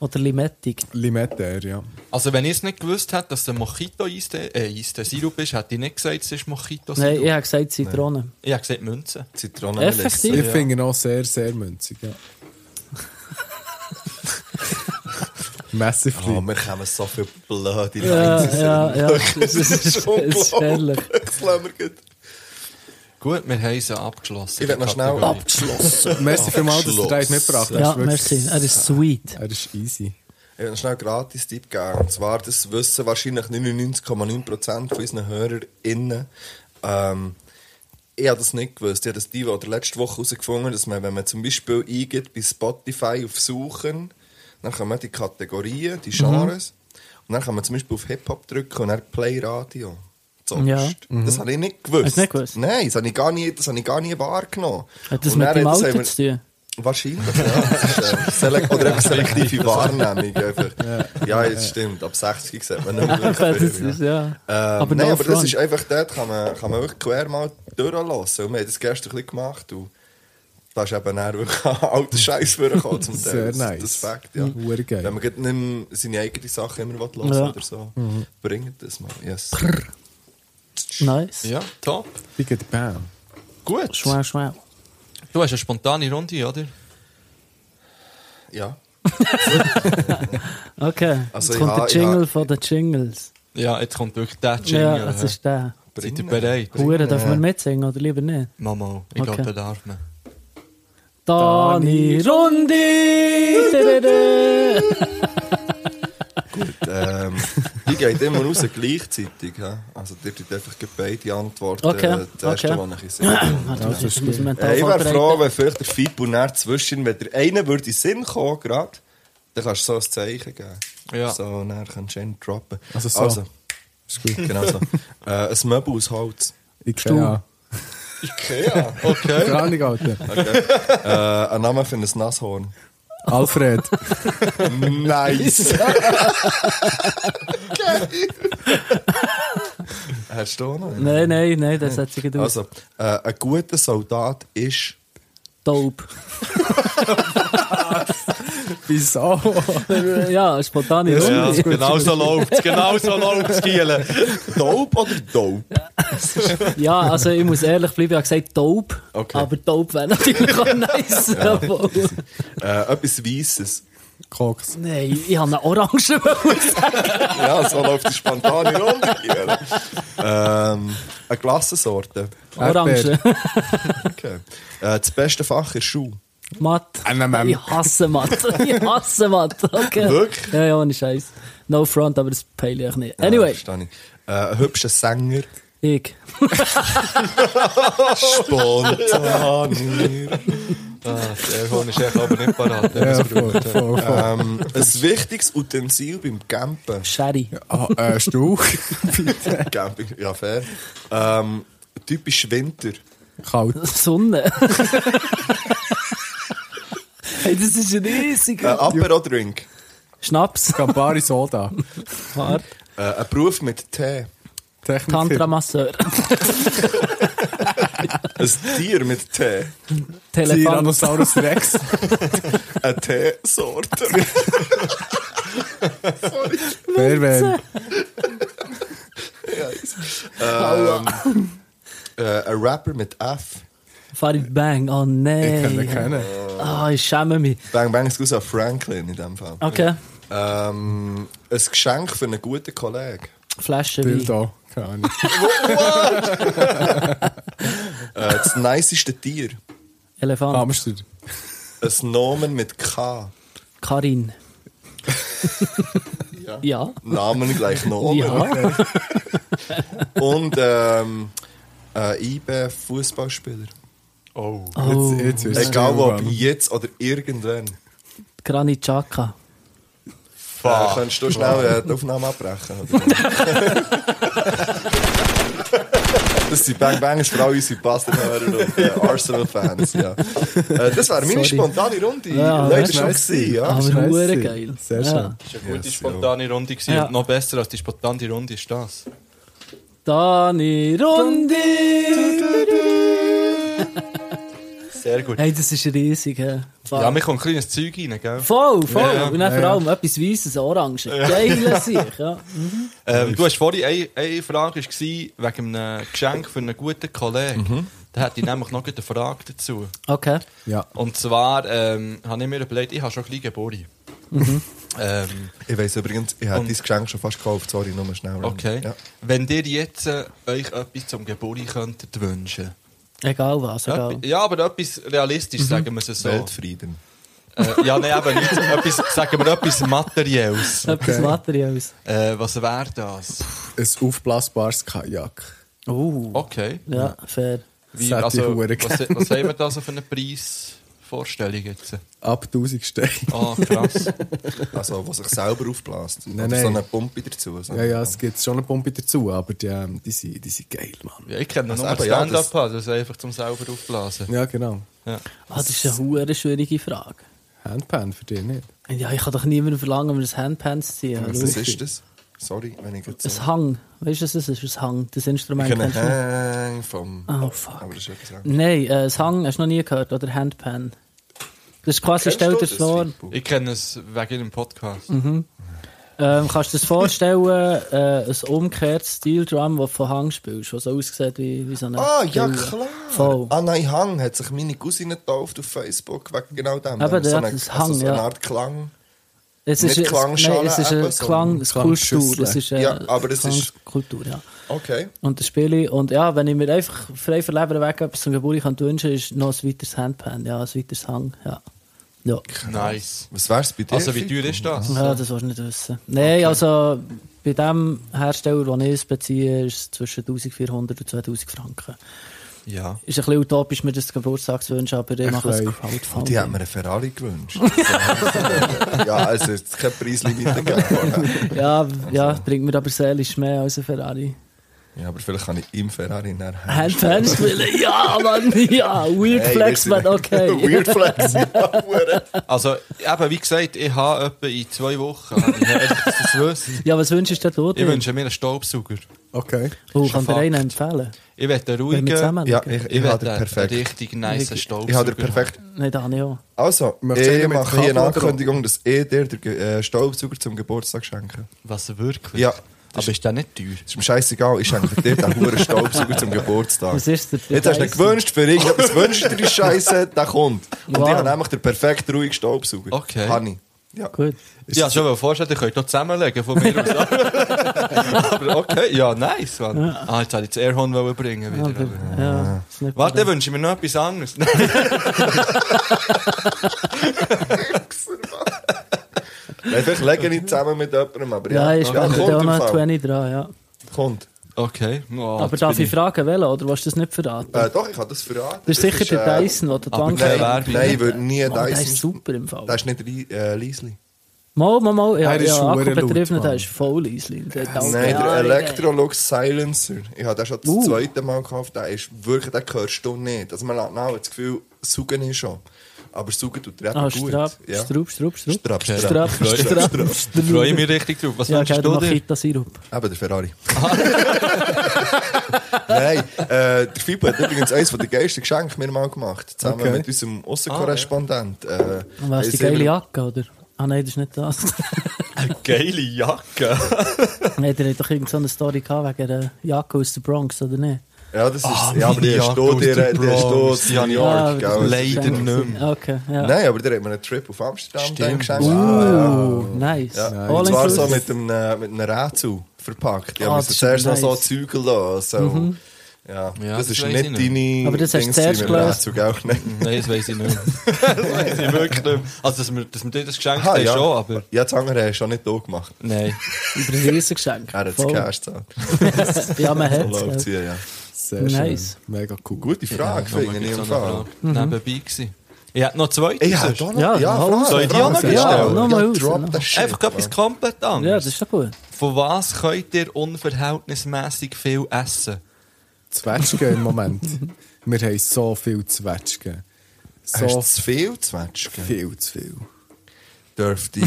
Speaker 4: Oder limettig.
Speaker 5: Limette, eher, ja.
Speaker 1: Also wenn ich es nicht gewusst hätte, dass der Mojito Eistee, äh, Eistee Sirup ist, hätte ich nicht gesagt, es ist Mojito Sirup.
Speaker 4: Nein, ich habe gesagt Zitrone.
Speaker 1: Ich habe gesagt Münze.
Speaker 3: Zitronenmelisse.
Speaker 5: Ich
Speaker 4: Effektiv.
Speaker 5: finde ihn auch sehr, sehr münzig, ja. Massively. Ah,
Speaker 3: Oh, wir kommen so viel blöde
Speaker 4: Ja,
Speaker 3: Lines.
Speaker 4: ja, ja. Es ist,
Speaker 3: Das ist
Speaker 4: es ist herrlich.
Speaker 3: unglaublich. Das lassen wir gut.
Speaker 1: Gut, wir haben sie abgeschlossen.
Speaker 3: Ich werde noch
Speaker 1: Die
Speaker 3: schnell
Speaker 1: Kategorie.
Speaker 3: abgeschlossen.
Speaker 5: Merci vielmals, dass du dich mitgebracht hast.
Speaker 4: Ja,
Speaker 5: Wirklich.
Speaker 4: merci. Er ist sweet.
Speaker 5: Er ist easy.
Speaker 3: Ich will noch schnell einen Gratis-Tipp geben. Und zwar, das wissen wahrscheinlich 99,9% von unseren HörerInnen. Ähm, ich habe das nicht gewusst. Ich habe das diese oder letzte Woche herausgefunden, dass man, wenn man zum Beispiel eingeht bei Spotify auf Suchen, dann kommen die Kategorien,
Speaker 4: Mhm.
Speaker 3: die Genres. Und dann kann man zum Beispiel auf Hip-Hop drücken und dann Play Radio. Zuerst.
Speaker 4: Ja. Mhm.
Speaker 3: Das habe ich nicht gewusst.
Speaker 4: Hast du nicht gewusst?
Speaker 3: Nein, das habe ich gar nie, das habe ich gar nie wahrgenommen.
Speaker 4: Hat das
Speaker 3: Und
Speaker 4: mit
Speaker 3: dann-
Speaker 4: dem
Speaker 3: das haben
Speaker 4: Alter
Speaker 3: wir-
Speaker 4: zu tun?
Speaker 3: Wahrscheinlich, ja. Das ist, äh, selek- Oder eine selektive Wahrnehmung. Einfach. Ja, das stimmt. Ab 60 sieht man nicht mehr.
Speaker 4: Eben, das
Speaker 3: wirklich viel,
Speaker 4: ist, ja.
Speaker 3: ja.
Speaker 4: aber
Speaker 3: Ähm, nein,
Speaker 4: no
Speaker 3: aber das
Speaker 4: front.
Speaker 3: ist einfach dort, kann man, kann man wirklich quer mal durchlassen. Und wir haben das gestern ein bisschen gemacht. Und da ist eben dann wirklich alter Scheiß vorgekommen zum Teil.
Speaker 5: Sehr
Speaker 3: Das-
Speaker 5: nice.
Speaker 3: Das ist Fakt, ja.
Speaker 5: Mhm. Hure geil.
Speaker 3: Wenn man gerade nicht mehr seine eigene Sache immer hören will
Speaker 4: Ja. Mhm.
Speaker 3: oder so, bringt das mal. Yes.
Speaker 4: Nice.
Speaker 1: Ja, top.
Speaker 5: Big at Bam.
Speaker 1: Gut.
Speaker 4: Schwau, schwau.
Speaker 1: Du hast eine spontane Runde, oder?
Speaker 3: Ja.
Speaker 4: Okay,
Speaker 3: Also
Speaker 4: jetzt
Speaker 3: ich
Speaker 4: kommt
Speaker 3: ha-
Speaker 4: der
Speaker 3: ich
Speaker 4: Jingle
Speaker 3: ha-
Speaker 4: von den Jingles.
Speaker 1: Ja, jetzt kommt wirklich der Jingle.
Speaker 4: ja, das ist der.
Speaker 1: Seid ihr
Speaker 3: Bringen.
Speaker 1: bereit?
Speaker 4: Hure, darf man mitsingen oder lieber nicht?
Speaker 1: Mama, ich
Speaker 4: Okay.
Speaker 1: glaube, da darf man.
Speaker 4: Dani Rundi! Dididi.
Speaker 3: ähm, die geht immer raus gleichzeitig. Ja? Also dir tut einfach gleich beide Antworten
Speaker 4: Okay,
Speaker 3: äh, die erste,
Speaker 4: okay.
Speaker 3: die ich sehe.
Speaker 4: Warte, ich muss mich mental
Speaker 3: Äh, ich wäre
Speaker 4: vorbereiten.
Speaker 3: froh, wenn vielleicht der Fibu näher zwischen, wenn der eine würde in den Sinn kommen grad, dann kannst du so ein Zeichen geben.
Speaker 1: Ja.
Speaker 3: So, näher kannst du ihn droppen.
Speaker 5: Also so. Ist gut.
Speaker 3: genau so. äh, ein Möbel aus Holz.
Speaker 5: Ikea.
Speaker 3: Ikea.
Speaker 5: Keine Ahnung, Alter.
Speaker 3: äh, ein Name für ein Nasshorn.
Speaker 5: Alfred.
Speaker 3: nice. Hast du auch noch? einen?
Speaker 4: Nein, nein, nein, das setze ich gerade aus.
Speaker 3: Also, äh, ein guter Soldat ist...
Speaker 4: Taub.
Speaker 5: Wieso?
Speaker 4: ja, spontane Runde.
Speaker 1: Ja,
Speaker 3: nou
Speaker 1: genau so läuft es. Genau so läuft es,
Speaker 3: Dope oder Dope?
Speaker 4: Ja, also ich muss ehrlich bleiben, ich habe gesagt taub.
Speaker 3: Okay.
Speaker 4: Aber taub wäre natürlich auch nice. jawohl.
Speaker 3: Äh, etwas Weisses.
Speaker 5: Koks.
Speaker 4: Nein, ich habe eine Orange.
Speaker 3: Ja, so läuft die spontane Runde. hier. ähm, eine Klassensorte.
Speaker 4: Orange.
Speaker 3: Okay. Äh, das beste Fach in Schuh.
Speaker 4: Matt.
Speaker 5: MMM.
Speaker 4: Ich hasse Matt. Ich hasse Matt. Okay.
Speaker 3: Wirklich?
Speaker 4: Ja, ja, ohne Scheiß. No front, aber das peile ich nicht. Anyway,
Speaker 3: Verstehe ich. Äh, ein hübscher Sänger.
Speaker 4: ich.
Speaker 3: Spontaner.
Speaker 1: Ah, das Telefon ist echt aber nicht parat.
Speaker 5: Ja, voll, voll, voll.
Speaker 3: ähm, ein wichtiges Utensil beim Campen.
Speaker 4: Sherry.
Speaker 5: Ah, äh, Stuhl.
Speaker 3: Camping, ja, fair. Ähm, typisch Winter.
Speaker 5: Kalt.
Speaker 4: Sonne. hey, das ist ein
Speaker 3: Äh,
Speaker 4: riesiger.
Speaker 3: Apero-Drink.
Speaker 4: Schnaps.
Speaker 5: Campari Soda.
Speaker 4: Warte.
Speaker 3: Äh, ein Beruf mit Tee.
Speaker 5: Techniker.
Speaker 4: Tantra-Masseur.
Speaker 3: Ein Tier mit Tee.
Speaker 4: Telefon.
Speaker 5: Tyrannosaurus Rex.
Speaker 3: Eine Teesorte.
Speaker 5: Wer, wer?
Speaker 3: äh, Ähm, äh, ein Rapper mit F.
Speaker 4: Farid Bang, oh
Speaker 5: Ich kann ihn
Speaker 4: nein.
Speaker 5: kennen.
Speaker 4: Ah, ich schäme mich.
Speaker 3: Bang Bang ist an Franklin in dem Fall.
Speaker 4: Okay,
Speaker 3: Ähm, ein Geschenk für einen guten Kollegen.
Speaker 4: Flasche Wein.
Speaker 5: Bildo. Keine Ahnung.
Speaker 3: Äh, das niceste Tier.
Speaker 4: Elefant.
Speaker 5: Amsterdam.
Speaker 3: Ein Nomen mit K.
Speaker 4: Karin. ja.
Speaker 3: Namen gleich Nomen.
Speaker 4: Ja.
Speaker 3: Und ähm, ein IB-Fußballspieler.
Speaker 4: Oh,
Speaker 5: Jetzt, jetzt ist es
Speaker 3: Egal ob
Speaker 5: still,
Speaker 3: jetzt oder irgendwann.
Speaker 4: Granit Xhaka.
Speaker 3: Äh, könntest du schnell äh, die Aufnahme abbrechen? Oder? das sind Bang Bangers für alle unsere Bastelhörer und äh, Arsenal-Fans. Ja. Äh, das wäre meine
Speaker 4: Sorry.
Speaker 3: spontane Runde.
Speaker 4: Ja,
Speaker 3: Leider
Speaker 4: das
Speaker 3: schon
Speaker 5: nice.
Speaker 3: gewesen, ja.
Speaker 4: Aber
Speaker 5: ist nice.
Speaker 4: hure geil.
Speaker 5: Sehr
Speaker 4: ja.
Speaker 5: schön.
Speaker 1: Das war eine gute spontane Runde. gewesen.
Speaker 4: Ja.
Speaker 1: Und noch besser als die spontane Runde ist das.
Speaker 4: Dani Rundi.
Speaker 1: Sehr gut.
Speaker 4: Hey, das ist riesig. He.
Speaker 1: Ja, mir kommt ein kleines Zeug rein, gell?
Speaker 4: Voll, voll.
Speaker 1: Ja, ja.
Speaker 4: Und dann
Speaker 5: Ja,
Speaker 4: vor
Speaker 5: ja.
Speaker 4: allem etwas Weißes, Orange. Geile Sicht, ja.
Speaker 1: Ähm, du hast vorhin eine, eine Frage war wegen einem Geschenk für einen guten Kollegen.
Speaker 5: Mhm.
Speaker 1: Da hätte ich nämlich noch eine Frage dazu.
Speaker 4: Okay.
Speaker 5: Ja.
Speaker 1: Und zwar ähm, habe ich mir überlegt, ich habe schon gleich geboren.
Speaker 5: Mhm.
Speaker 1: ähm,
Speaker 3: Ich weiss übrigens, ich hätte
Speaker 1: Und-
Speaker 3: dein Geschenk schon fast gekauft. Sorry, nur schnell.
Speaker 1: okay.
Speaker 3: Ja.
Speaker 1: Wenn ihr jetzt äh, euch etwas zum Geburtstag könntet wünschen.
Speaker 4: Egal was, egal.
Speaker 1: Etwas- Ja, aber etwas realistisch,
Speaker 5: Mhm.
Speaker 1: sagen wir es so.
Speaker 3: Weltfrieden.
Speaker 1: Äh, ja, nein, eben nicht. etwas, sagen wir etwas Materielles.
Speaker 4: Etwas Materielles.
Speaker 1: Äh, was wäre das?
Speaker 5: Ein aufblasbares Kajak.
Speaker 4: Oh.
Speaker 1: Okay.
Speaker 4: Ja, fair.
Speaker 1: Wie,
Speaker 5: Das hätte ich
Speaker 1: also,
Speaker 5: hure
Speaker 1: was,
Speaker 5: gerne.
Speaker 1: was haben wir da so für eine Preisvorstellung jetzt?
Speaker 5: Ab 1000 Steine.
Speaker 1: Ah, krass.
Speaker 3: Also, der sich selber aufbläst.
Speaker 5: Nein,
Speaker 3: Oder so
Speaker 5: nein.
Speaker 3: eine Pumpe dazu. So.
Speaker 5: Ja, ja, es gibt schon eine Pumpe dazu, aber die, ähm, die, sind, die sind geil, Mann.
Speaker 1: Ja, ich kenne
Speaker 3: Also
Speaker 1: nur
Speaker 3: eben, ja,
Speaker 1: Stand-Up,
Speaker 3: das-
Speaker 1: ja, das ist einfach zum selber aufblasen.
Speaker 5: Ja, genau.
Speaker 1: Ja.
Speaker 4: Ah, das ist eine hure schwierige Frage.
Speaker 5: Handpan für dich nicht.
Speaker 4: Ja, ich kann doch niemandem verlangen, mir ein Handpan zu ziehen.
Speaker 3: Was
Speaker 4: Schau.
Speaker 3: ist das? Sorry, wenn ich jetzt so...
Speaker 4: Ein Hang. Weißt du, was es ist? Ein Hang. Das Instrument
Speaker 3: Ich kenne
Speaker 4: kennst du nicht.
Speaker 3: Hang vom...
Speaker 4: Oh, fuck.
Speaker 3: Aber das ist etwas anderes.
Speaker 4: Nein, äh, ein Hang hast du noch nie gehört, oder? Handpan. Das ist quasi, stell dir vor,
Speaker 1: Ich kenne es wegen dem Podcast.
Speaker 3: Mhm.
Speaker 4: ähm, kannst du dir das vorstellen, äh, ein umgekehrtes Steel Drum, das du von Hang spielst, was so aussieht wie, wie so eine.
Speaker 3: Ah, ja
Speaker 4: Kille.
Speaker 3: klar.
Speaker 4: Voll.
Speaker 3: Anna Hang hat sich meine Cousine getauft auf Facebook wegen genau dem.
Speaker 4: Eben,
Speaker 3: so
Speaker 4: ja,
Speaker 3: eine,
Speaker 4: das
Speaker 3: also
Speaker 4: Hang,
Speaker 3: so
Speaker 4: ja.
Speaker 3: eine Art Klang.
Speaker 4: Es
Speaker 3: Nicht
Speaker 4: ist, es,
Speaker 3: Klangschale,
Speaker 4: nein, es ist eine
Speaker 3: eben so.
Speaker 4: Klangkultur.
Speaker 5: Klangschüssel.
Speaker 4: Es ist eine
Speaker 3: Ja, aber es ist-
Speaker 4: Klangkultur, ja.
Speaker 3: Okay.
Speaker 4: Und das spiele ich. Und ja, wenn ich mir einfach frei von Leber weg etwas zum Geburtstag wünschen kann, ist noch ein weiteres Handpan, ja, ein weiteres Hang, ja. Ja.
Speaker 1: Nice.
Speaker 3: Was wär's bei dir?
Speaker 1: Also, wie
Speaker 3: Fico?
Speaker 1: teuer ist das?
Speaker 4: Ja, das willst du nicht wissen. Nein, also bei dem Hersteller, den ich es beziehe, ist es zwischen 1400 und 2000 Franken.
Speaker 1: Ja.
Speaker 4: Ist ein bisschen utopisch, mir das Geburtstagswünsch, aber ich mache ein
Speaker 3: Die
Speaker 5: klein.
Speaker 3: hat mir
Speaker 4: Crowdfunding.
Speaker 3: einen Ferrari gewünscht. ja, also es hat kein Preislimit gegeben.
Speaker 4: Ja, ja,
Speaker 3: Also.
Speaker 4: bringt mir aber seelisch mehr als ein Ferrari.
Speaker 3: Ja, aber vielleicht kann ich im Ferrari nachher.
Speaker 4: Handpan spielen, ja, Mann, ja, weird
Speaker 3: Hey,
Speaker 4: flex,
Speaker 3: weiss ich
Speaker 4: man, okay.
Speaker 3: Weird Flex. ja, Hure.
Speaker 1: Also, eben, wie gesagt, ich habe etwa in zwei Wochen, habe ich einfach, dass das wisst.
Speaker 4: Ja, was wünschst du dir?
Speaker 1: Ich
Speaker 4: Dodi?
Speaker 1: wünsche mir einen Staubsauger.
Speaker 5: Okay.
Speaker 4: Oh,
Speaker 1: ist
Speaker 4: kann
Speaker 1: ein
Speaker 4: dir
Speaker 1: Fakt.
Speaker 4: einen empfehlen?
Speaker 1: Ich will einen
Speaker 4: Wenn wir
Speaker 1: ruhigen,
Speaker 4: zusammen
Speaker 3: ja,
Speaker 4: liegen?
Speaker 3: ich, ich,
Speaker 1: ich will
Speaker 3: habe den
Speaker 1: einen
Speaker 3: perfekt.
Speaker 1: richtig nice Staubsauger.
Speaker 3: Ich habe den perfekt.
Speaker 4: Nein, da habe ich auch.
Speaker 3: Also,
Speaker 5: Möchtest du
Speaker 3: ich
Speaker 5: einen mit
Speaker 3: mache hier eine
Speaker 5: Kabel oder?
Speaker 3: Ankündigung, dass ich dir den äh, Staubsauger zum Geburtstag schenke.
Speaker 1: haben. Was wirklich?
Speaker 3: Ja.
Speaker 1: Aber ist der nicht teuer?
Speaker 3: Ist mir scheißegal, ich schenke dir den huren Staubsauger zum Geburtstag.
Speaker 4: Was ist der- der
Speaker 3: Jetzt hast du ihn
Speaker 4: Preis?
Speaker 3: gewünscht für irgendetwas, wünschst du dir die Scheiße, der kommt. Und
Speaker 4: Wow.
Speaker 3: ich habe nämlich den perfekt ruhigen Staubsauger.
Speaker 1: Okay.
Speaker 3: Habe ich. Ja.
Speaker 4: Gut.
Speaker 1: Ja, schon mal vorstellen, ihr könnt auch zusammenlegen von mir aus. Aber okay, ja, nice, Mann. Ah, jetzt wollte ich das Airhorn wollen bringen wieder.
Speaker 4: Aber,
Speaker 1: aber-
Speaker 4: ja, ist nicht
Speaker 1: Warte,
Speaker 4: gut.
Speaker 1: dann wünsche ich mir noch etwas anderes.
Speaker 3: Nein, Vielleicht lege ich ihn zusammen mit jemandem, aber ja.
Speaker 4: Ja, ich
Speaker 3: ja,
Speaker 4: spende da auch
Speaker 3: im
Speaker 4: noch
Speaker 3: Fall. Ah,
Speaker 4: 20 dran, ja.
Speaker 3: kommt.
Speaker 1: Okay. Oh,
Speaker 4: Aber
Speaker 1: jetzt
Speaker 4: darf
Speaker 1: bin
Speaker 4: ich fragen, wählen oder willst du das nicht verraten?
Speaker 3: Äh, doch, ich habe das verraten.
Speaker 4: das ist sicher
Speaker 3: äh,
Speaker 4: der Dus Dyson, der die
Speaker 1: aber
Speaker 4: Wand
Speaker 1: keine
Speaker 3: Nein,
Speaker 4: hat.
Speaker 1: Werbung.
Speaker 3: nein, ich würde nie
Speaker 4: Oh, der ist
Speaker 3: Dyson.
Speaker 4: super im Fall.
Speaker 3: Der ist nicht rei- äh, Leisli.
Speaker 4: Mal, mal, mal. Ja,
Speaker 5: Der ist
Speaker 4: ja,
Speaker 5: verdammt laut,
Speaker 4: Akkubetriebenen, der
Speaker 5: Mann.
Speaker 4: ist voll Island. Der hat auch
Speaker 3: Nein,
Speaker 4: keine
Speaker 3: der
Speaker 4: Ahnung, ey.
Speaker 3: Electrolux Silencer. Ich habe den schon das
Speaker 4: Uh.
Speaker 3: zweite Mal gekauft. Der ist wirklich, den hörst du nicht. Also man hat genau das Gefühl, saugen ist schon. Aber saugen tut recht
Speaker 4: Ah,
Speaker 3: gut.
Speaker 4: Strap,
Speaker 3: ja.
Speaker 4: Strup, Strup, Strup.
Speaker 3: Strap, Strap.
Speaker 4: Strap, Strap,
Speaker 1: Ich
Speaker 4: Strup.
Speaker 1: freue mich richtig drauf. Was
Speaker 4: Ja,
Speaker 1: wünschst
Speaker 4: gell,
Speaker 1: du dir?
Speaker 4: Machita-Sirup.
Speaker 3: Eben der Ferrari. Nein, äh, der Fibo hat übrigens eines der geilsten Geschenke mir mal gemacht. Zusammen
Speaker 5: Okay.
Speaker 3: mit unserem Aussenkorrespondent. Äh,
Speaker 4: Und was, die
Speaker 3: haben sie
Speaker 4: geile
Speaker 3: mir-
Speaker 4: Jacke, oder? Ah nein, das ist nicht das.
Speaker 1: Geile Jacke.
Speaker 4: Nein, der hat doch irgend so eine Story gehabt wegen der Jacke aus der Bronx, oder nicht?
Speaker 3: Ja, das ist.
Speaker 1: Ah,
Speaker 3: ja, aber die
Speaker 1: Jacke
Speaker 3: hast du
Speaker 1: aus
Speaker 3: dir,
Speaker 1: der
Speaker 3: die hast du
Speaker 1: Bronx.
Speaker 3: in New
Speaker 4: Ja,
Speaker 3: York,
Speaker 4: das
Speaker 3: gell?
Speaker 4: ist
Speaker 1: Leider
Speaker 4: wahrscheinlich-
Speaker 1: nicht mehr.
Speaker 4: Okay, ja.
Speaker 3: Nein, aber der hat mir einen Trip auf Amsterdam
Speaker 1: Stimmt.
Speaker 3: dann geschenkt.
Speaker 4: Uh, nice.
Speaker 3: Ja.
Speaker 4: All
Speaker 3: Und zwar so
Speaker 4: inclusive.
Speaker 3: mit einem, mit einem Rätsel verpackt. Ja,
Speaker 4: Ah,
Speaker 3: ah,
Speaker 4: das ist
Speaker 3: zuerst
Speaker 4: nice.
Speaker 3: noch so Zügel da. So. Ja,
Speaker 1: Ja,
Speaker 3: das,
Speaker 1: das
Speaker 3: ist
Speaker 1: weiss
Speaker 3: nicht
Speaker 1: ich nicht.
Speaker 3: deine.
Speaker 4: Aber das hast du
Speaker 3: Dings
Speaker 4: zuerst
Speaker 3: mit dem
Speaker 4: gelöst.
Speaker 3: Rätsel, gell? Nein.
Speaker 1: Nein, das weiß ich nicht. mehr. das weiß ich wirklich nicht. mehr. Also, dass wir, dass wir dir das geschenkt
Speaker 3: Aha,
Speaker 1: haben,
Speaker 3: Ah, ja.
Speaker 1: schon, aber
Speaker 3: Ja, das andere hast du auch nicht da gemacht.
Speaker 1: nein.
Speaker 4: Über ein Riesengeschenk.
Speaker 3: Er hat das
Speaker 4: Voll.
Speaker 3: Cash gezahlt.
Speaker 4: Ja, eh, man
Speaker 3: So
Speaker 4: hat
Speaker 3: läuft's hier, ja.
Speaker 5: Sehr
Speaker 4: Nice.
Speaker 5: schön. Mega cool.
Speaker 3: Gute Frage,
Speaker 1: Ja,
Speaker 3: finde ich
Speaker 1: so
Speaker 3: im
Speaker 1: eine
Speaker 3: Fall.
Speaker 1: Frage. Nebenbei gewesen. Ich hätte noch zwei.
Speaker 3: Ich habe da noch.
Speaker 4: Ja, hau raus.
Speaker 1: Soll ich die auch noch
Speaker 3: ja,
Speaker 1: stellen?
Speaker 4: Noch mal
Speaker 3: Ja,
Speaker 4: raus,
Speaker 3: drop
Speaker 4: noch.
Speaker 3: the shit,
Speaker 1: Einfach etwas
Speaker 3: Mann.
Speaker 1: komplett
Speaker 4: Ja,
Speaker 1: anderes.
Speaker 4: das ist doch gut.
Speaker 1: Von was könnt ihr unverhältnismäßig viel essen?
Speaker 5: Zwetschgen im Moment. Wir haben so viel Zwetschgen.
Speaker 3: Hast
Speaker 5: So
Speaker 3: du zu viel Zwetschgen?
Speaker 5: viel zu viel.
Speaker 3: Dürfte ich...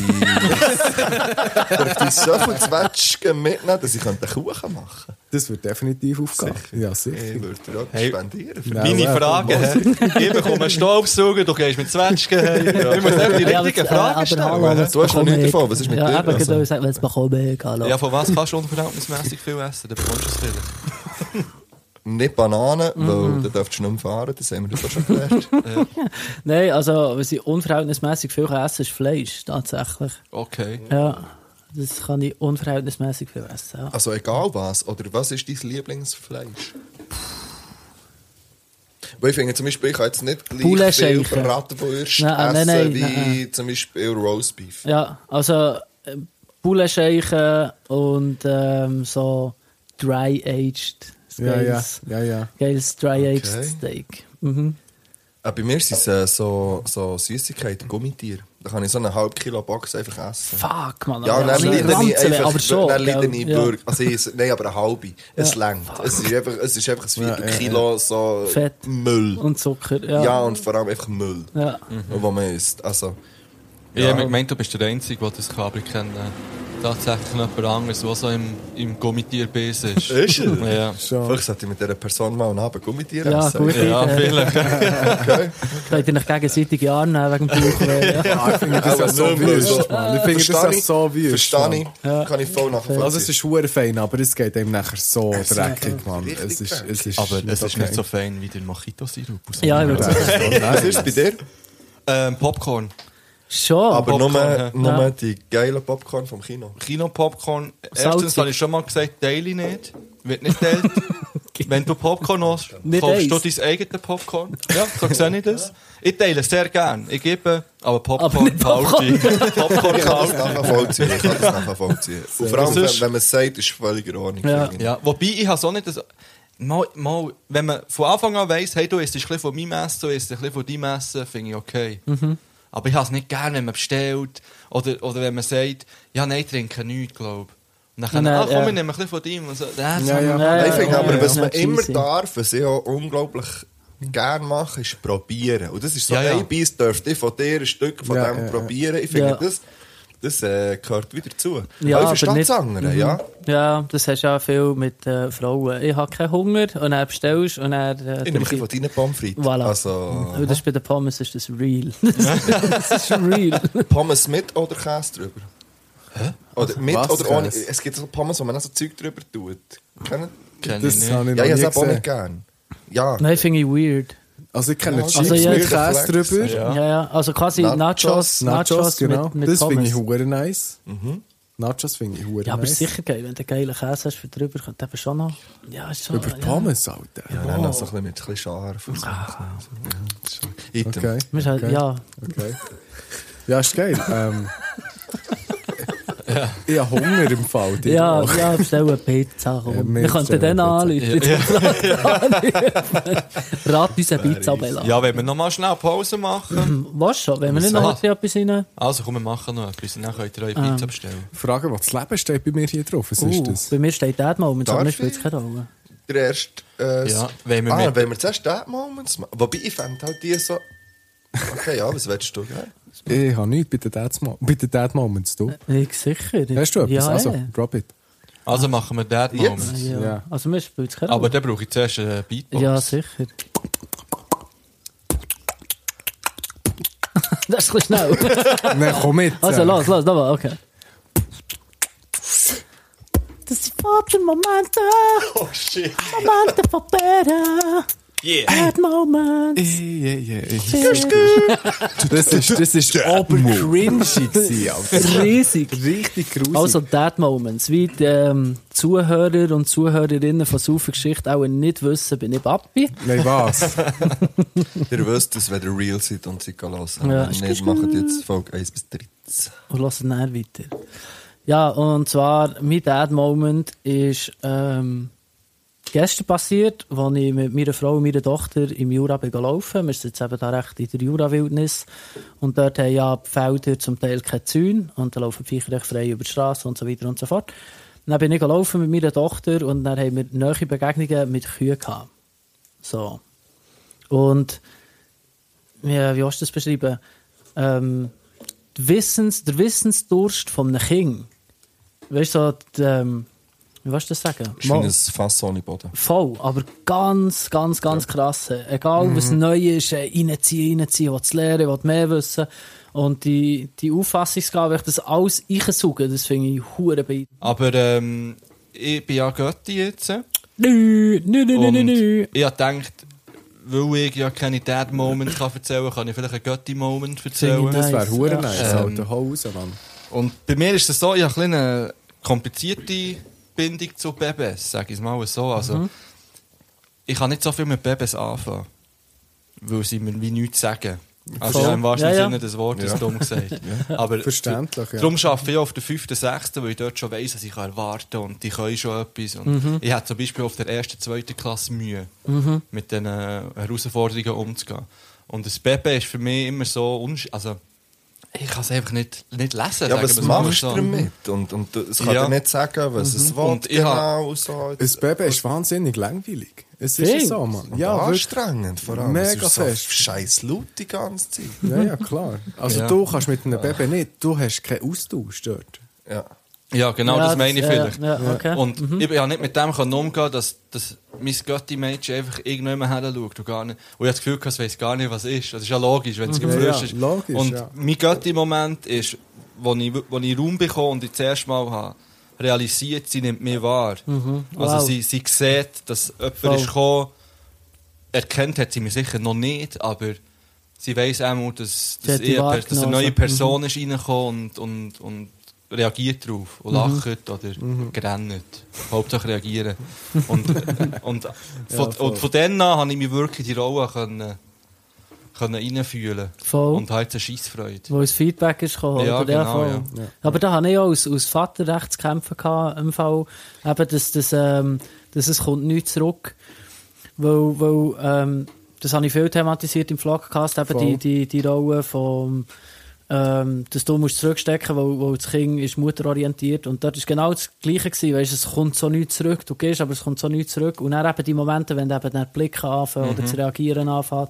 Speaker 3: Dürfte ich so viel Zwetschgen mitnehmen, dass ich einen Kuchen machen
Speaker 5: Das wird definitiv aufgehen. Ja, sicher.
Speaker 3: könnte? Ich würde dir auch
Speaker 1: Hey.
Speaker 3: spendieren. für-
Speaker 5: Ja,
Speaker 1: Meine
Speaker 5: ja,
Speaker 1: Frage, hä? ich bekomme einen Staubsauger, du gehst mit Zwetschgen. hä? Ich muss einfach die richtigen
Speaker 4: äh,
Speaker 1: Fragen stellen.
Speaker 3: Du hast noch nichts davon, was ist mit
Speaker 4: ja,
Speaker 3: dir?
Speaker 4: Ja, eben, also. gesagt, wenn es bekommen ich, hallo.
Speaker 1: hä? Ja, von was kannst du unverhältnismäßig viel essen? Dann bekommst du es vielleicht.
Speaker 3: Nicht Bananen,
Speaker 4: Mhm.
Speaker 3: weil dann dürftest du nicht mehr fahren, das haben wir doch schon gelernt.
Speaker 4: Nein, also, was ich unverhältnismäßig viel kann essen ist Fleisch, tatsächlich.
Speaker 1: Okay.
Speaker 4: Ja, das kann ich unverhältnismäßig viel essen. Ja.
Speaker 3: Also egal was, oder was ist dein Lieblingsfleisch? Weil ich finde zum Beispiel, ich kann jetzt nicht
Speaker 4: Poulet
Speaker 3: gleich viel
Speaker 4: schenken.
Speaker 3: Bratwurst
Speaker 4: Nein,
Speaker 3: essen
Speaker 4: nein, nein,
Speaker 3: wie
Speaker 4: nein.
Speaker 3: zum Beispiel Roastbeef.
Speaker 4: Ja, also äh, Bullenscheichen und ähm, so dry-aged. ein
Speaker 5: Ja, ja,
Speaker 4: geiles-
Speaker 5: ja, ja.
Speaker 4: Geiles dry-aged
Speaker 3: Okay.
Speaker 4: Steak. Mhm.
Speaker 3: Äh, bei mir sind es äh, so, so Süßigkeiten, Gummitiere. Da kann ich so eine halbe Kilo Box einfach essen.
Speaker 4: Fuck, man.
Speaker 3: Ja, und dann
Speaker 4: also nicht
Speaker 3: leide ich
Speaker 4: ranzeln,
Speaker 3: einfach,
Speaker 4: aber schon.
Speaker 3: dann leide
Speaker 4: gell?
Speaker 3: ich
Speaker 4: Ja.
Speaker 3: wirklich, also ich, nein, aber eine halbe, es längt. Es ist einfach, es ist einfach ein Viertel Kilo so
Speaker 4: Fett.
Speaker 3: Müll.
Speaker 4: Und Zucker, ja.
Speaker 3: ja. und vor allem einfach Müll,
Speaker 4: ja.
Speaker 3: wo man isst. Also,
Speaker 1: Ich habe mir gemeint, du bist der Einzige, der das Kabel kennt. Äh, Tatsächlich noch jemand anderes, der so im, im Gummitierbiss ist.
Speaker 3: Ist er?
Speaker 1: Ja.
Speaker 5: Schon.
Speaker 3: vielleicht sollte ich mit dieser Person mal einen Abend Gummitier
Speaker 4: Ja,
Speaker 3: essen.
Speaker 4: gut.
Speaker 1: Ja, vielleicht.
Speaker 4: Könnt ihr euch gegenseitig annehmen wegen dem Bauchweh? ja.
Speaker 5: Ah, ich finde das ja
Speaker 3: Aber
Speaker 5: so
Speaker 3: nicht mehr so.
Speaker 5: wüst, Mann. Ich finde das
Speaker 3: Verstehe
Speaker 5: ja so wüst.
Speaker 3: Verstehe
Speaker 5: Mann.
Speaker 3: ich, kann ich voll nachvollziehen.
Speaker 5: Also es ist hure fein, aber es geht ihm nachher so dreckig, Mann.
Speaker 3: richtig
Speaker 5: Es ist, es ist
Speaker 1: Aber es ist nicht
Speaker 5: okay.
Speaker 1: so fein wie der Mojito-Sirup. aus
Speaker 4: Ja, ich
Speaker 1: Migros.
Speaker 4: würde sagen.
Speaker 3: was ist bei dir?
Speaker 1: ähm, Popcorn.
Speaker 4: Schon.
Speaker 3: Aber
Speaker 1: Popcorn, ja.
Speaker 3: nur, nur die geilen Popcorn vom Kino.
Speaker 1: Kino-Popcorn. Erstens
Speaker 4: Salzig.
Speaker 1: habe ich schon mal gesagt, teile ich nicht. Wird nicht teilt. Wenn du Popcorn hast,
Speaker 4: Nicht
Speaker 1: kaufst du
Speaker 4: eins.
Speaker 1: dein eigenes Popcorn. Ja, so sehe ich das. Ich teile sehr gern. Ich gebe, aber
Speaker 4: Aber
Speaker 1: Popcorn
Speaker 4: nicht
Speaker 1: kalte. Popcorn
Speaker 3: Ich kann das
Speaker 1: kalte.
Speaker 3: nachvollziehen, ich kann das nachvollziehen. Und vor allem, wenn, wenn man es sagt, ist es völlig in Ordnung.
Speaker 4: Ja.
Speaker 3: finde ich.
Speaker 1: Ja, wobei ich habe so nicht das... Mal, mal, wenn man von Anfang an weiss, hey, du isst ein bisschen von meinem Essen, du isst ein bisschen von deinem Essen, finde ich okay. Aber ich habe es nicht gern, wenn man bestellt oder, oder wenn man sagt, ja, nein, ich trinke nichts, glaube ich. Und dann,
Speaker 4: Nein,
Speaker 1: ah, komm,
Speaker 4: ja.
Speaker 1: ich nehme ein bisschen von deinem. Und so, das
Speaker 5: Ja, ja.
Speaker 4: Ja,
Speaker 3: Nein,
Speaker 4: ja,
Speaker 3: ich finde
Speaker 4: ja,
Speaker 3: aber,
Speaker 4: ja,
Speaker 3: was
Speaker 4: ja,
Speaker 3: man
Speaker 4: cheesy.
Speaker 3: immer darf, was ich auch unglaublich gerne mache, ist probieren. Und das ist so,
Speaker 1: Ja, ja.
Speaker 3: ein Biss dürfte ich von dir ein Stück von
Speaker 5: Ja,
Speaker 3: dem
Speaker 5: ja, ja.
Speaker 3: probieren. Ich finde,
Speaker 4: Ja.
Speaker 3: das, das äh, gehört wieder zu.
Speaker 4: Ja,
Speaker 3: Aber ich
Speaker 4: aber
Speaker 3: verstehe
Speaker 4: nicht- Mhm.
Speaker 3: das andere, ja.
Speaker 4: Ja, das hast du ja viel mit äh, Frauen. Ich habe keinen Hunger und er bestellst und er. Äh,
Speaker 3: Ich nehme ein bisschen von deinen Pommes frites.
Speaker 4: Voilà. Mhm.
Speaker 3: Also,
Speaker 4: Und das ist bei den Pommes ist das real. das ist real.
Speaker 3: Pommes mit oder Käse drüber? Oder mit
Speaker 5: was
Speaker 3: oder ohne.
Speaker 5: Käse?
Speaker 3: Es gibt so Pommes, wo man auch so Zeug drüber tut. Kennen?
Speaker 1: kenne ich
Speaker 5: Das
Speaker 1: nicht.
Speaker 5: habe ich
Speaker 3: Ja,
Speaker 5: noch
Speaker 3: ich habe
Speaker 5: nie
Speaker 3: es auch nicht
Speaker 5: gesehen.
Speaker 3: gern. Ja.
Speaker 4: Nein, finde ich weird.
Speaker 5: Also ich kenne
Speaker 3: Also
Speaker 5: Chips
Speaker 4: ja,
Speaker 5: mit
Speaker 4: ich-
Speaker 5: Käse
Speaker 3: Flex.
Speaker 5: drüber.
Speaker 4: Ja, ja. Also quasi
Speaker 3: Nachos,
Speaker 4: Nachos, Nachos,
Speaker 5: Nachos, genau.
Speaker 4: mit, mit
Speaker 5: das finde
Speaker 4: Pommes.
Speaker 5: ich hure nice.
Speaker 1: Mhm.
Speaker 5: Nachos finde ich hure
Speaker 4: ja, aber
Speaker 5: nice.
Speaker 4: sicher geil, wenn du geilen Käse hast für drüber, könnte eben schon noch. Ja, ist schon.
Speaker 5: Über
Speaker 4: ja.
Speaker 5: Pommes, Alter.
Speaker 3: Ja,
Speaker 4: Oh.
Speaker 3: dann noch so ein bisschen mit ein bisschen scharf. und so. Item.
Speaker 5: Okay.
Speaker 4: Wir sind halt-
Speaker 5: okay.
Speaker 4: Ja,
Speaker 5: Okay. Ja, ist geil. Ähm, Ich habe Hunger im Fall. die
Speaker 4: ja,
Speaker 5: Woche.
Speaker 4: ja, bestell eine Pizza.
Speaker 5: Ja,
Speaker 4: Komm.
Speaker 5: wir
Speaker 4: wir könnten
Speaker 5: bestellen
Speaker 4: dann
Speaker 5: eine
Speaker 4: anrufen. Rat uns eine Pizza, Bella.
Speaker 1: Ja, wenn wir nochmal schnell Pause machen.
Speaker 4: Was schon? Wenn wir nicht
Speaker 1: So.
Speaker 4: noch etwas rein...
Speaker 1: Also komm, wir machen noch etwas und dann könnt ihr eure Pizza bestellen.
Speaker 5: Frage, was das Leben steht bei mir hier drauf. Was
Speaker 4: Uh,
Speaker 5: ist das?
Speaker 4: bei mir steht Dad Moment,
Speaker 3: Darf
Speaker 4: aber mir
Speaker 3: ich?
Speaker 4: spielt es keine Rolle.
Speaker 3: Der erste. Äh,
Speaker 1: Ja, wenn
Speaker 3: wenn
Speaker 1: wir
Speaker 3: wir, ah,
Speaker 1: mit-
Speaker 3: wenn wir zuerst den Moments machen. Wobei ich fände halt die so. Okay, ja, was willst du? Gell?
Speaker 5: Ich habe nichts bei den Dad Mo- bei den Dad Moments. Du?
Speaker 4: Ich sicher.
Speaker 5: Hast du etwas?
Speaker 4: Ja,
Speaker 5: also,
Speaker 4: eh.
Speaker 5: drop it.
Speaker 1: Also machen wir Dead
Speaker 3: Jetzt?
Speaker 1: Moment.
Speaker 4: ja.
Speaker 5: Ja.
Speaker 4: Also mir spielt es keine
Speaker 1: Aber
Speaker 4: Rolle.
Speaker 1: dann brauche ich zuerst eine Beatbox.
Speaker 4: Ja, sicher. das ist ein bisschen schnell.
Speaker 5: Nein, komm mit.
Speaker 4: Also los, los, nochmal, okay. Op de momenten,
Speaker 1: Oh shit.
Speaker 4: momenten van better.
Speaker 1: Yeah.
Speaker 4: Bad moments.
Speaker 5: Yeah, yeah, Das ist, das ist obercringy gewesen, Alter.
Speaker 4: Riesig.
Speaker 5: Richtig grusig.
Speaker 4: Also Dead Moments, wie die ähm, Zuhörer und Zuhörerinnen von Saufen Geschichte auch nicht wissen, bin ich Papi.
Speaker 5: Nein, was?
Speaker 3: Ihr wisst es, wenn ihr real seid und sie hören.
Speaker 4: Ja.
Speaker 3: Ja. Nicht macht jetzt Folge 1 bis 13.
Speaker 4: Und hören dann weiter. Ja, und zwar, mein Dad Moment ist ähm, gestern passiert, als ich mit meiner Frau und meiner Tochter im Jura bin gelaufen Wir sind jetzt eben da recht in der Jura-Wildnis. Und dort haben ja die Felder zum Teil keine Zäune. Und da laufen die Viecher recht frei über die Straße und so weiter und so fort. Dann bin ich gelaufen mit meiner Tochter und dann haben wir neue Begegnungen mit Kühen gehabt. So. Und ja, wie hast du das beschrieben? Ähm, die Wissens, der Wissensdurst von einem Kind. Weißt du, so, die, ähm, wie willst du das sagen?
Speaker 3: Ist wie ein Fass ohne Boden.
Speaker 4: Voll, aber ganz, ganz, ganz krass. Egal was
Speaker 1: Mhm.
Speaker 4: neu ist, äh, reinziehen, reinziehen, was lernen, was mehr wissen. Und die, die Auffassungsgabe, ich das alles einsaugen, das finde ich hure bei.
Speaker 1: Aber ähm, ich bin ja Götti jetzt. äh,
Speaker 4: Nö, nö, nö, nö,
Speaker 1: Und
Speaker 4: nö, nö.
Speaker 1: ich hab gedacht, weil ich ja keine Dad-Moment kann erzählen kann, kann ich vielleicht einen Götti-Moment erzählen.
Speaker 4: Finde ich
Speaker 5: Das wäre
Speaker 4: Nice. Ähm.
Speaker 5: hure
Speaker 4: Ja.
Speaker 5: nice, Alter. Hau raus, Mann.
Speaker 1: Und bei mir ist es so, ich habe ein bisschen eine komplizierte Bindung zu Babys, sage ich es mal so. Also,
Speaker 4: Mhm.
Speaker 1: Ich kann nicht so viel mit Babys anfangen, weil sie mir wie nichts sagen. Also
Speaker 4: Voll.
Speaker 1: im wahrsten
Speaker 4: Ja, ja.
Speaker 1: Sinne des Wortes, dumm gesagt. Aber
Speaker 5: Verständlich, ja.
Speaker 1: Darum arbeite ich auf der fünften, sechsten, weil ich dort schon weiss, dass ich erwarten kann und die können schon etwas. Und
Speaker 4: Mhm.
Speaker 1: Ich hatte zum Beispiel auf der ersten, zweiten Klasse Mühe, mit diesen äh, Herausforderungen umzugehen. Und das Baby ist für mich immer so, unsch also ich kann es einfach nicht, nicht lesen.
Speaker 3: Ja,
Speaker 1: sagen
Speaker 3: was
Speaker 1: wir es mal
Speaker 3: machst
Speaker 1: so.
Speaker 3: du damit? Und, und du- es kann
Speaker 1: Ja.
Speaker 3: dir nicht sagen, was es will.
Speaker 1: Und ich hab-
Speaker 3: genau so.
Speaker 5: Ein Baby ist wahnsinnig langweilig. Es
Speaker 4: Ding.
Speaker 5: ist so, Mann.
Speaker 3: ja,
Speaker 5: Ja, wirklich.
Speaker 3: anstrengend vor allem.
Speaker 5: Mega
Speaker 3: es ist so
Speaker 5: fest.
Speaker 3: scheiß laut die ganze Zeit.
Speaker 5: Ja, ja, klar. Also
Speaker 1: Ja.
Speaker 5: du kannst mit einem Baby nicht, du hast keinen Austausch dort.
Speaker 3: Ja.
Speaker 1: Ja, genau,
Speaker 4: Ja,
Speaker 1: das meine ich
Speaker 4: das- ja,
Speaker 1: vielleicht.
Speaker 4: ja, okay. Mhm.
Speaker 1: Und ich bin ja nicht mit dem können umgehen, dass, dass mein Götti-Mädchen einfach irgendwann her schaut und gar nicht. Und ich habe das Gefühl, gehabt, es weiss gar nicht, was ist. Das ist ja logisch, wenn es
Speaker 4: Mhm.
Speaker 5: Ja,
Speaker 1: geflüstert
Speaker 5: ja,
Speaker 1: ist.
Speaker 5: logisch,
Speaker 1: und
Speaker 5: ja.
Speaker 1: mein Götti-Moment ist, wo ich, wo ich Raum bekomme und ich zuerst mal habe realisiert, sie nimmt mich wahr.
Speaker 4: Mhm. Wow.
Speaker 1: Also sie, sie sieht, dass jemand
Speaker 4: Voll.
Speaker 1: ist gekommen, erkennt hat sie mich sicher noch nicht, aber sie weiß einmal, dass,
Speaker 4: Sie
Speaker 1: dass,
Speaker 4: hat die
Speaker 1: ich, dass eine
Speaker 4: wahrgenommen,
Speaker 1: neue
Speaker 4: so. Mhm.
Speaker 1: Person ist reingekommen und, und, und reagiert drauf und
Speaker 4: Mhm.
Speaker 1: lacht oder grennt. Hauptsache reagieren. Und, und, von,
Speaker 5: voll.
Speaker 1: und von dann an habe ich mich wirklich in die Rolle können, können reinfühlen
Speaker 4: Voll.
Speaker 1: und habe jetzt eine Scheissfreude.
Speaker 4: Wo das Feedback ist gekommen.
Speaker 1: Ja,
Speaker 4: oder?
Speaker 1: genau,
Speaker 4: voll.
Speaker 1: ja.
Speaker 4: Aber da habe ich auch als, als Vater recht zu kämpfen gehabt, im Fall, eben, dass, dass, ähm, dass es kommt nichts zurück. Weil, weil ähm, das habe ich viel thematisiert im Vlogcast, eben
Speaker 5: Voll.
Speaker 4: die, die, die Rolle vom, ähm, dass du musst zurückstecken, weil, weil das Kind ist mutterorientiert und dort ist genau das Gleiche gewesen, weißt, es kommt so nichts zurück, du gehst, aber es kommt so nichts zurück und dann eben die Momente, wenn du eben dann Blick anfängt
Speaker 1: Mhm.
Speaker 4: oder zu reagieren anfängt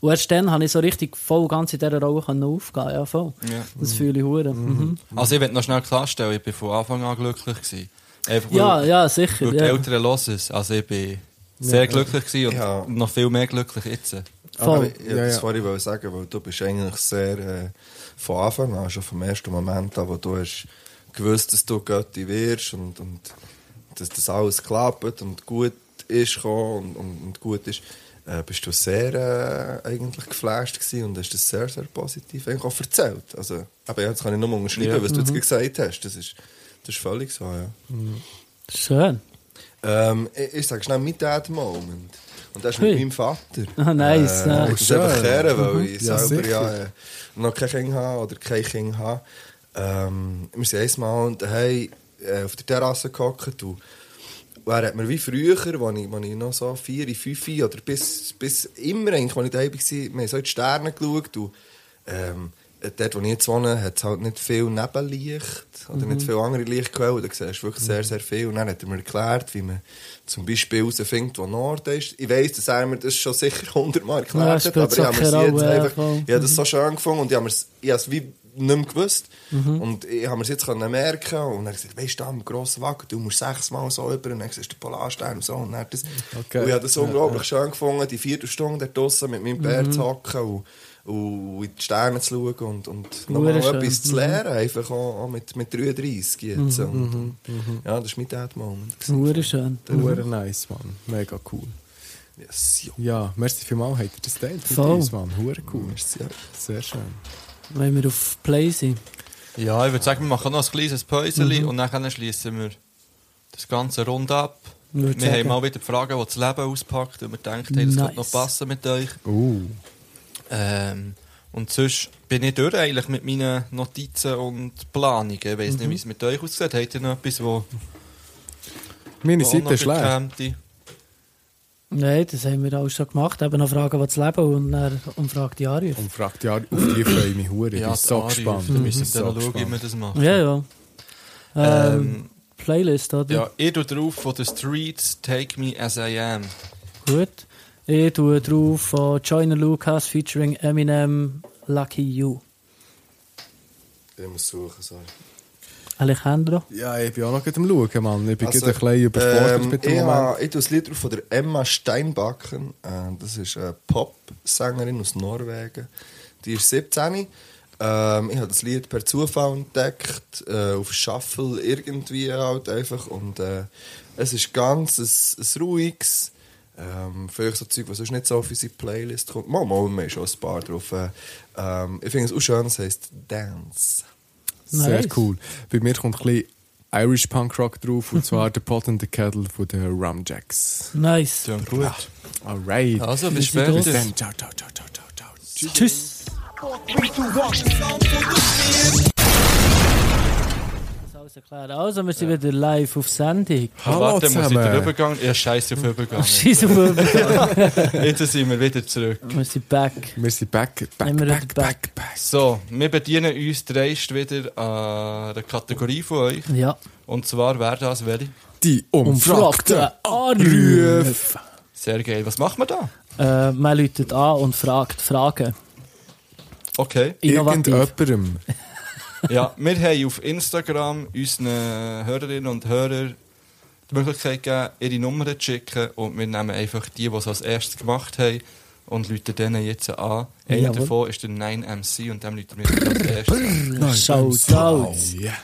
Speaker 4: und erst dann habe ich so richtig voll ganz in dieser Rolle können aufgehen, ja voll.
Speaker 1: Ja.
Speaker 4: Das fühle ich hure. Mhm.
Speaker 1: Also ich möchte noch schnell klarstellen, ich war von Anfang an glücklich. Gewesen. Einfach
Speaker 4: Ja,
Speaker 1: weil-
Speaker 4: ja, sicher.
Speaker 1: Weil die
Speaker 4: Ja.
Speaker 1: Eltern hören es. Also ich bin sehr glücklich gewesen und
Speaker 3: Ja.
Speaker 1: noch viel mehr glücklich jetzt.
Speaker 3: Aber
Speaker 4: Voll.
Speaker 3: ich
Speaker 5: Ja,
Speaker 3: ja, das
Speaker 5: ja.
Speaker 3: vorhin wollte sagen, weil du bist eigentlich sehr äh, von Anfang an, schon vom ersten Moment an, wo du hast gewusst, dass du Götti wirst und, und dass das alles klappt und gut ist gekommen und, und, und gut ist, äh, bist du sehr äh, eigentlich geflasht gewesen und hast das sehr, sehr positiv eigentlich auch erzählt. Also, aber ja, das kann ich nur unterschreiben, was du
Speaker 4: Mhm.
Speaker 3: jetzt gesagt hast. Das ist, das ist völlig so, ja.
Speaker 4: Schön.
Speaker 3: Ähm, ich, ich sage schnell mein Dad-Moment. Und das ist mit
Speaker 4: Ui.
Speaker 3: meinem Vater.
Speaker 4: Ah, nice,
Speaker 3: Äh,
Speaker 4: ja.
Speaker 3: Ich muss einfach
Speaker 5: Schön.
Speaker 3: kehren, weil ich
Speaker 5: Ja,
Speaker 3: selber
Speaker 5: sicher.
Speaker 3: ja, äh, noch kein Kind habe oder kein Kind habe. Ähm, wir sind einmal und hey, äh, auf der Terrasse gehockt und und er hat mir wie früher, als ich, als ich noch so vier, fünf oder bis, bis immer eigentlich, als ich daheim war, wir haben so in die Sterne geschaut und ähm, dort, wo ich jetzt wohne, hat es halt nicht viel Nebenlicht oder nicht viel andere Lichtquellen, da siehst du wirklich sehr, sehr viel und dann hat er mir erklärt, wie man zum Beispiel herausfindet, wo Norden ist. Ich weiss, dass er mir das dus schon sicher hundertmal erklärt
Speaker 4: Ja,
Speaker 3: hat,
Speaker 4: spielt
Speaker 3: aber ich
Speaker 4: so
Speaker 3: habe mir es
Speaker 4: keine
Speaker 3: jetzt
Speaker 4: Rolle, ja,
Speaker 3: einfach...
Speaker 4: voll. Mhm.
Speaker 3: Ich habe das so schön gefunden und ich habe, mir's, ich habe es wie nicht mehr gewusst.
Speaker 4: Mhm.
Speaker 3: Und ich habe mir es jetzt können merken und er hat gesagt, weißt du, da am grossen Wagen, du musst sechsmal so über und dann siehst du den Polarstern und so. Und, dann das.
Speaker 5: Okay.
Speaker 4: Mhm.
Speaker 3: und ich habe das unglaublich schön gefunden, die vierte Stunde dort draussen mit meinem Bär zu hocken und und in die Sterne zu schauen und, und nochmal
Speaker 4: Hure schön. Mhm.
Speaker 3: etwas zu lernen, einfach auch, auch mit, mit 33 jetzt. Und,
Speaker 4: mhm,
Speaker 3: Ja, das war mein Dad-Moment.
Speaker 4: Hure schön.
Speaker 5: Hure nice, Mann. Mega cool.
Speaker 3: Yes, ja.
Speaker 5: Ja, merci vielmals, habt ihr das Date mit
Speaker 4: Voll.
Speaker 5: uns, Mann. Hure cool.
Speaker 3: Merci, ja.
Speaker 5: Sehr schön.
Speaker 4: Mhm. Wenn wir auf Play sind.
Speaker 1: Ja, ich würde sagen, wir machen noch ein kleines Päuschen
Speaker 4: Mhm.
Speaker 1: und dann schließen wir das Ganze rund ab.
Speaker 4: Ich würd
Speaker 1: wir
Speaker 4: sagen-
Speaker 1: haben mal wieder die Fragen, die das Leben auspackt, und wir denken, hey, das
Speaker 4: Nice.
Speaker 1: könnte noch passen mit euch.
Speaker 5: Uh.
Speaker 1: Ähm, und sonst bin ich durch eigentlich mit meinen Notizen und Planungen. Ich weiss
Speaker 4: Mhm.
Speaker 1: nicht, wie es mit euch aussieht. Habt ihr noch etwas, wo
Speaker 5: Meine
Speaker 1: wo noch
Speaker 5: Seite ist leer.
Speaker 1: gekämmt?
Speaker 4: Nein, das haben wir alles schon gemacht. Eben noch fragen, was das Leben und dann umfragt die Anrufe.
Speaker 5: Und fragt ja, auf die freue ich mich hure. Ich
Speaker 1: Ja,
Speaker 5: bin so
Speaker 1: die Anrufe.
Speaker 5: gespannt.
Speaker 1: Wir
Speaker 5: Ich bin
Speaker 1: müssen
Speaker 5: so
Speaker 1: dann schauen, wie wir
Speaker 5: gespannt.
Speaker 1: das machen.
Speaker 4: Ja, ja. Ähm,
Speaker 1: Ähm,
Speaker 4: Playlist, oder?
Speaker 1: ja, ich tue drauf von The Streets Take Me As I Am.
Speaker 4: Gut. Ich tue drauf von Joyner Lucas featuring Eminem Lucky You.
Speaker 3: Ich muss suchen, sorry.
Speaker 4: Alejandro.
Speaker 5: Ja, ich bin auch noch gerade am Schauen, Mann. Ich bin
Speaker 3: Also,
Speaker 5: gerade ein bisschen überfordert
Speaker 3: ähm,
Speaker 5: mit
Speaker 3: ich
Speaker 5: dem Moment.
Speaker 3: habe- Ich tue das Lied drauf von der Emma Steinbacken. Äh, das ist eine Pop-Sängerin aus Norwegen. Die ist 17. Ähm, ich habe das Lied per Zufall entdeckt, äh, auf Shuffle irgendwie halt einfach. Und äh, es ist ganz ein, ein ruhiges, ähm, vielleicht so Zeug, was sonst nicht so auf unsere Playlist kommt. Mal, mal, wir haben schon ein paar drauf. Äh, ähm, ich finde es auch schön, es heisst Dance.
Speaker 5: Sehr
Speaker 4: Nice.
Speaker 5: cool. Bei mir kommt ein bisschen Irish Punk Rock drauf, und zwar der Pot and the Kettle von den Rum Jacks.
Speaker 4: Nice.
Speaker 1: Klingt gut.
Speaker 5: Alright.
Speaker 1: Also, bis
Speaker 4: sind
Speaker 1: später.
Speaker 4: los.
Speaker 5: Bis dann. Ciao, ciao, ciao, ciao, ciao, ciao.
Speaker 4: Tschüss. Das alles erklärt. Also, wir sind wieder live auf Sendung.
Speaker 5: Hallo
Speaker 1: Warte, muss ich den
Speaker 5: zusammen. Oh,
Speaker 1: Übergang? Ja, scheiße auf Übergang.
Speaker 4: Scheiße, wir
Speaker 1: Jetzt sind wir wieder zurück.
Speaker 4: wir sind back.
Speaker 5: Wir sind back, back,
Speaker 4: Nehmen wir
Speaker 5: back,
Speaker 4: wieder
Speaker 5: back, back.
Speaker 1: So, wir bedienen uns dreist wieder an der Kategorie von euch.
Speaker 4: Ja.
Speaker 1: Und zwar wäre das welche?
Speaker 5: Die umfragten
Speaker 4: Umfragte
Speaker 5: Anrufe.
Speaker 1: Sehr geil. Was macht man da?
Speaker 4: Äh, man läutet an und fragt Fragen.
Speaker 1: Okay.
Speaker 4: Innovativ.
Speaker 5: Irgendjemandem.
Speaker 1: Ja, wir haben auf Instagram unseren Hörerinnen und Hörern die Möglichkeit gegeben, ihre Nummern zu schicken. Und wir nehmen einfach die, die es als erstes gemacht haben, und läuten denen jetzt an. Einer
Speaker 4: Jawohl.
Speaker 1: davon ist der 9MC und dem läuten wir als erstes an.
Speaker 4: Shoutouts.
Speaker 5: Yeah.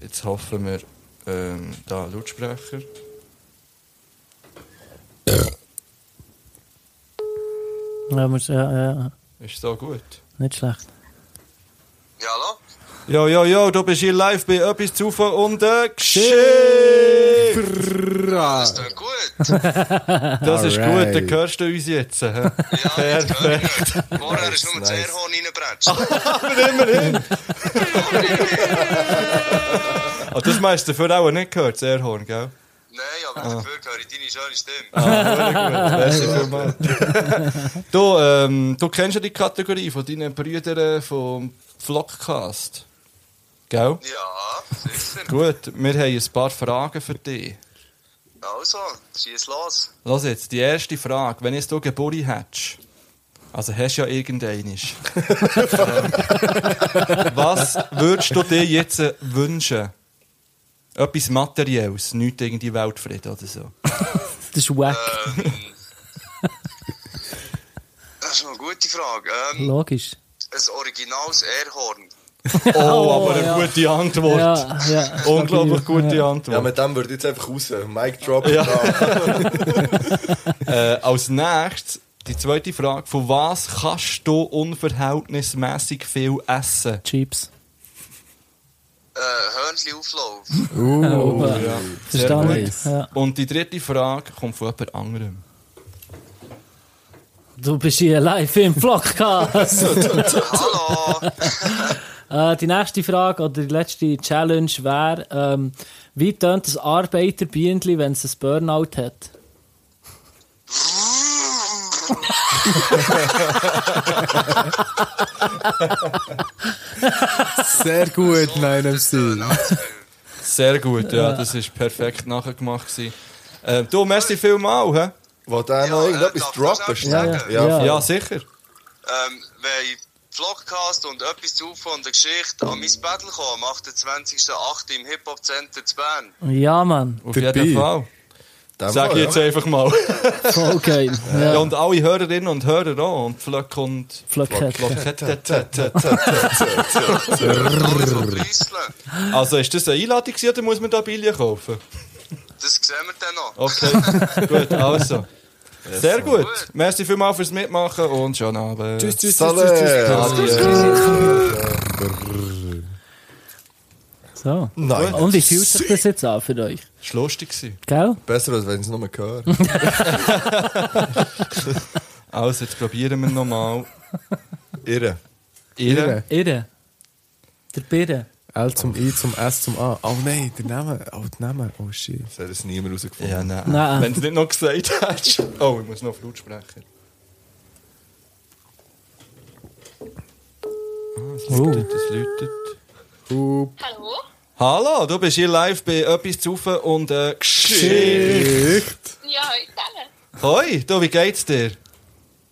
Speaker 1: Jetzt hoffen wir, ähm, da Lautsprecher.
Speaker 4: Ja, wir- ja, ja,
Speaker 1: Ist so gut.
Speaker 4: nicht schlecht.
Speaker 7: Ja, hallo?
Speaker 1: Jo, jo, jo, du bist hier live bei etwas Zufall und äh, Geschichte.
Speaker 7: Das tut gut.
Speaker 1: Das ist gut,
Speaker 5: Alright.
Speaker 1: dann hörst du uns jetzt. hä?
Speaker 7: Ja, jetzt höre ich euch. Vorher ist nur das Airhorn reingebratscht.
Speaker 1: Ah, das meinst du dafür auch nicht gehört, das Airhorn, gell?
Speaker 7: Nein, aber dafür höre ich deine schöne Stimme.
Speaker 1: Merci vielmals. du, ähm, du kennst ja die Kategorie von deinen Brüdern vom Vlogcast. Gell?
Speaker 7: Ja, sicher.
Speaker 1: Gut, wir haben ein paar Fragen für dich.
Speaker 7: Also, schieß los.
Speaker 1: Lass jetzt, die erste Frage. Wenn jetzt du Geburi hättest, also hast du ja irgendeine. was würdest du dir jetzt äh, wünschen? Etwas Materielles, nicht irgendwie Weltfrieden oder so.
Speaker 4: Das ist wack.
Speaker 7: Ähm, das ist eine gute Frage. Ähm,
Speaker 4: Logisch.
Speaker 7: ein originales Airhorn.
Speaker 1: Oh, aber eine gute Antwort.
Speaker 4: Ja, ja.
Speaker 1: Unglaublich gute
Speaker 3: Ja,
Speaker 1: Antwort.
Speaker 3: mit dem würde ich jetzt einfach raus. Mic drop.
Speaker 1: Ja.
Speaker 3: Da.
Speaker 1: Äh, als nächstes die zweite Frage. Von was kannst du unverhältnismäßig viel essen?
Speaker 4: Chips.
Speaker 7: Äh,
Speaker 4: Oh,
Speaker 7: Hörnli-Auflauf.
Speaker 4: ja. Verstanden.
Speaker 5: nice.
Speaker 4: Ja.
Speaker 1: Und die dritte Frage kommt von jemand anderem.
Speaker 4: Du bist hier live im Vlogcast.
Speaker 7: Hallo!
Speaker 4: äh, die nächste Frage oder die letzte Challenge wäre, ähm, wie tönt das Arbeiterbienchen, wenn es ein Burnout hat?
Speaker 5: Sehr gut, 9MC.
Speaker 1: Sehr gut, ja, das ist perfekt nachgemacht. gewesen. Ähm, du, merci vielmal, hä?
Speaker 3: Wo der noch
Speaker 7: Ja,
Speaker 3: irgendetwas
Speaker 7: äh, darf
Speaker 3: droppen
Speaker 7: das auch
Speaker 3: schnell.
Speaker 4: sagen?
Speaker 3: Ja,
Speaker 4: Ja.
Speaker 1: Ja, sicher.
Speaker 7: Ähm, wenn ich Vlogcast und etwas zu von der Geschichte an mein Battle kommen, am 28.08. im Hip-Hop-Center zu Bern.
Speaker 4: Ja, Mann.
Speaker 1: Auf
Speaker 5: Dabei.
Speaker 1: jeden Fall.
Speaker 3: Dem
Speaker 1: Sag
Speaker 3: Fall,
Speaker 1: ich jetzt
Speaker 3: ja.
Speaker 1: einfach mal.
Speaker 4: Voll geil.
Speaker 1: Ja.
Speaker 4: Ja,
Speaker 1: Und alle Hörerinnen und Hörer auch. Und Flöck und...
Speaker 4: Flöckette.
Speaker 7: Reißeln.
Speaker 1: Also ist das eine Einladung gewesen, oder muss man da Billen kaufen?
Speaker 7: Das sehen wir dann noch.
Speaker 1: Okay, gut, also. Sehr gut.
Speaker 7: Gut.
Speaker 1: Merci vielmals fürs Mitmachen und schönen Abend.
Speaker 5: Tschüss, tschüss, tschüss, tschüss, tschüss.
Speaker 3: Salut.
Speaker 4: So.
Speaker 3: Nein.
Speaker 4: Und wie fühlt sich das jetzt an für euch?
Speaker 1: Das war lustig. gewesen.
Speaker 4: Gell?
Speaker 3: Besser, als wenn ich es nur höre.
Speaker 1: Also, jetzt probieren wir nochmal.
Speaker 3: Irre.
Speaker 1: Ihre.
Speaker 4: Irre. Der Birre.
Speaker 5: L zum I zum S zum A. Oh nein, der Name. Oh, der Name. Oh shit.
Speaker 3: Das hat es niemand rausgefunden.
Speaker 1: Ja, nein.
Speaker 4: Nein.
Speaker 1: Wenn du es nicht noch gesagt hättest. Oh, ich muss noch auf Lautsprecher. Ah, es läutet, es läutet.
Speaker 8: Hallo?
Speaker 1: Hallo, du bist hier live bei «Etwas zu Haufen» und äh, Geschichte.
Speaker 8: Ja, hoi zusammen.
Speaker 1: Hoi, du, wie geht's dir?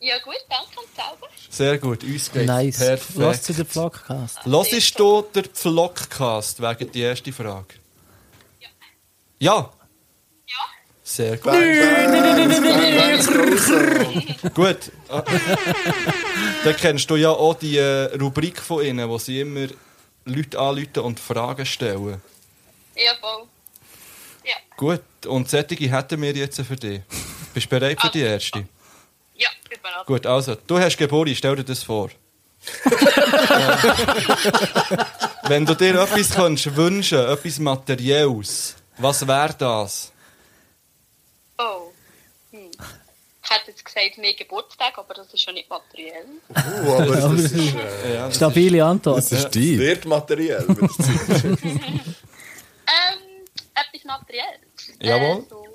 Speaker 8: Ja gut, danke und selber.
Speaker 1: Sehr gut, uns geht's
Speaker 4: Nice.
Speaker 1: perfekt.
Speaker 4: Lass zu den Vlogcast.
Speaker 1: Hörst du den Vlogcast wegen der ersten Frage? Ja. Ja? Sehr gut. gut. Ah. Dann kennst du ja auch die äh, Rubrik von ihnen, wo sie immer Leute anrufen und Fragen stellen.
Speaker 8: Ja, voll.
Speaker 1: Gut, und solche hätten wir jetzt für dich. Bist du bereit für die erste?
Speaker 8: Ja, bin bereit.
Speaker 1: Gut, also, du hast Geburi, stell dir das vor. Äh, Wenn du dir etwas könntest wünschen etwas Materielles, was wäre das?
Speaker 8: Oh. Hm. Ich hätte jetzt gesagt, mehr Geburtstag, aber das ist ja nicht materiell.
Speaker 3: Uh, aber das ist, äh,
Speaker 4: Stabile Antwort.
Speaker 5: Das ist die.
Speaker 3: wird materiell. wenn das Zeug-
Speaker 8: Ähm, etwas materiell.
Speaker 1: Jawohl.
Speaker 8: Äh, so.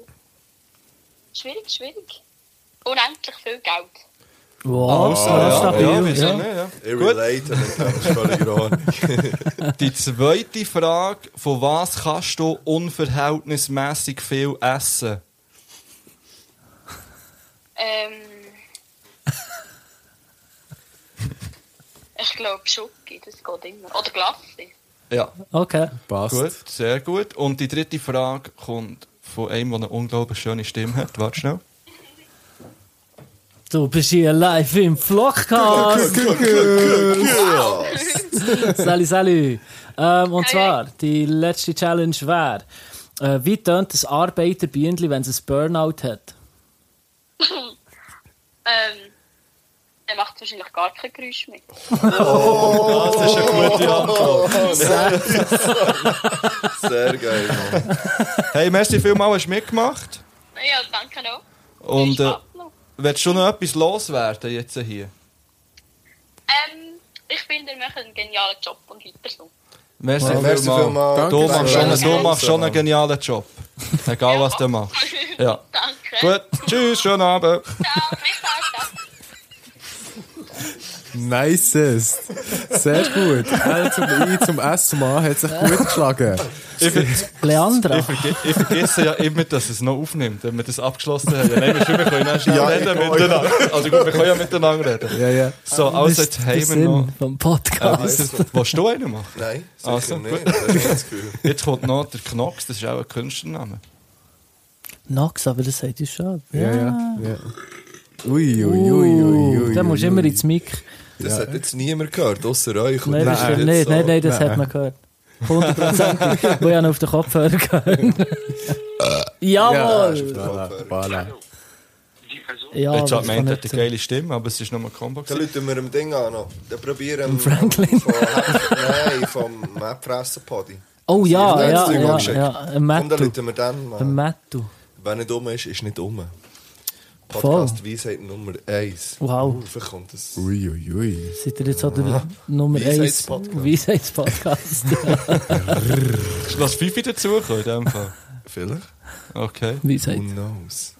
Speaker 8: Schwierig, schwierig. Unendlich viel Geld.
Speaker 4: Wow, so
Speaker 1: Oh, ja,
Speaker 4: Ah, stabil.
Speaker 1: wieso
Speaker 4: Ja.
Speaker 1: nicht, ja.
Speaker 3: Ich
Speaker 1: Gut.
Speaker 3: relate, und das ist völlig ironisch.
Speaker 1: Die zweite Frage, von was kannst du unverhältnismäßig viel essen?
Speaker 8: Ähm. ich glaube, Schoki, das geht immer. Oder Glasse.
Speaker 1: Ja,
Speaker 4: Okay.
Speaker 5: Passt.
Speaker 1: gut, sehr gut. Und die dritte Frage kommt von einem, der eine unglaublich schöne Stimme hat. Warte schnell.
Speaker 4: Du bist hier live im Vlogcast. Salut, salut. Ähm, und
Speaker 8: Hi,
Speaker 4: zwar, die letzte Challenge wäre, äh, wie tönt das Arbeiterbienchen, wenn es ein Burnout hat?
Speaker 8: Ähm. Der macht wahrscheinlich gar kein Geräusch mehr.
Speaker 3: Sehr geil, Mann.
Speaker 1: Hey, merci vielmals, hast du mitgemacht.
Speaker 8: Ja, danke noch.
Speaker 1: Und
Speaker 8: Viel
Speaker 1: äh,
Speaker 8: Spaß noch.
Speaker 1: willst du noch etwas loswerden jetzt hier?
Speaker 8: Ähm, ich finde, ihr macht einen genialen Job und weiter so.
Speaker 1: Merci
Speaker 3: Merci
Speaker 1: vielmals.
Speaker 3: vielmals.
Speaker 1: Du
Speaker 5: Danke,
Speaker 1: machst schon,
Speaker 5: danke.
Speaker 1: du machst schon einen genialen Job. Egal, was du machst. Ja.
Speaker 8: Danke.
Speaker 1: Gut, tschüss, schönen Abend.
Speaker 8: Ciao, bis bald.
Speaker 5: Nicest. Sehr gut. L zum I zum S zum A hat sich gut geschlagen.
Speaker 1: Ich, ver ich,
Speaker 4: Leandra.
Speaker 1: verge ich vergesse ja immer, dass es noch aufnimmt, wenn wir das abgeschlossen haben. Nein, wir können ja schnell
Speaker 3: Ja,
Speaker 1: reden
Speaker 3: egal.
Speaker 1: miteinander. Also gut, wir können ja miteinander reden.
Speaker 5: Ja, ja.
Speaker 1: So, also jetzt
Speaker 4: der
Speaker 1: haben wir
Speaker 4: Sinn Ah,
Speaker 1: noch...
Speaker 4: vom Podcast.
Speaker 1: Willst du einen machen?
Speaker 3: Nein, sicher
Speaker 1: Ah, so,
Speaker 3: nicht. Das ist das Gefühl.
Speaker 1: Jetzt kommt noch der Knox, das ist auch ein Künstlername.
Speaker 4: Nox, aber das sagt uns schon.
Speaker 5: Ja, Oh, ja. ja. Ui, ui, ui, ui, ui,
Speaker 4: Uh,
Speaker 5: ui.
Speaker 4: da musst du immer ins Mic.
Speaker 3: Das hat jetzt niemand gehört, außer euch. Und
Speaker 4: Nein,
Speaker 3: das ist
Speaker 4: nein,
Speaker 3: jetzt
Speaker 4: nein,
Speaker 3: so.
Speaker 4: nein, nein, das hat man gehört. 100%. Wo ich noch auf den Kopfhörer gehört. Eh,
Speaker 5: Ja,
Speaker 4: Jawohl!
Speaker 5: voilà, voilà.
Speaker 4: Ja,
Speaker 1: Jetzt hat
Speaker 4: aber Ah, das
Speaker 1: man
Speaker 4: kann
Speaker 1: hat eine
Speaker 4: nicht sein.
Speaker 1: geile Stimme, aber es ist nur ein Combo.
Speaker 3: Dann
Speaker 1: gewesen.
Speaker 3: läuten wir dem Ding an noch. Dann probieren wir...
Speaker 4: Franklin.
Speaker 3: Von, nein, vom Mapfressen-Poddy.
Speaker 4: Oh
Speaker 3: Sie
Speaker 4: ja,
Speaker 3: haben
Speaker 4: ja,
Speaker 3: das Ding
Speaker 4: ja,
Speaker 3: angeschickt.
Speaker 4: ja. Ein
Speaker 3: Und dann
Speaker 4: Mattu.
Speaker 3: läuten wir den mal.
Speaker 4: Ein Mattu.
Speaker 3: Wer nicht dumm ist, ist nicht dumm.
Speaker 4: Voll.
Speaker 3: Podcast Weisheit Nummer 1.
Speaker 4: Wow.
Speaker 3: Uff, kommt das.
Speaker 5: Ui, ui, ui.
Speaker 4: Seid ihr jetzt auch der Nummer 1
Speaker 3: Weisheitspodcast.
Speaker 4: Weisheitspodcast?
Speaker 1: Lass das Fifi dazukommen in dem Fall.
Speaker 3: Vielleicht?
Speaker 1: Okay.
Speaker 3: Who
Speaker 4: Weisheit.
Speaker 3: knows?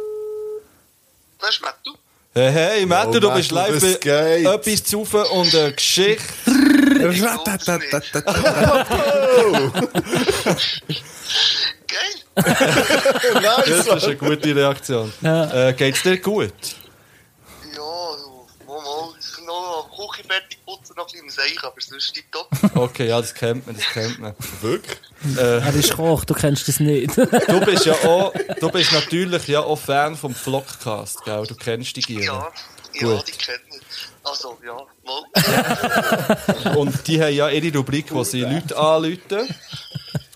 Speaker 7: Das ist Mattu.
Speaker 1: Hey, hey, Matthew,
Speaker 3: Oh,
Speaker 1: du bist
Speaker 3: Matthew,
Speaker 1: live
Speaker 3: das
Speaker 1: bei
Speaker 3: geht.
Speaker 1: etwas zu Haufen und eine Geschichte.
Speaker 5: Ratatatatata.
Speaker 7: Geil.
Speaker 1: Das ist eine gute Reaktion.
Speaker 4: Ja.
Speaker 1: Äh, geht's dir gut?
Speaker 7: Ja, du. Mal, mal. Ich bin noch am Küche fertig putzen, noch ein bisschen im Seich, aber sonst ist top.
Speaker 1: Okay, ja, das kennt man, das kennt man.
Speaker 3: Wirklich?
Speaker 1: Äh,
Speaker 4: Er ist Koch, du kennst das nicht.
Speaker 1: du bist ja auch, du bist natürlich ja auch Fan vom Vlogcast, gell? Du kennst die Gier.
Speaker 7: Ja, ja,
Speaker 1: Genau. Gut.
Speaker 7: die kennt man. Also, ja, mal.
Speaker 1: Und die haben ja ihre Rubrik, wo sie Leute anrufen.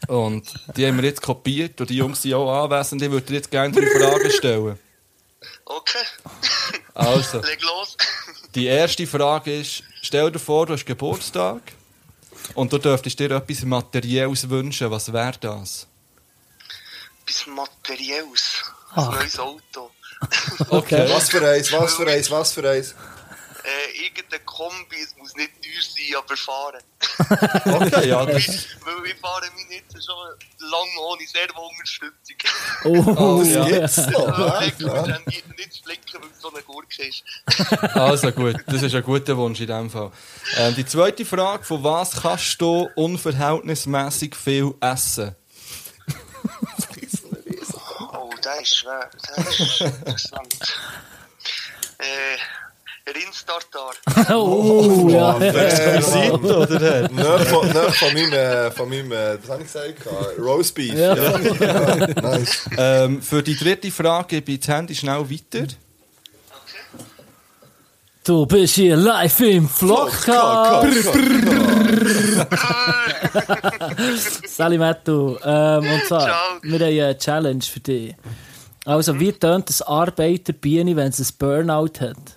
Speaker 1: Und die haben wir jetzt kopiert und die Jungs sind auch anwesend. Ich würde jetzt gerne drei Fragen stellen.
Speaker 7: Okay,
Speaker 1: Also,
Speaker 7: leg los.
Speaker 1: die erste Frage ist, stell dir vor, du hast Geburtstag und du dürftest dir etwas Materielles wünschen. Was wäre das?
Speaker 7: Etwas Materielles.
Speaker 4: Ach.
Speaker 7: Ein neues Auto.
Speaker 1: Okay.
Speaker 3: Was für eins, was für eins, was für eins.
Speaker 7: Äh, irgendein Kombi, es muss nicht teuer sein, aber fahren.
Speaker 1: Okay, ja, das ist
Speaker 7: Weil wir fahren mich jetzt schon lange ohne Servounterstützung.
Speaker 4: Oh,
Speaker 1: ja. Oh,
Speaker 7: Ja, ich kann nicht flicken, weil es so eine Gurke ist.
Speaker 1: Also gut, das ist ein guter Wunsch in dem Fall. Ähm, die zweite Frage, von was kannst du unverhältnismäßig viel essen?
Speaker 7: Oh, der ist schwer. Der ist interessant. äh, Rindstartar.
Speaker 4: oh, ja.
Speaker 1: Exquisit, oder?
Speaker 3: Nicht von, nicht von meinem, äh, von meinem äh, was habe ich gesagt? Roastbeef. Ja. Ja. Nice.
Speaker 1: ähm, für die dritte Frage gebe ich das Handy schnell weiter.
Speaker 4: Du bist hier live im Vlogcast. Salimetto. Ähm, und zwar,
Speaker 7: Ciao.
Speaker 4: wir haben eine Challenge für dich. Also, wie tönt das Arbeiterbiene, wenn es ein Burnout hat?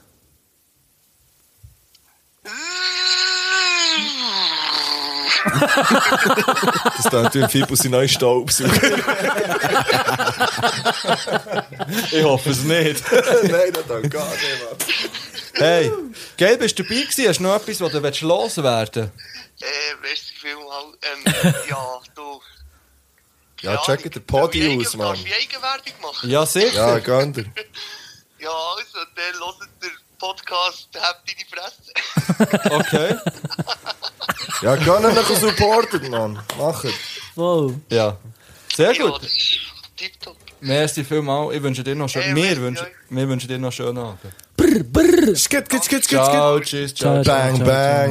Speaker 3: Das klingt wie ein Fibus in neuen Staubsauger.
Speaker 1: Ich hoffe es nicht.
Speaker 3: Nein, das geht gar nicht, Mann.
Speaker 1: Hey, Gelb, bist du dabei gewesen? Hast du noch etwas, was du willst loswerden
Speaker 7: Äh, merci vielmal. Ähm, ja, du.
Speaker 3: Ja,
Speaker 7: Keine
Speaker 3: check
Speaker 7: Ahnung.
Speaker 3: den Podi
Speaker 7: Darf ich
Speaker 3: aus,
Speaker 7: Eigen-
Speaker 3: Mann.
Speaker 7: Darf ich Eigenwerbung machen?
Speaker 1: Ja, sicher.
Speaker 3: Ja, gönn dir.
Speaker 7: Ja, eh, also, dann hört der Podcast, habt deine Fresse.
Speaker 1: Okay.
Speaker 3: Ja, gönn ihn nachher supportet, Mann. Mach es.
Speaker 4: Wow.
Speaker 1: Ja. Sehr
Speaker 7: Ja,
Speaker 1: gut.
Speaker 7: das ist tipptopp.
Speaker 1: Merci vielmals. Ich wünsche dir noch schön.
Speaker 7: Hey,
Speaker 1: wir,
Speaker 7: merci
Speaker 1: wünschen,
Speaker 7: euch.
Speaker 1: wir wünschen dir noch schönen Abend.
Speaker 4: Brr, brr.
Speaker 5: Skit, skit, skit, skit, skit.
Speaker 1: Ciao, tschüss, ciao.
Speaker 4: Ciao, ciao.
Speaker 3: Bang,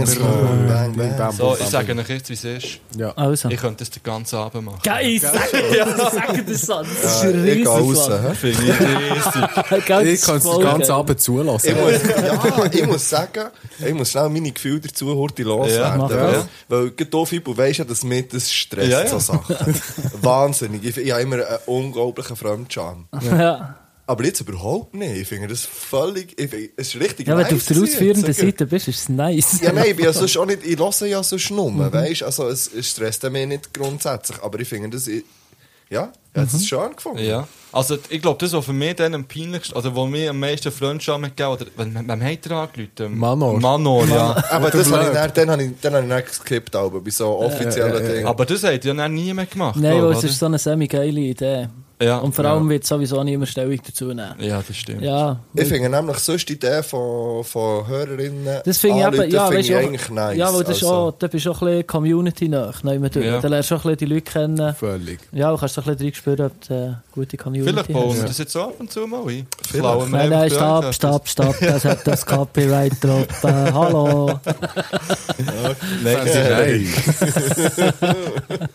Speaker 3: bang, Mann. Bang, bang.
Speaker 5: Bam,
Speaker 1: So,
Speaker 5: bam,
Speaker 1: ich sage euch jetzt, wie es ist.
Speaker 4: Also.
Speaker 1: Ich könnte es den ganzen Abend machen.
Speaker 4: Geil, sag das, sag das so. Das ist ein
Speaker 3: Ich
Speaker 4: riesiges
Speaker 3: gehe raus.
Speaker 4: Land.
Speaker 3: hä?
Speaker 1: Finde ich riesig.
Speaker 4: Gell, das
Speaker 5: Ich kann es
Speaker 4: ist
Speaker 5: den
Speaker 4: voll
Speaker 5: ganzen
Speaker 4: geil.
Speaker 5: Abend zulassen.
Speaker 3: Ich muss, ja, ich muss sagen, ich muss schnell meine Gefühle dazu heute loswerden.
Speaker 4: mach
Speaker 3: weil,
Speaker 1: das.
Speaker 3: weil gerade du, Fibu, weisst ja, dass mich das stresst,
Speaker 1: Ja, ja.
Speaker 3: so Sachen. Wahnsinnig. Ich, ich habe immer einen unglaublichen Fremdscham.
Speaker 4: Ja.
Speaker 3: Aber jetzt überhaupt nicht. Ich finde das völlig... Ich finde, es ist richtig
Speaker 4: ja, wenn du
Speaker 3: nice
Speaker 4: auf der
Speaker 3: gewesen,
Speaker 4: ausführenden
Speaker 3: sogar.
Speaker 4: Seite bist, ist es nice.
Speaker 3: Ja, nein, ich bin ja sonst auch nicht... Ich höre ja sonst nur,
Speaker 4: Mhm.
Speaker 3: weisst Also, es, es stresst mich nicht grundsätzlich. Aber ich finde das... Ich, ja, ich habe
Speaker 4: Mhm.
Speaker 3: es schön gefunden.
Speaker 1: Ja. Also, ich glaube, das, was für mich dann am peinlichsten, also, was mir am meisten Freundschaft gegeben hat, oder, wem, wem hat er angerufen? Ähm,
Speaker 5: Manor.
Speaker 1: Manor, ja.
Speaker 3: Aber
Speaker 5: Oder
Speaker 3: das habe ich
Speaker 5: blöd.
Speaker 3: dann, dann, habe ich, dann habe ich dann geskippt, aber bei so offiziellen Dingen.
Speaker 1: Aber das hat ja dann niemand gemacht.
Speaker 4: Nein,
Speaker 1: glaub,
Speaker 4: weil es
Speaker 1: oder?
Speaker 4: ist so eine semi-geile Idee.
Speaker 1: Ja,
Speaker 4: Und vor allem wird sowieso niemand Stellung dazu nehmen.
Speaker 1: Ja, das stimmt.
Speaker 4: Ja.
Speaker 3: Ich finde nämlich sonst die Idee von, von Hörerinnen
Speaker 4: Das finde ich
Speaker 3: anrufen,
Speaker 4: eben, ja,
Speaker 3: finde
Speaker 4: weißt
Speaker 3: ich
Speaker 4: du,
Speaker 3: eigentlich nice. Also,
Speaker 4: ja, weil das ist auch, da bist du auch ein bisschen Community nach, neu mit
Speaker 1: Ja.
Speaker 4: ja. Dann lernst du auch ein bisschen die Leute kennen.
Speaker 5: Völlig.
Speaker 4: Ja, du kannst auch ein bisschen spüren, ob du eine gute Community
Speaker 1: Vielleicht bauen wir
Speaker 4: hast.
Speaker 1: das jetzt auch ab und zu mal ein. Klauen wir
Speaker 4: Nein, nein,
Speaker 1: einfach bei
Speaker 4: stopp,
Speaker 1: euch
Speaker 4: stopp, stopp, das hat das Copyright drauf. Äh, hallo.
Speaker 1: etwas. Nein,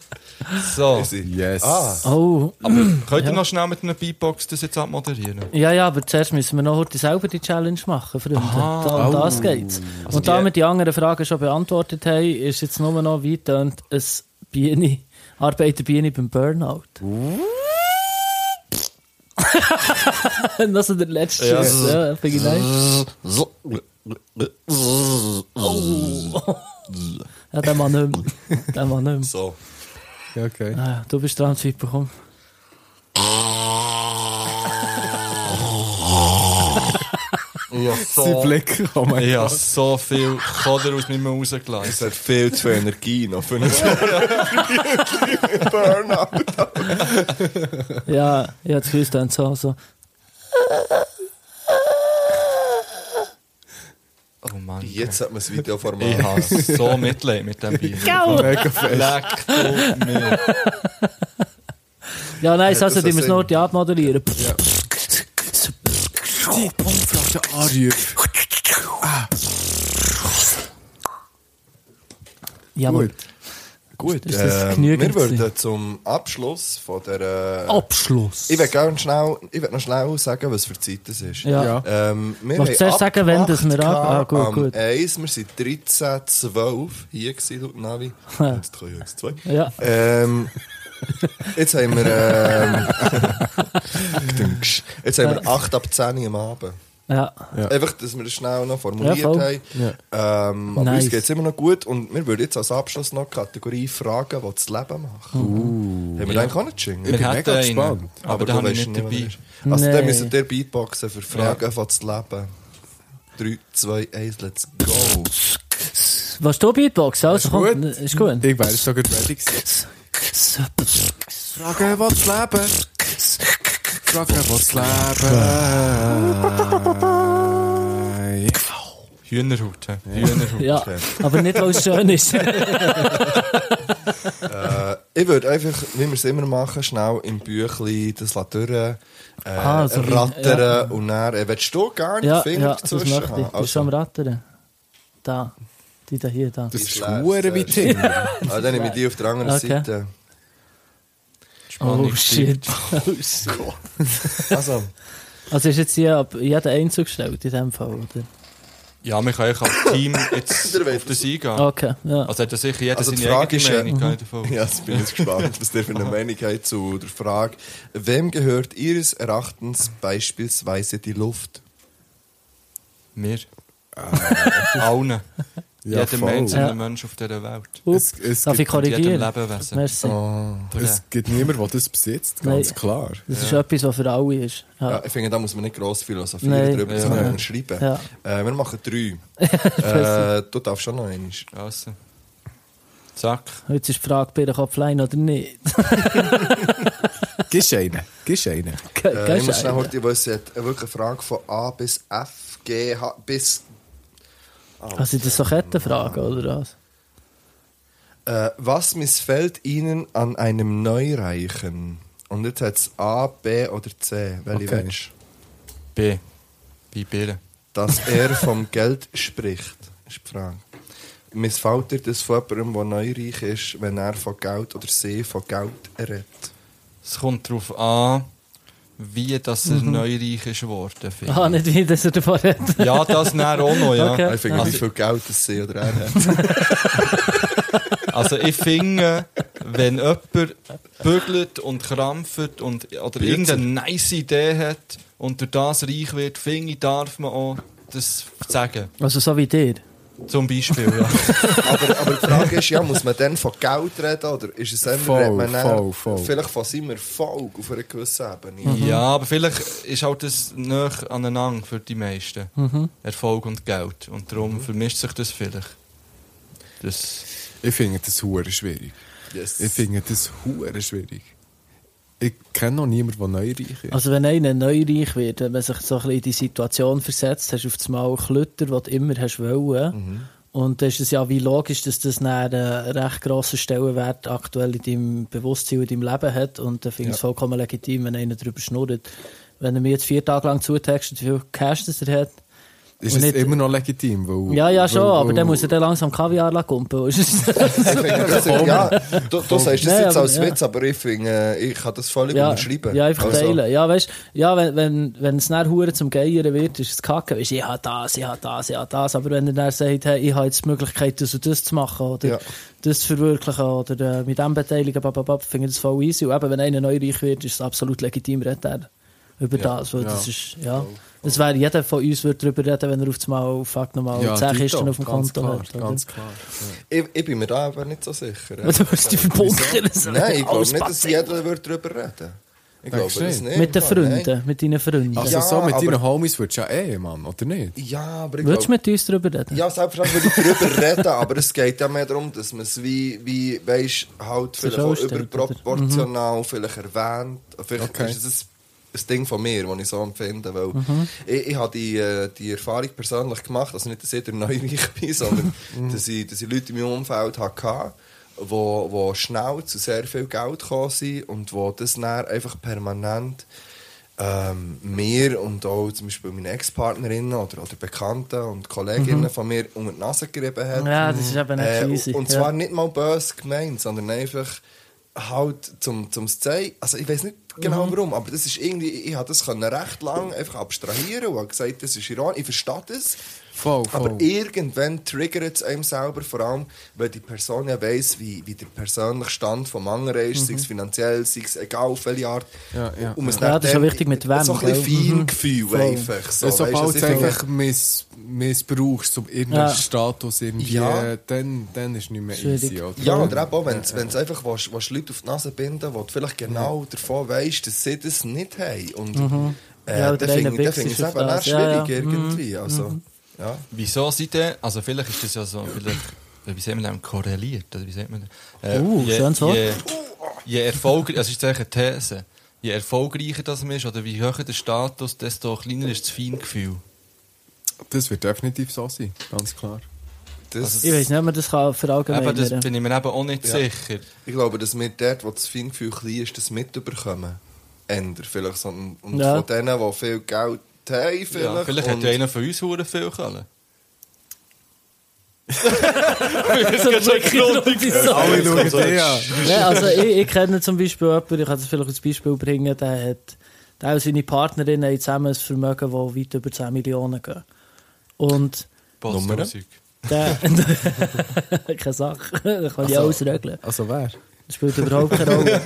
Speaker 1: So.
Speaker 5: Yes.
Speaker 3: Ah.
Speaker 4: Oh,
Speaker 1: Könnt ihr noch schnell mit einer Beatbox das jetzt abmoderieren?
Speaker 4: ja, ja, aber zuerst müssen wir noch heute selber die Challenge machen, Freunde. Da, um das geht's. Und da wir Also die anderen Fragen schon beantwortet haben, ist jetzt nur noch, wie tönt ein Biene, Arbeiterbiene beim Burnout? das ist der letzte. Ja, ja, finde ich nice. Oh. Ja, den Mann nicht mehr. Den Mann nicht mehr.
Speaker 5: Ja, okay.
Speaker 4: Ah, Du bist dran, Typ, komm.
Speaker 5: Sein Blick, oh mein
Speaker 1: Ich habe
Speaker 5: Gott.
Speaker 1: so viel Koder aus meinem Mund rausgelassen.
Speaker 3: Es hat viel zu viel Energie noch für einen Burnout.
Speaker 4: Ja, ich habe das Gefühl, es tönt so. so.
Speaker 1: Oh Mann.
Speaker 3: Jetzt hat man das Videoformat.
Speaker 1: Ich habe so Mitleid mit dem Bier.
Speaker 5: Mega fest.
Speaker 1: Leck du mir.
Speaker 4: Ja, nice, also,
Speaker 3: das
Speaker 4: die
Speaker 3: einen
Speaker 4: müssen noch die abmodellieren.
Speaker 5: Der Anruf. Ah,
Speaker 4: Jawohl.
Speaker 5: Gut.
Speaker 6: gut.
Speaker 4: Ist das
Speaker 3: Ähm,
Speaker 4: genügend
Speaker 3: wir
Speaker 4: gewesen? Oh,
Speaker 3: würden zum Abschluss von der. Äh,
Speaker 4: Abschluss.
Speaker 3: ich will gerne schnell, ich will noch schnell sagen, was für Zeit das ist.
Speaker 4: Ja.
Speaker 5: Ja.
Speaker 3: Ähm, wir
Speaker 4: Willst du
Speaker 3: haben
Speaker 4: zuerst sagen, wenn das wir
Speaker 3: abgemacht
Speaker 4: an- ah, gut,
Speaker 3: am
Speaker 4: gut.
Speaker 3: 1, wir sind 13, 12 hier gewesen, laut Navi. Jetzt kommen wir jetzt zwei.
Speaker 4: Ja.
Speaker 3: Ähm, jetzt haben wir, ähm, Gedünksch. jetzt haben wir 8 ab 10 Uhr am Abend.
Speaker 4: Ja.
Speaker 3: Einfach, dass wir das schnell noch formuliert
Speaker 4: Ja, voll.
Speaker 3: haben. Ähm, aber
Speaker 4: Nice.
Speaker 3: uns geht es immer noch gut und wir würden jetzt als Abschluss noch die Kategorie Fragen, die das Leben macht.
Speaker 4: Mhm.
Speaker 3: Haben wir ja. eigentlich auch nicht geschenkt?
Speaker 1: Wir
Speaker 5: mega
Speaker 1: hätten einen,
Speaker 5: gespannt.
Speaker 1: aber, da
Speaker 3: du
Speaker 1: habe ich
Speaker 3: weißt
Speaker 1: nicht
Speaker 3: nicht,
Speaker 1: dabei.
Speaker 3: wer er ist. Also
Speaker 4: Nee.
Speaker 3: dann müssen wir beatboxen für Fragen von das Leben. 3, 2, 1, let's go.
Speaker 4: Was du Beatbox? Also,
Speaker 5: Ist
Speaker 4: komm,
Speaker 5: gut.
Speaker 4: ist gut.
Speaker 5: Ich wäre sogar ready gewesen. Fragen, was leben? Fragen, was leben?
Speaker 1: Hühnerhaut. hä? Hühnerhaut.
Speaker 4: Ja, aber nicht, weil es schön ist.
Speaker 3: Äh, Ich würde einfach, wie wir es immer machen, schnell im Büchlein das lassen durch, äh,
Speaker 4: Ah, so wie-
Speaker 3: rattern
Speaker 4: ja.
Speaker 3: und dann... Äh, willst du gar nicht
Speaker 4: ja,
Speaker 3: Finger
Speaker 4: ja, das
Speaker 3: dazwischen
Speaker 4: möchte ich.
Speaker 3: haben?
Speaker 4: Du bist am
Speaker 3: Also,
Speaker 4: Rattern. Da. eh, Die da hier, da.
Speaker 5: Das ist
Speaker 3: leer,
Speaker 5: hure wie
Speaker 3: sehr
Speaker 5: Tinder.
Speaker 3: ah, dann nehme ich die auf der anderen
Speaker 4: Okay.
Speaker 3: Seite.
Speaker 4: Oh
Speaker 1: Spannend.
Speaker 4: shit. Oh shit.
Speaker 3: Also,
Speaker 4: Also ist jetzt hier ab jeder einzeln gestellt in dem Fall, oder?
Speaker 1: Ja, wir können auch als Team jetzt
Speaker 3: Der
Speaker 1: auf das eingehen.
Speaker 4: Okay, ja.
Speaker 1: Also hat ja sicher jeder
Speaker 3: Also die
Speaker 1: seine eigene
Speaker 3: Frage ist ja- Mhm.
Speaker 1: Meinung. gehe ich davon aus.
Speaker 3: ja, jetzt bin ich jetzt gespannt, was ihr für eine Meinung habt zu der Frage. Wem gehört Ihres Erachtens beispielsweise die Luft?
Speaker 1: Wir.
Speaker 3: Ah.
Speaker 1: Allen.
Speaker 5: Ja,
Speaker 1: Jedem
Speaker 5: voll.
Speaker 1: einzelnen
Speaker 4: Ja.
Speaker 1: Mensch auf dieser Welt.
Speaker 4: Up,
Speaker 5: Es- es
Speaker 4: darf ich
Speaker 5: gibt-
Speaker 1: Jedem
Speaker 4: korrigieren?
Speaker 1: Lebewesen.
Speaker 4: Merci.
Speaker 5: Es gibt niemanden, der das besitzt, ganz
Speaker 4: Nein.
Speaker 5: klar.
Speaker 4: Das ist etwas, was für alle ist. Ja.
Speaker 3: Ja, ich finde, da muss man nicht gross philosophieren
Speaker 4: Ah. Nein.
Speaker 3: drüber,
Speaker 1: Ja.
Speaker 3: sondern nur schreiben.
Speaker 4: Ja.
Speaker 3: Äh, wir machen drei. äh, du darfst schon noch einen.
Speaker 4: Äh,
Speaker 1: Also. Zack.
Speaker 4: Jetzt ist die Frage, bin ich offline oder nicht?
Speaker 5: Gibst einen. Gibst einen.
Speaker 4: Ge-
Speaker 3: Äh, ich
Speaker 4: gehst
Speaker 3: muss schnell
Speaker 4: ein?
Speaker 3: heute, weil es hat wirklich eine Frage von A bis F, G, H, bis...
Speaker 4: Also das ist so Kettenfrage, oder was?
Speaker 3: Äh, was missfällt Ihnen an einem Neureichen? Und jetzt hat es A, B oder C. Welche
Speaker 5: Okay.
Speaker 3: willst du?
Speaker 1: B. Wie Birne.
Speaker 3: Dass er vom Geld spricht, ist die Frage. Missfällt dir das von jemandem, der neureich ist, wenn er von Geld oder sie von Geld redet?
Speaker 1: Es kommt darauf an, wie das
Speaker 4: Mhm.
Speaker 1: er neureich ist geworden. finde
Speaker 4: Ah,
Speaker 1: ich.
Speaker 4: nicht wie, dass er davon redet.
Speaker 1: Ja, das näher auch noch, ja.
Speaker 4: Okay.
Speaker 3: Ich finde,
Speaker 1: Also-
Speaker 3: wie viel Geld das sie oder er hat.
Speaker 1: Also ich finde, wenn jemand bügelt und krampft und, oder irgendeine nice Idee hat und durch das reich wird, finde ich, darf man auch das sagen.
Speaker 4: Also so wie dir.
Speaker 1: Zum Beispiel, ja.
Speaker 3: aber, aber die Frage ist ja, muss man dann von Geld reden oder ist es eher,
Speaker 5: Voll,
Speaker 3: redet man dann
Speaker 5: voll, voll.
Speaker 3: vielleicht von seinem Erfolg auf einer gewissen Ebene?
Speaker 1: ja, aber vielleicht ist halt das näher aneinander für die meisten. Erfolg und Geld. Und darum vermischt sich das vielleicht. Das,
Speaker 5: Ich finde das hure schwierig.
Speaker 3: Yes.
Speaker 5: Ich finde das hure schwierig. Ich kenne noch niemanden, der neureich ist.
Speaker 4: Also wenn einer neu reich wird, wenn man sich so ein bisschen in die Situation versetzt, hast du auf einmal Klütter, die du immer hast wollen. Und dann ist es ja wie logisch, dass das dann einen recht grossen Stellenwert aktuell in deinem Bewusstsein und in deinem Leben hat. Und dann finde ich es vollkommen legitim, wenn einer darüber schnurrt. Wenn er mir jetzt vier Tage lang zutextet, wie viel Cash das er hat.
Speaker 5: ist
Speaker 4: und
Speaker 5: es
Speaker 4: nicht-
Speaker 5: immer noch legitim? Weil,
Speaker 4: Ja, ja, schon,
Speaker 5: weil-
Speaker 4: aber dann
Speaker 5: weil-
Speaker 4: muss er dann langsam Kaviar kumpen.
Speaker 3: Ich finde, das ist, ja, du, du sagst das
Speaker 4: Nein,
Speaker 3: jetzt
Speaker 4: aber-
Speaker 3: als
Speaker 4: ja.
Speaker 3: Witz, aber ich finde, äh, ich kann das völlig
Speaker 4: ja,
Speaker 3: unterschreiben.
Speaker 4: ja, einfach
Speaker 3: Also,
Speaker 4: teilen. Ja, weißt, ja, wenn, wenn, wenn es nachher hure zum Geiern wird, ist es kacke. Weißt, ich habe das, ich habe das, ich habe das. Aber wenn er dann sagt, hey, ich habe jetzt die Möglichkeit, das und das zu machen oder
Speaker 3: Ja.
Speaker 4: das zu verwirklichen oder äh, mit dem beteiligen, bababab, finde ich das voll easy. Und eben, wenn einer neu reich wird, ist es absolut legitim, redet er über das. Weil das ist, ja. Das wäre, jeder von uns würde darüber reden, wenn er auf einmal, fuck nochmal,
Speaker 5: Ja,
Speaker 4: 10
Speaker 5: tipptopp,
Speaker 4: Kisten auf dem
Speaker 5: ganz
Speaker 4: Konto
Speaker 5: klar,
Speaker 4: hat. oder?
Speaker 5: Ganz klar.
Speaker 3: ich, ich bin mir da aber nicht so sicher.
Speaker 4: Oder du wirst die verbunden. das
Speaker 3: Nein, ich glaube
Speaker 4: alles
Speaker 3: nicht, dass
Speaker 4: passiert.
Speaker 3: jeder würde darüber reden Ich glaube
Speaker 5: Denkst du
Speaker 3: das
Speaker 5: nicht?
Speaker 3: nicht.
Speaker 4: Mit den
Speaker 3: Mann,
Speaker 4: Freunden,
Speaker 3: nein.
Speaker 4: mit deinen Freunden.
Speaker 5: Also
Speaker 3: Ja,
Speaker 5: so mit
Speaker 3: aber-
Speaker 5: deinen Homies würdest du ja eh, Mann, oder nicht?
Speaker 3: Ja, aber ich
Speaker 4: Würdest du
Speaker 3: glaube...
Speaker 4: mit uns darüber reden?
Speaker 3: Ja, selbstverständlich würde ich darüber reden, aber es geht ja mehr darum, dass man es dus wie, wie weisst, halt vielleicht auch
Speaker 4: ausstellt,
Speaker 3: überproportional vielleicht erwähnt. Vielleicht
Speaker 5: Okay.
Speaker 3: ist es ein, ein Ding von mir, das ich so empfinde, weil ich, ich habe die, äh, die Erfahrung persönlich gemacht, also nicht, dass ich der Neureich bin, sondern Mhm. dass, ich, dass ich Leute in meinem Umfeld hatte, wo, wo schnell zu sehr viel Geld gekommen sind und wo das dann einfach permanent ähm, mir und auch zum Beispiel meine Ex-Partnerinnen oder, oder Bekannten und Kolleginnen von mir unter die Nase gerieben hat.
Speaker 4: Ja, das ist eben nicht easy.
Speaker 3: Äh, Und zwar
Speaker 4: Ja.
Speaker 3: nicht mal böse gemeint, sondern einfach halt zum, zum zeigen. Also ich weiß nicht
Speaker 4: Mhm.
Speaker 3: genau warum, aber das ist irgendwie, ich habe das können recht lang einfach abstrahieren und habe gesagt, das ist ironisch, ich verstehe das.
Speaker 5: Voll, voll.
Speaker 3: Aber irgendwann triggert es einem selber, vor allem, weil die Person ja weiss, wie, wie der persönliche Stand vom anderen ist, sei es finanziell, sei es egal auf welche Art.
Speaker 5: Ja, ja,
Speaker 3: Und man es
Speaker 4: Mhm. ja.
Speaker 3: dann-
Speaker 4: Ja, das ist ja wichtig, mit wem,
Speaker 3: So ein bisschen
Speaker 4: gell? Mhm.
Speaker 3: Feingefühl einfach. So,
Speaker 5: So,
Speaker 3: weisst du,
Speaker 5: Sobald
Speaker 3: dass
Speaker 5: du
Speaker 3: ich finde-
Speaker 5: einfach miss, missbrauchst, um irgendeinen
Speaker 4: Ja.
Speaker 5: Status irgendwie,
Speaker 3: Ja.
Speaker 5: dann, dann ist nicht mehr
Speaker 4: Schwierig.
Speaker 5: easy, oder?
Speaker 3: Ja, oder eben auch, wenn du einfach willst, willst Leute auf die Nase binden wo du vielleicht genau
Speaker 4: Mhm.
Speaker 3: davon weißt, dass sie das nicht haben. Und äh,
Speaker 4: Ja,
Speaker 3: ja,
Speaker 4: und
Speaker 3: dann
Speaker 4: der
Speaker 3: finde
Speaker 4: eine
Speaker 3: ich dann
Speaker 4: Wichs
Speaker 3: finde ich
Speaker 4: ist
Speaker 3: es
Speaker 4: auf
Speaker 3: eben auch
Speaker 4: das. Ja, ja. Mhm.
Speaker 3: schwierig irgendwie. Also, ja.
Speaker 1: Wieso seid ihr, also vielleicht ist das ja so, vielleicht, äh, wie sagt man das, korreliert, oder wie sagt man das? Äh,
Speaker 4: Uh, schönes Wort.
Speaker 1: Je, je erfolgreicher, also ist das eigentlich eine These, je erfolgreicher das man ist, oder wie höher der Status, desto kleiner ist das Feingefühl.
Speaker 5: Das wird definitiv so sein, ganz klar.
Speaker 3: Das,
Speaker 4: Ich weiß
Speaker 3: ich,
Speaker 4: nicht, ob man das kann
Speaker 1: Eben, das
Speaker 4: verallgemeinern kann.
Speaker 1: bin ich mir eben auch nicht sicher.
Speaker 3: glaube, dass wir dort, wo das Feingefühl klein ist, das mitbekommen. Änder vielleicht. So, und und
Speaker 4: Ja.
Speaker 3: von denen, die viel Geld haben, vielleicht.
Speaker 1: Ja, vielleicht
Speaker 3: und-
Speaker 1: hat ja einer von uns verdammt viel können.
Speaker 5: Alle schauen dich an.
Speaker 4: Nein, also ich, ich kenne zum Beispiel jemanden, ich kann das vielleicht als Beispiel bringen, der hat, der und seine Partnerin haben zusammen ein Vermögen, das weit über 10 Millionen geht. Und
Speaker 1: Postmusik.
Speaker 4: der... keine Sache, da kann ich alles regeln.
Speaker 5: Also wer?
Speaker 4: Das spielt überhaupt keine Rolle.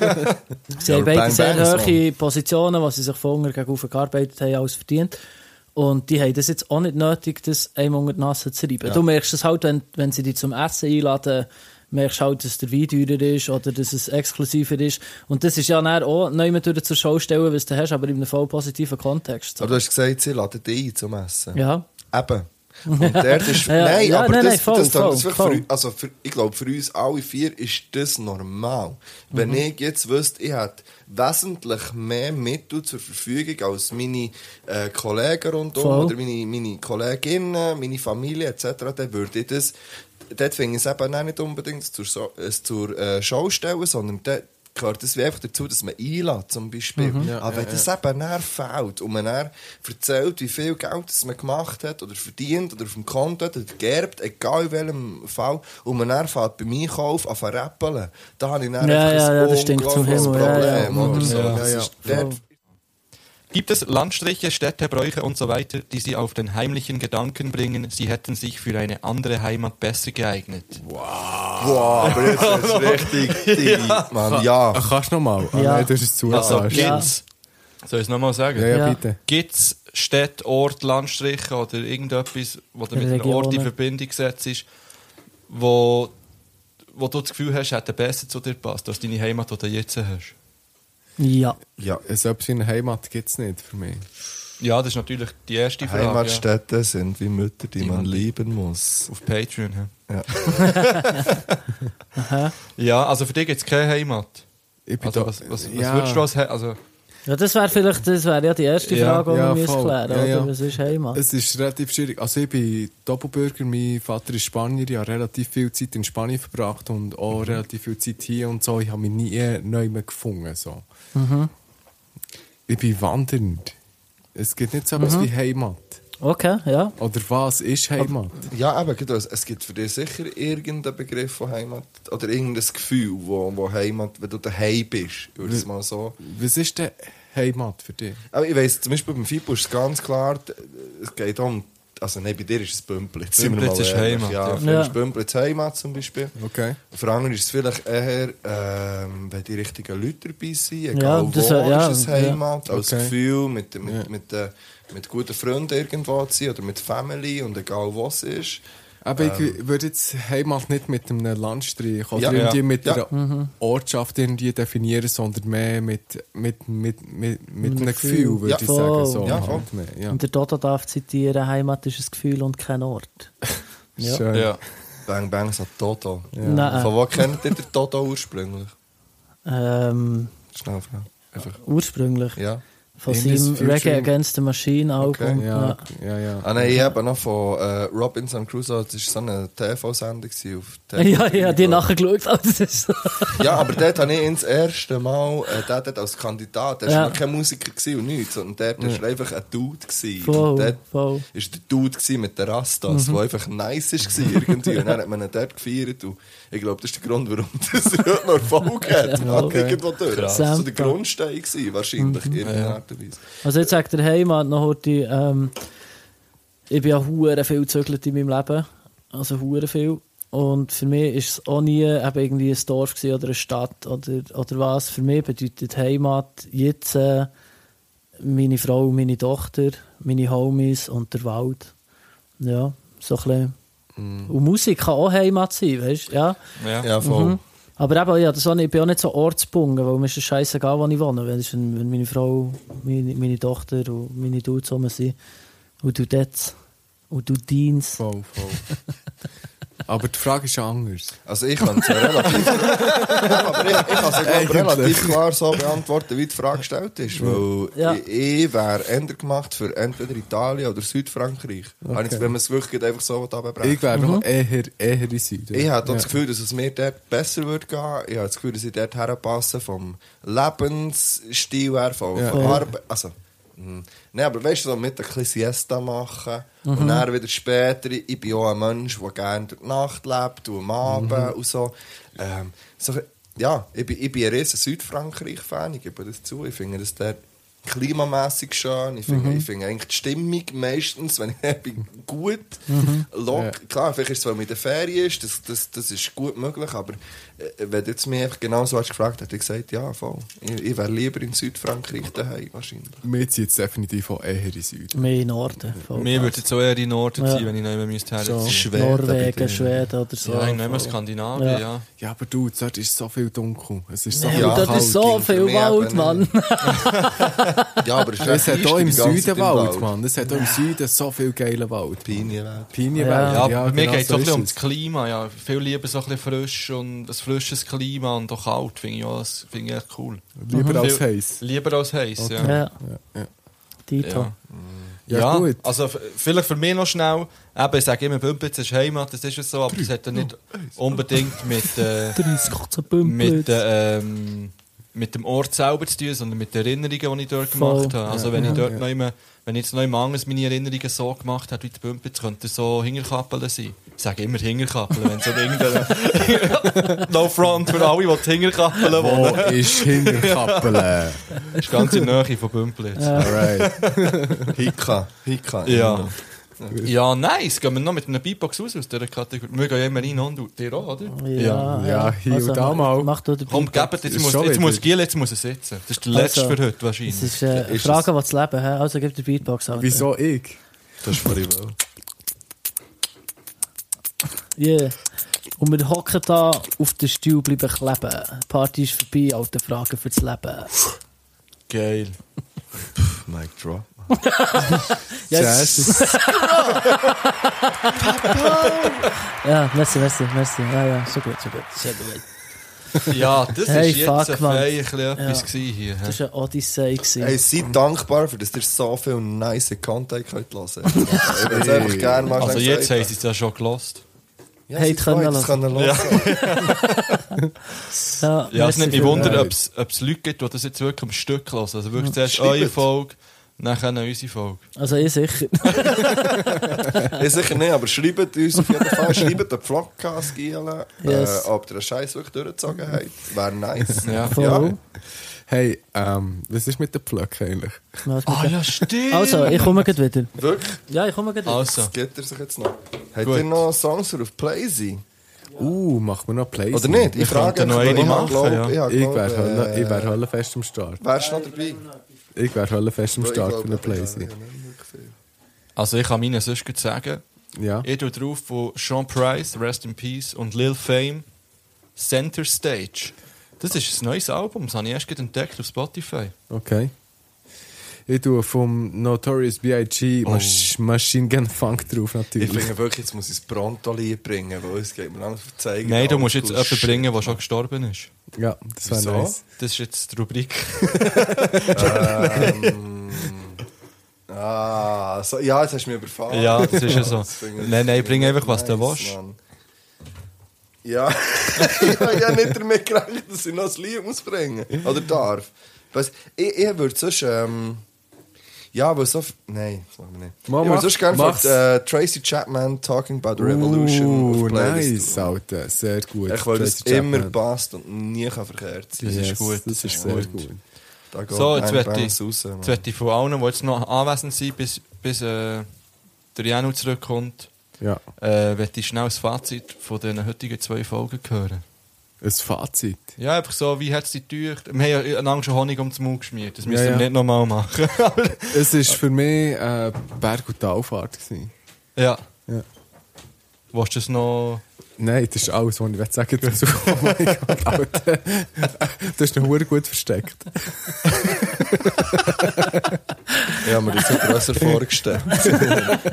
Speaker 4: Sie haben
Speaker 3: aber
Speaker 4: beide
Speaker 3: Bang
Speaker 4: sehr
Speaker 3: Bang ist
Speaker 4: hohe Positionen, was sie sich von unten gegenüber gearbeitet haben, alles verdient. Und die haben das jetzt auch nicht nötig, das einem unter die Nase zu reiben. Du merkst es halt, wenn, wenn sie dich zum Essen einladen, merkst du halt, dass der Wein teurer ist oder dass es exklusiver ist. Und das ist ja nou, oh, dann auch niemand durch zur Show stellen, was du hast, aber in einem voll positiven Kontext. So.
Speaker 3: Aber du hast gesagt, sie laden dich ein zum Essen.
Speaker 4: Ja.
Speaker 3: Eben. Und dort ist.
Speaker 4: Ja,
Speaker 3: nein,
Speaker 4: ja,
Speaker 3: aber
Speaker 4: nein,
Speaker 3: das,
Speaker 4: nein, voll,
Speaker 3: das, das,
Speaker 4: voll,
Speaker 3: das für,
Speaker 4: voll.
Speaker 3: also für, ich glaube, für uns alle vier ist das normal.
Speaker 4: Mhm.
Speaker 3: Wenn ich jetzt wüsste, ich hätte wesentlich mehr Mittel zur Verfügung als meine äh, Kollegen rundum
Speaker 4: Voll.
Speaker 3: oder meine, meine Kolleginnen, meine Familie etc., dann würde ich das. Dort finde ich es eben auch nicht unbedingt zur, so äh, zur äh, Show stellen, sondern dort gehört es einfach dazu, dass man einlädt, zum Beispiel.
Speaker 4: Mhm.
Speaker 3: Aber wenn das eben dann fehlt und man dann erzählt, wie viel Geld das man gemacht hat oder verdient oder auf dem Konto hat oder geerbt, egal in welchem Fall, und man dann fährt bei mir auf an Rappeln, da habe ich dann
Speaker 4: Ja,
Speaker 3: einfach
Speaker 4: ja,
Speaker 3: ein
Speaker 4: ja, das stinkt zum
Speaker 3: unglaubliches
Speaker 4: Himmel, ja, ja.
Speaker 3: Problem oder so.
Speaker 1: Ja,
Speaker 3: Das
Speaker 5: ja,
Speaker 3: ist dort
Speaker 1: Gibt es Landstriche, Städte, Bräuche und so weiter, die Sie auf den heimlichen Gedanken bringen, Sie hätten sich für eine andere Heimat besser geeignet?
Speaker 3: Wow, aber jetzt ist richtig deep, Mann. Ja,
Speaker 5: Kannst du nochmal? Ah,
Speaker 4: Ja.
Speaker 5: nein, das ist zu
Speaker 1: Also,
Speaker 5: falsch.
Speaker 4: ja.
Speaker 1: gibt's, soll ich es nochmal sagen?
Speaker 5: Ja, ja,
Speaker 4: Ja.
Speaker 5: bitte.
Speaker 1: Gibt es Städte, Ort, Landstriche oder irgendetwas, wo du mit einem
Speaker 4: Regionen.
Speaker 1: Ort in Verbindung gesetzt ist, wo, wo du das Gefühl hast, hätte besser zu dir passt, als deine Heimat, die du jetzt hast?
Speaker 4: Ja.
Speaker 3: ja.
Speaker 5: Es etwas wie eine Heimat gibt es nicht für mich.
Speaker 1: Ja, das ist natürlich die erste Frage. ja.
Speaker 3: Heimatstädte sind wie Mütter, die man
Speaker 1: man
Speaker 3: lieben muss.
Speaker 1: Auf Patreon. hä?
Speaker 3: Ja.
Speaker 1: ja, also für dich gibt es keine Heimat.
Speaker 5: Ich bin
Speaker 1: Also,
Speaker 5: da-
Speaker 1: was, was, was
Speaker 5: ja.
Speaker 1: würdest du als He- also
Speaker 4: Ja, das wäre vielleicht, das wäre ja die erste
Speaker 1: Ja,
Speaker 4: Frage, die
Speaker 5: ja,
Speaker 4: wir müssen
Speaker 5: voll.
Speaker 4: klären,
Speaker 5: Ja,
Speaker 4: oder?
Speaker 5: ja.
Speaker 4: Was ist Heimat?
Speaker 5: Es ist relativ schwierig. Also ich bin Doppelbürger, mein Vater ist Spanier, ich habe relativ viel Zeit in Spanien verbracht und
Speaker 4: Mhm.
Speaker 5: auch relativ viel Zeit hier und so. Ich habe mich nie eh, neu mehr gefunden. So.
Speaker 4: Mhm.
Speaker 5: Ich bin wandernd. Es gibt nicht so etwas
Speaker 4: Mhm.
Speaker 5: wie Heimat.
Speaker 4: Okay, ja.
Speaker 5: Oder was ist Heimat?
Speaker 3: Ja, eben, genau. Es- es gibt für dich sicher irgendeinen Begriff von Heimat oder irgendein Gefühl, wo, wo Heimat, wenn du daheim bist, würde ich es mal so.
Speaker 5: Was ist denn Heimat für dich?
Speaker 3: Aber ich weiss, zum Beispiel beim FIPO ist es ganz klar, d- es geht um, also nein, bei dir ist es Bümplitz. sind wir
Speaker 1: Bümplitz
Speaker 3: mal
Speaker 1: ist
Speaker 3: ehrlich.
Speaker 1: Heimat, ja.
Speaker 3: Ja, für
Speaker 4: Ja.
Speaker 3: mich ist Bümplitz Heimat zum Beispiel.
Speaker 5: Okay.
Speaker 3: Für andere ist es vielleicht eher, ähm, wenn die richtigen Leute dabei sind,
Speaker 4: Ja,
Speaker 3: egal
Speaker 4: das,
Speaker 3: wo,
Speaker 4: äh, ja,
Speaker 3: ist es
Speaker 4: ja.
Speaker 3: Heimat, als
Speaker 5: Okay.
Speaker 3: Gefühl, mit, mit,
Speaker 5: Ja.
Speaker 3: mit, äh, mit guten Freunden irgendwo zu sein oder mit Family und egal was ist.
Speaker 5: Aber ich würde jetzt Heimat nicht mit einem Landstrich oder
Speaker 3: Ähm. Ja,
Speaker 5: irgendwie
Speaker 3: ja.
Speaker 5: mit
Speaker 3: Ja.
Speaker 5: einer Ortschaft irgendwie definieren, sondern mehr mit, mit, mit, mit, mit einem Gefühl, würde
Speaker 3: Ja,
Speaker 5: ich
Speaker 4: voll.
Speaker 5: sagen. So,
Speaker 3: Ja,
Speaker 5: halt mehr, ja.
Speaker 4: Und der Dodo darf zitieren, Heimat ist ein Gefühl und kein Ort. Ja.
Speaker 5: Schön.
Speaker 1: ja.
Speaker 3: Bang Bang sagt Toto.
Speaker 4: Nein.
Speaker 3: Von wo kennt ihr den Toto ursprünglich?
Speaker 4: Ähm,
Speaker 3: Schnell, Frau. Einfach.
Speaker 4: ursprünglich.
Speaker 3: Ja.
Speaker 4: von
Speaker 5: In this
Speaker 4: seinem
Speaker 5: future-
Speaker 4: Reggae Against the Machine Album.
Speaker 3: Okay,
Speaker 5: Ja, ja, ja.
Speaker 3: Ah, nein, ich eben noch von äh, Robinson Crusoe, das war so eine TV-Sendung gewesen auf
Speaker 4: Ja,
Speaker 3: TV.
Speaker 4: ja, ich habe die nachgeschaut. Also, das ist so.
Speaker 3: Ja, aber dort habe ich ihn das erste Mal, äh, der dort als Kandidat, der war
Speaker 4: Ja.
Speaker 3: noch kein Musiker gewesen und nichts, sondern dort war einfach ein Dude. Gewesen.
Speaker 4: Voll,
Speaker 3: und dort
Speaker 4: voll. Mhm.
Speaker 3: ist der Dude gewesen mit den Rastas, der einfach nice war irgendwie. Und dann hat man ihn dort gefeiert und ich glaube, das ist der Grund, warum das er heute noch Erfolg hat. okay. Irgendwo durch. Das war so der
Speaker 4: Sample.
Speaker 3: Grundstein gewesen, wahrscheinlich,
Speaker 4: Mhm.
Speaker 3: in irgendeiner Art und Weise.
Speaker 4: also jetzt sagt der Heimat noch heute, ähm, ich bin ja hure viel gezögert in meinem Leben. Also hure viel. Und für mich ist es auch nie eben irgendwie ein Dorf gewesen oder eine Stadt oder, oder was. Für mich bedeutet Heimat jetzt äh, meine Frau, und meine Tochter, meine Homies und der Wald. Ja, so ein bisschen. Und Musik kann auch Heimat sein, weißt du? Ja.
Speaker 1: Ja.
Speaker 3: Ja, voll.
Speaker 4: Mhm. Aber eben, ja, das auch nicht, ich bin auch nicht so ortsbunden, weil mir ist es scheißegal, wo ich wohne. Wenn, es- wenn meine Frau, meine, meine Tochter und meine Dudes zusammen sind und du dort und du dienst.
Speaker 5: Voll, voll. Aber die Frage ist ja anders.
Speaker 3: Also ich kann es ja relativ, aber ich, ich kann's ja, glaub,
Speaker 5: Eigentlich.
Speaker 3: relativ klar so beantworten, wie die Frage gestellt ist. Weil
Speaker 4: Ja.
Speaker 3: ich, ich wäre änder gemacht für entweder Italien oder Südfrankreich. Habe ich- Wenn man es wirklich einfach so abbrechen
Speaker 5: Ich wäre noch eher, eher in den Süden.
Speaker 3: Ich habe auch das Gefühl, dass es mir dort besser würde gehen. Ich habe das Gefühl, dass ich dort herpasse vom Lebensstil her, von,
Speaker 5: Ja.
Speaker 3: von
Speaker 5: Ja.
Speaker 3: Arbeit. Also, mh. Nein, aber weißt du, so mit ein bisschen Siesta machen
Speaker 5: Mhm.
Speaker 3: und dann wieder später. Ich bin auch ein Mensch, der gerne durch die Nacht lebt und am Abend
Speaker 5: Mhm.
Speaker 3: und so. Ähm, so ja, ich bin, ich bin ein riesen Südfrankreich-Fan, ich gebe das zu. Ich finde das dort klimamässig schön. Ich
Speaker 5: Mhm.
Speaker 3: finde ich finde eigentlich die Stimmung meistens, wenn ich da bin, gut. Lock,
Speaker 5: Mhm. Ja.
Speaker 3: Klar, vielleicht ist es, weil man in der Ferien ist, das, das, das ist gut möglich, aber äh, wenn du jetzt mich einfach genau so hast gefragt, hätte ich gesagt, ja, voll. Ich, ich wäre lieber in Südfrankreich daheim, wahrscheinlich.
Speaker 5: Mir zieht es definitiv auch eher in den Süden.
Speaker 4: Mehr in Norden. voll.
Speaker 1: Mir würde jetzt auch eher in Norden
Speaker 4: Ja.
Speaker 1: ziehen, wenn ich noch immer müsste her.
Speaker 5: So.
Speaker 3: Schweden,
Speaker 4: Norwegen,
Speaker 3: bitte.
Speaker 4: Schweden oder so.
Speaker 1: Ja, ich nehme
Speaker 4: Voll.
Speaker 1: Skandinavien,
Speaker 4: Ja.
Speaker 1: ja.
Speaker 5: Ja, aber du, dort ist so viel dunkel. Es ist so
Speaker 4: Ja,
Speaker 5: viel
Speaker 3: Ja,
Speaker 4: und das
Speaker 5: kalt.
Speaker 4: ist so
Speaker 3: ging für
Speaker 4: viel
Speaker 3: mich
Speaker 4: Wald,
Speaker 3: eben
Speaker 4: Mann.
Speaker 3: Ja, aber es ist
Speaker 5: Es
Speaker 3: recht
Speaker 5: hat auch im
Speaker 3: die ganze Zeit
Speaker 5: Süden
Speaker 3: im
Speaker 5: Wald, Mann. Es hat auch im Süden so viel geilen Wald.
Speaker 3: Pinienwelt.
Speaker 5: Pinienwälder.
Speaker 1: Ja, aber mir
Speaker 5: genau
Speaker 1: geht es auch ein
Speaker 5: ist
Speaker 1: bisschen um
Speaker 5: es.
Speaker 1: das Klima. Ja. Viel lieber so ein bisschen frisch und ein frisches Klima und auch kalt, finde ich, auch- finde ich echt cool.
Speaker 5: Lieber Mhm. Genau als
Speaker 1: Viel-
Speaker 5: heiß.
Speaker 1: Lieber als heiß,
Speaker 5: Okay.
Speaker 1: ja.
Speaker 4: Ja. Tito.
Speaker 1: Ja.
Speaker 5: Ja,
Speaker 1: Ja,
Speaker 5: gut.
Speaker 1: also f- vielleicht für mich noch schnell, eben, ich sage immer, Bümpitz ist Heimat, das ist es so, aber es hat ja nicht unbedingt mit, äh,
Speaker 4: 30 zu Bümpen.
Speaker 1: mit, äh, ähm, mit dem Ort selber zu tun, sondern mit den Erinnerungen, die ich dort
Speaker 4: Voll.
Speaker 1: gemacht habe. Also wenn ich dort noch immer, wenn ich jetzt noch immer anders meine Erinnerungen so gemacht hätte wie die Bümpitz, könnte es so Hingerkappeln sein. Ich sage immer Hingerkappeln, wenn es um irgendeine... no front für alle, die Hingerkappeln
Speaker 5: Wo
Speaker 3: Oh,
Speaker 1: wollen.
Speaker 5: ist Hinterkappeln?
Speaker 1: Das ist ganz in der Nähe von Bümpitz.
Speaker 5: Alright.
Speaker 3: Hika. Hika.
Speaker 1: Ja. Ja, nice. Gehen wir noch mit einer Beatbox raus aus dieser Kategorie. Wir gehen ja immer rein und du- dir auch, oder?
Speaker 5: Ja, ja, hier und da mal.
Speaker 4: Also, Mach du den
Speaker 1: Komm,
Speaker 4: Beatbox.
Speaker 1: gebt,
Speaker 5: Ist
Speaker 1: jetzt muss,
Speaker 5: schon
Speaker 1: jetzt
Speaker 5: wieder.
Speaker 1: muss Giel, jetzt muss er sitzen. Das ist der letzte
Speaker 4: Also.
Speaker 1: für heute
Speaker 4: Das
Speaker 1: wahrscheinlich.
Speaker 4: ist äh, eine
Speaker 3: Ist
Speaker 4: Frage, die das Leben hat. Also gib dir Beatbox an.
Speaker 5: Wieso ich?
Speaker 3: Das ist voll wohl.
Speaker 4: Yeah. Und wir hocken da auf den Stuhl bleiben kleben. Die Party ist vorbei, alte Fragen fürs Leben.
Speaker 1: Geil.
Speaker 3: Mic drop.
Speaker 5: Jazz.
Speaker 4: Ja, merci, merci, merci. Ja, ja, so gut, so gut. Sehr gut.
Speaker 1: Ja, das
Speaker 4: Hey,
Speaker 1: ist jetzt
Speaker 4: fuck,
Speaker 1: ein
Speaker 4: Mann.
Speaker 1: Feier, ein bisschen etwas gewesen hier. hä?
Speaker 4: Das war eine Odyssee. gewesen.
Speaker 3: Hey, seid dankbar, für dass ihr so viel nice Content könnt hören könnt. Ich würde es einfach gerne mal
Speaker 1: Also
Speaker 3: schnell
Speaker 1: jetzt
Speaker 3: sagen.
Speaker 1: haben sie es ja schon gelost.
Speaker 3: Ja,
Speaker 4: Hey,
Speaker 3: seid
Speaker 4: können
Speaker 3: froh, dass
Speaker 4: hören.
Speaker 3: ihr es können hören.
Speaker 1: Ja, es
Speaker 4: merci
Speaker 1: nimmt mich
Speaker 4: für-
Speaker 1: Wunder, ob es Leute gibt, die das jetzt wirklich am Stück hören. Also wirklich zuerst eure Folge, nachher unsere Folge.
Speaker 4: Also ich sicher.
Speaker 3: Ich sicher nicht, aber schreibt uns auf jeden Fall, schreibt den Vlogcast, Gielen,
Speaker 4: Yes.
Speaker 3: äh, ob ihr einen Scheiß wirklich durchgezogen habt. Wäre nice.
Speaker 1: Ja.
Speaker 4: Voll.
Speaker 5: Hey, ähm, was ist mit den Plöcken eigentlich?
Speaker 4: Was mit
Speaker 1: Ah
Speaker 4: der-
Speaker 1: ja, stimmt.
Speaker 4: Also, ich komme gleich wieder.
Speaker 3: Wirklich?
Speaker 4: Ja, ich komme gleich wieder.
Speaker 1: Also,
Speaker 3: Das geht er sich jetzt noch. Habt
Speaker 1: Gut.
Speaker 3: ihr noch Songs die auf Play sind?
Speaker 5: Uh, machen wir noch Plays?
Speaker 3: Oder nicht?
Speaker 1: Wir könnten noch
Speaker 3: euch,
Speaker 1: eine
Speaker 3: weil ich
Speaker 1: machen,
Speaker 3: glaub,
Speaker 1: ja.
Speaker 3: ich hab
Speaker 5: Ich
Speaker 3: glaub,
Speaker 5: wäre Hölle,
Speaker 3: äh,
Speaker 5: ich wär höllenfest am Start.
Speaker 3: Wärst du noch dabei?
Speaker 5: Ich wäre höllenfest am
Speaker 3: Ich
Speaker 5: Start
Speaker 3: glaub,
Speaker 5: für eine
Speaker 3: ich wär-
Speaker 5: Plays.
Speaker 3: ja, nicht wirklich viel.
Speaker 1: also ich kann meinen sonst gut sagen,
Speaker 5: Ja.
Speaker 1: ich tue drauf von Sean Price, Rest in Peace und Lil Fame, Center Stage. Das ist ein neues Album, das habe ich erst gerade entdeckt auf Spotify.
Speaker 5: Okay. Ich tue vom Notorious B.I.G. Masch Machine Gun Funk drauf
Speaker 3: Oh. Ich
Speaker 5: natürlich.
Speaker 3: finde wirklich, jetzt muss ich das Pronto-Lied bringen, weil es geht mir langsam zeigen.
Speaker 1: Nein, du musst jetzt
Speaker 3: Alles
Speaker 1: jemanden
Speaker 3: cool.
Speaker 1: bringen, der schon gestorben ist.
Speaker 5: Ja, das wäre
Speaker 3: Wieso?
Speaker 5: nice.
Speaker 1: Das ist jetzt die Rubrik.
Speaker 3: Ah, so, ja, jetzt hast du mich überfahren.
Speaker 1: Ja, das ist ja so.
Speaker 3: Das finde ich-
Speaker 1: Nein, nein, bring einfach, was du
Speaker 3: Nice,
Speaker 1: willst.
Speaker 3: Mann. Ja, ich habe ja nicht damit gerechnet, dass ich noch ein Lied muss bringen Oder darf. Was, ich, ich würde sonst... Ähm, ja, weil so... f- Nein, das machen wir nicht.
Speaker 5: Mach,
Speaker 3: ich würde
Speaker 5: mach,
Speaker 3: sonst gerne
Speaker 5: mach's.
Speaker 3: von äh, Tracy Chapman «Talking About the Revolution»
Speaker 5: Uh,
Speaker 3: auf Playlist.
Speaker 5: nice, Alter. Sehr gut.
Speaker 3: Ich weil es
Speaker 5: Tracy Chapman.
Speaker 3: immer passt und nie kann verkehrt sein
Speaker 5: Das
Speaker 1: ist
Speaker 5: yes,
Speaker 1: gut,
Speaker 5: Das ist sehr gut.
Speaker 3: Da geht
Speaker 1: So, jetzt
Speaker 3: Bang
Speaker 1: werde
Speaker 3: Bangs
Speaker 1: ich,
Speaker 3: raus, Mann.
Speaker 1: jetzt werd ich von allen, die jetzt noch anwesend sind, bis, bis äh, der Janu zurückkommt,
Speaker 5: Ja.
Speaker 1: äh, werd ich schnell das Fazit von den heutigen zwei Folgen hören.
Speaker 5: Ein Fazit.
Speaker 1: Ja, einfach so, wie hat es dich gedacht? Wir haben ja einander schon Honig um den Mund geschmiert. Das müssen
Speaker 5: Ja, ja.
Speaker 1: wir nicht nochmal machen. Aber-
Speaker 5: Es war für mich äh, Berg- und Talfahrt. Gewesen.
Speaker 1: ja.
Speaker 5: Ja.
Speaker 1: Willst du das noch...
Speaker 5: Nein, das ist alles, was ich will sagen dazu. Oh mein Gott, Alter. Das ist noch verdammt gut versteckt.
Speaker 3: Ich habe mir das so grösser vorgestellt.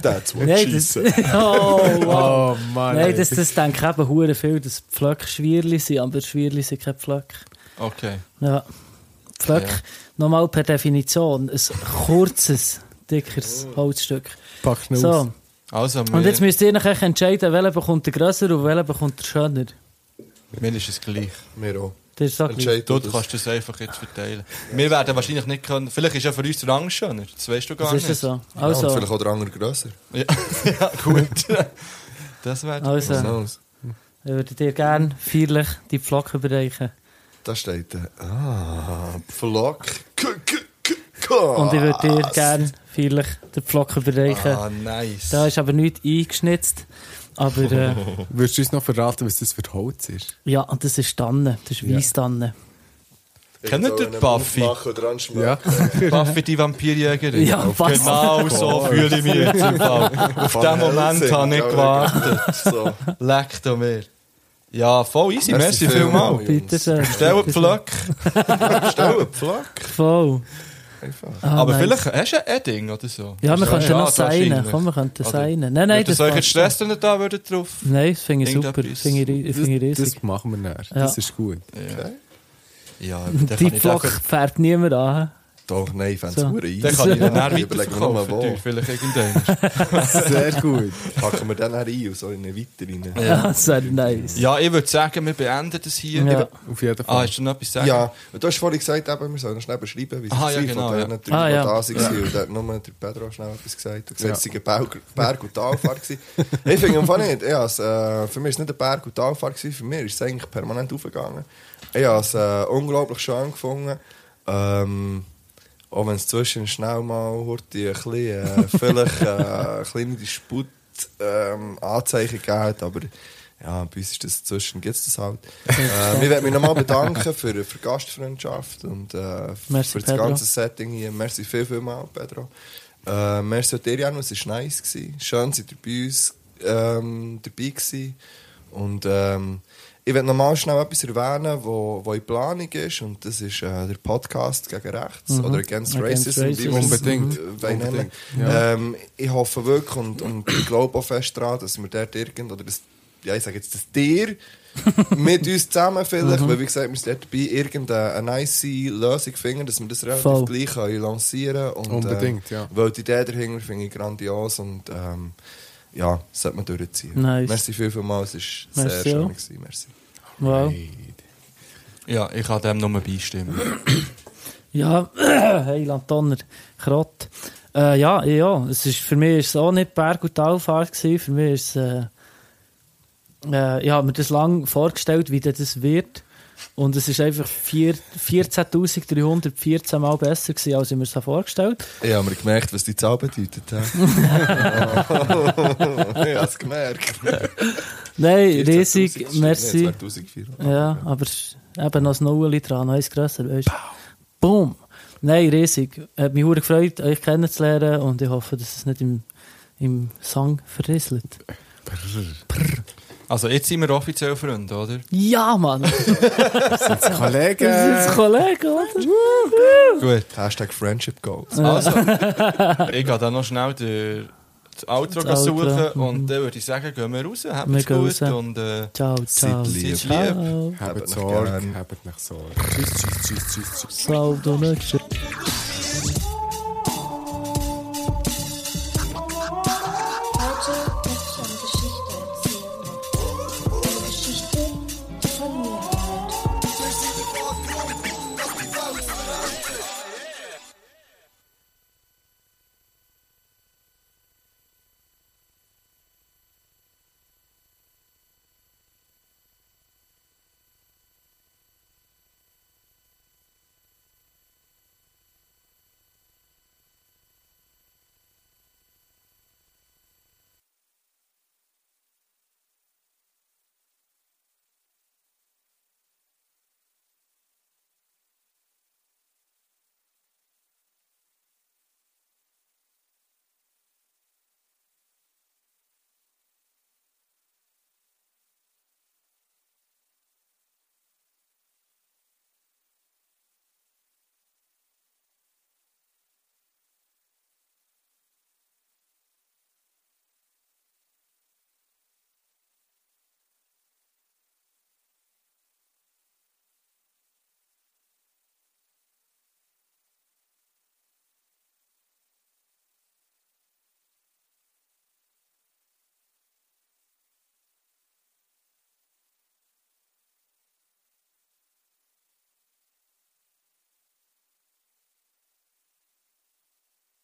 Speaker 3: That's what
Speaker 4: Nein,
Speaker 3: she
Speaker 4: das,
Speaker 3: said.
Speaker 4: oh, wow.
Speaker 5: Mann.
Speaker 4: Nein, das, das denke ich eben hure viel, dass Pflöcke Schwierli sind, aber Schwierli sind keine Pflöcke.
Speaker 1: Okay.
Speaker 4: Ja. Pflöcke,
Speaker 1: Ja.
Speaker 4: nochmal per Definition, ein kurzes,
Speaker 1: Oh.
Speaker 4: dickes Holzstück.
Speaker 5: packt ihn aus.
Speaker 4: So,
Speaker 1: Also,
Speaker 4: und jetzt
Speaker 1: mir,
Speaker 4: müsst ihr nachher entscheiden, welcher bekommt der grösser und welcher bekommt der schöner.
Speaker 1: mir ist es gleich.
Speaker 3: Wir auch.
Speaker 4: Das ist so gleich.
Speaker 3: Entscheid
Speaker 1: Du
Speaker 3: das.
Speaker 1: kannst das einfach jetzt verteilen. Wir werden wahrscheinlich nicht können... Vielleicht ist ja für uns der Angst schöner. Das weißt du gar
Speaker 4: Das
Speaker 1: nicht.
Speaker 4: ist das so.
Speaker 3: Ja, und
Speaker 4: Also,
Speaker 3: vielleicht auch der andere grösser.
Speaker 1: Ja, ja gut. Das wäre
Speaker 3: Was
Speaker 4: also,
Speaker 3: knows?
Speaker 4: ich würde dir gerne feierlich die Pflöcke überreichen.
Speaker 3: Da steht der. Ah, Vlog. K -k -k -k
Speaker 4: Und ich würde dir gerne feierlich den Pflock überreichen.
Speaker 1: Ah, nice.
Speaker 4: Da ist aber nichts eingeschnitzt. Aber äh,
Speaker 5: Würdest du uns noch verraten, was das für Holz ist?
Speaker 4: ja, und das ist Tanne. Das ist Weißtanne.
Speaker 1: Kennt ihr den Buffy?
Speaker 3: Machen und dran schmecken.
Speaker 5: Ja.
Speaker 1: Buffy die dus. Vampirjägerin.
Speaker 4: Ja, was?
Speaker 1: Genau so fühle ich mich jetzt im Fall. Auf diesen Moment habe ich nicht gewartet.
Speaker 3: So.
Speaker 1: Leck du mir. Ja, voll easy. Merci vielmals.
Speaker 4: Bitte schön.
Speaker 1: Stell einen Pflöck.
Speaker 3: Stell einen Pflöck.
Speaker 4: Voll. Ah,
Speaker 1: Aber
Speaker 4: nice.
Speaker 1: vielleicht hast du ein Edding oder so.
Speaker 4: Ja, wir
Speaker 1: Ist
Speaker 4: könnten
Speaker 1: schade
Speaker 4: noch sein.
Speaker 1: wahrscheinlich.
Speaker 4: Komm, wir könnten
Speaker 1: Oder-
Speaker 4: sein. Nein, nein,
Speaker 1: Nicht,
Speaker 4: das
Speaker 1: Dass euch
Speaker 4: passt.
Speaker 1: jetzt Stress nicht da würde drauf.
Speaker 4: Nein, das finde ich super.
Speaker 1: Irgendetwas.
Speaker 4: Das finde ich,
Speaker 5: Das,
Speaker 4: finde ich riesig.
Speaker 5: das machen wir näher.
Speaker 4: Ja.
Speaker 5: Das ist gut.
Speaker 1: Ja, dann kann
Speaker 4: Die
Speaker 1: ich
Speaker 4: Pflock
Speaker 1: den
Speaker 4: fährt niemand an.
Speaker 3: Doch, nein, ich fände
Speaker 4: So.
Speaker 1: dann
Speaker 3: es
Speaker 1: kann ich
Speaker 3: super
Speaker 1: den dann weiterverkaufen. teuer,
Speaker 3: wo.
Speaker 1: Vielleicht irgendwann.
Speaker 5: Sehr gut.
Speaker 3: Packen wir den dann rein und so in eine weiter rein.
Speaker 4: Ja. Das wäre nice.
Speaker 1: Ja, ich würde sagen, wir beenden das hier.
Speaker 4: Ja.
Speaker 5: Auf jeden
Speaker 1: Ah,
Speaker 5: Fall.
Speaker 1: hast du noch etwas zu sagen?
Speaker 3: Ja, und du hast vorhin gesagt, eben, wir sollen schnell beschreiben, wie es
Speaker 1: Aha, ja,
Speaker 3: war,
Speaker 1: genau,
Speaker 3: von
Speaker 1: ja.
Speaker 3: denen drei,
Speaker 4: Ah,
Speaker 3: die
Speaker 4: ja.
Speaker 3: da waren. Und da hat nur der Pedro schnell etwas gesagt. Er hat gesagt,
Speaker 5: Ja.
Speaker 3: es sei eine Berg- Berg- und Talfahrt gewesen. Ich finde einfach nicht. Ich has, äh, für mich war es nicht eine Berg- und Talfahrt, gewesen, für mich ist es eigentlich permanent aufgegangen. Ich habe es äh, unglaublich schön gefunden. Ähm, auch wenn es zwischen schnell mal hurti ein bisschen, äh, vielleicht äh, eine kleine Disput ähm, Anzeichen gegeben hat, aber ja, bei uns ist das zwischen gibt es das halt. äh, ich werde mich nochmal bedanken für, für die Gastfreundschaft und äh,
Speaker 4: Merci,
Speaker 3: für das
Speaker 4: Pedro.
Speaker 3: ganze Setting hier. Merci viel, viel mal, Pedro. Äh, merci auch dir, Janu, es war nice. Gewesen. Schön, dass ihr bei uns ähm, dabei gewesen. Und ähm, ich werde nochmal schnell etwas erwähnen, wo, wo in Planung ist. Und das ist äh, der Podcast gegen rechts oder Against,
Speaker 4: Mhm. Against
Speaker 3: Racism. wie wir
Speaker 4: Racism. Mhm.
Speaker 3: es,
Speaker 5: Unbedingt.
Speaker 3: äh, wollen nennen. Ähm, ich hoffe wirklich und, und ich glaube auch fest daran, dass wir dort irgend, oder das, ja, ich sage jetzt, dass dir mit uns zusammen vielleicht, weil wie gesagt, wir sind dort dabei, irgendeine nice Lösung finden, dass wir das relativ
Speaker 4: Voll.
Speaker 3: gleich können lancieren können.
Speaker 5: Unbedingt,
Speaker 3: äh,
Speaker 5: ja.
Speaker 3: Weil die Idee dahinter finde ich grandios und ähm, ja, das sollte man durchziehen.
Speaker 4: Nice.
Speaker 3: Merci viel, viel mal, es ist sehr
Speaker 4: Merci auch.
Speaker 3: schön gewesen. Merci.
Speaker 4: Wow.
Speaker 1: Ja, ich kann dem nur beistimmen.
Speaker 4: Ja, Heiland Donner, Krott. Äh, ja, ja, es ist, für mich war es auch nicht Berg- und Talfahrt. Gewesen. Für mich ist es. Äh, äh, ich habe mir das lange vorgestellt, wie denn das wird. Und es ist einfach vier- 14.314 Mal besser gewesen, als ich mir es habe vorgestellt
Speaker 3: Ich habe mir gemerkt, was die Zahl bedeutet. hä? ich habe es gemerkt.
Speaker 4: Nein,
Speaker 3: 14'000,
Speaker 4: riesig,
Speaker 3: das ist-
Speaker 4: merci.
Speaker 3: Nein, 2400.
Speaker 4: Ja, aber es ist eben noch ein Nullli dran, noch eins grösser, weißt du. Boom! Nein, riesig. Hat mich sehr gefreut, euch kennenzulernen und ich hoffe, dass es nicht im, im Song verrisselt.
Speaker 1: Also, jetzt sind wir offiziell Freunde, oder?
Speaker 4: Ja, Mann! Das ist
Speaker 5: Kollegen!
Speaker 4: ein Kollege, oder?
Speaker 1: Gut.
Speaker 3: Hashtag Friendship Goals.
Speaker 1: Also, ich gehe dann noch schnell den, das Outro
Speaker 4: Das Outro, Mhm.
Speaker 1: suchen und dann würde ich sagen, gehen wir raus,
Speaker 4: Wir
Speaker 1: habt's
Speaker 4: gehen
Speaker 1: gut
Speaker 4: raus.
Speaker 1: und äh,
Speaker 4: Ciao, ciao.
Speaker 3: Seid lieb.
Speaker 1: seid lieb.
Speaker 4: Ciao.
Speaker 5: Habt
Speaker 3: Habt mich
Speaker 5: Sorge,
Speaker 3: gern.
Speaker 5: habt nicht Sorge. Tschüss, tschüss, tschüss, tschüss, tschüss.
Speaker 4: Ciao, du Nächste.
Speaker 2: Bye.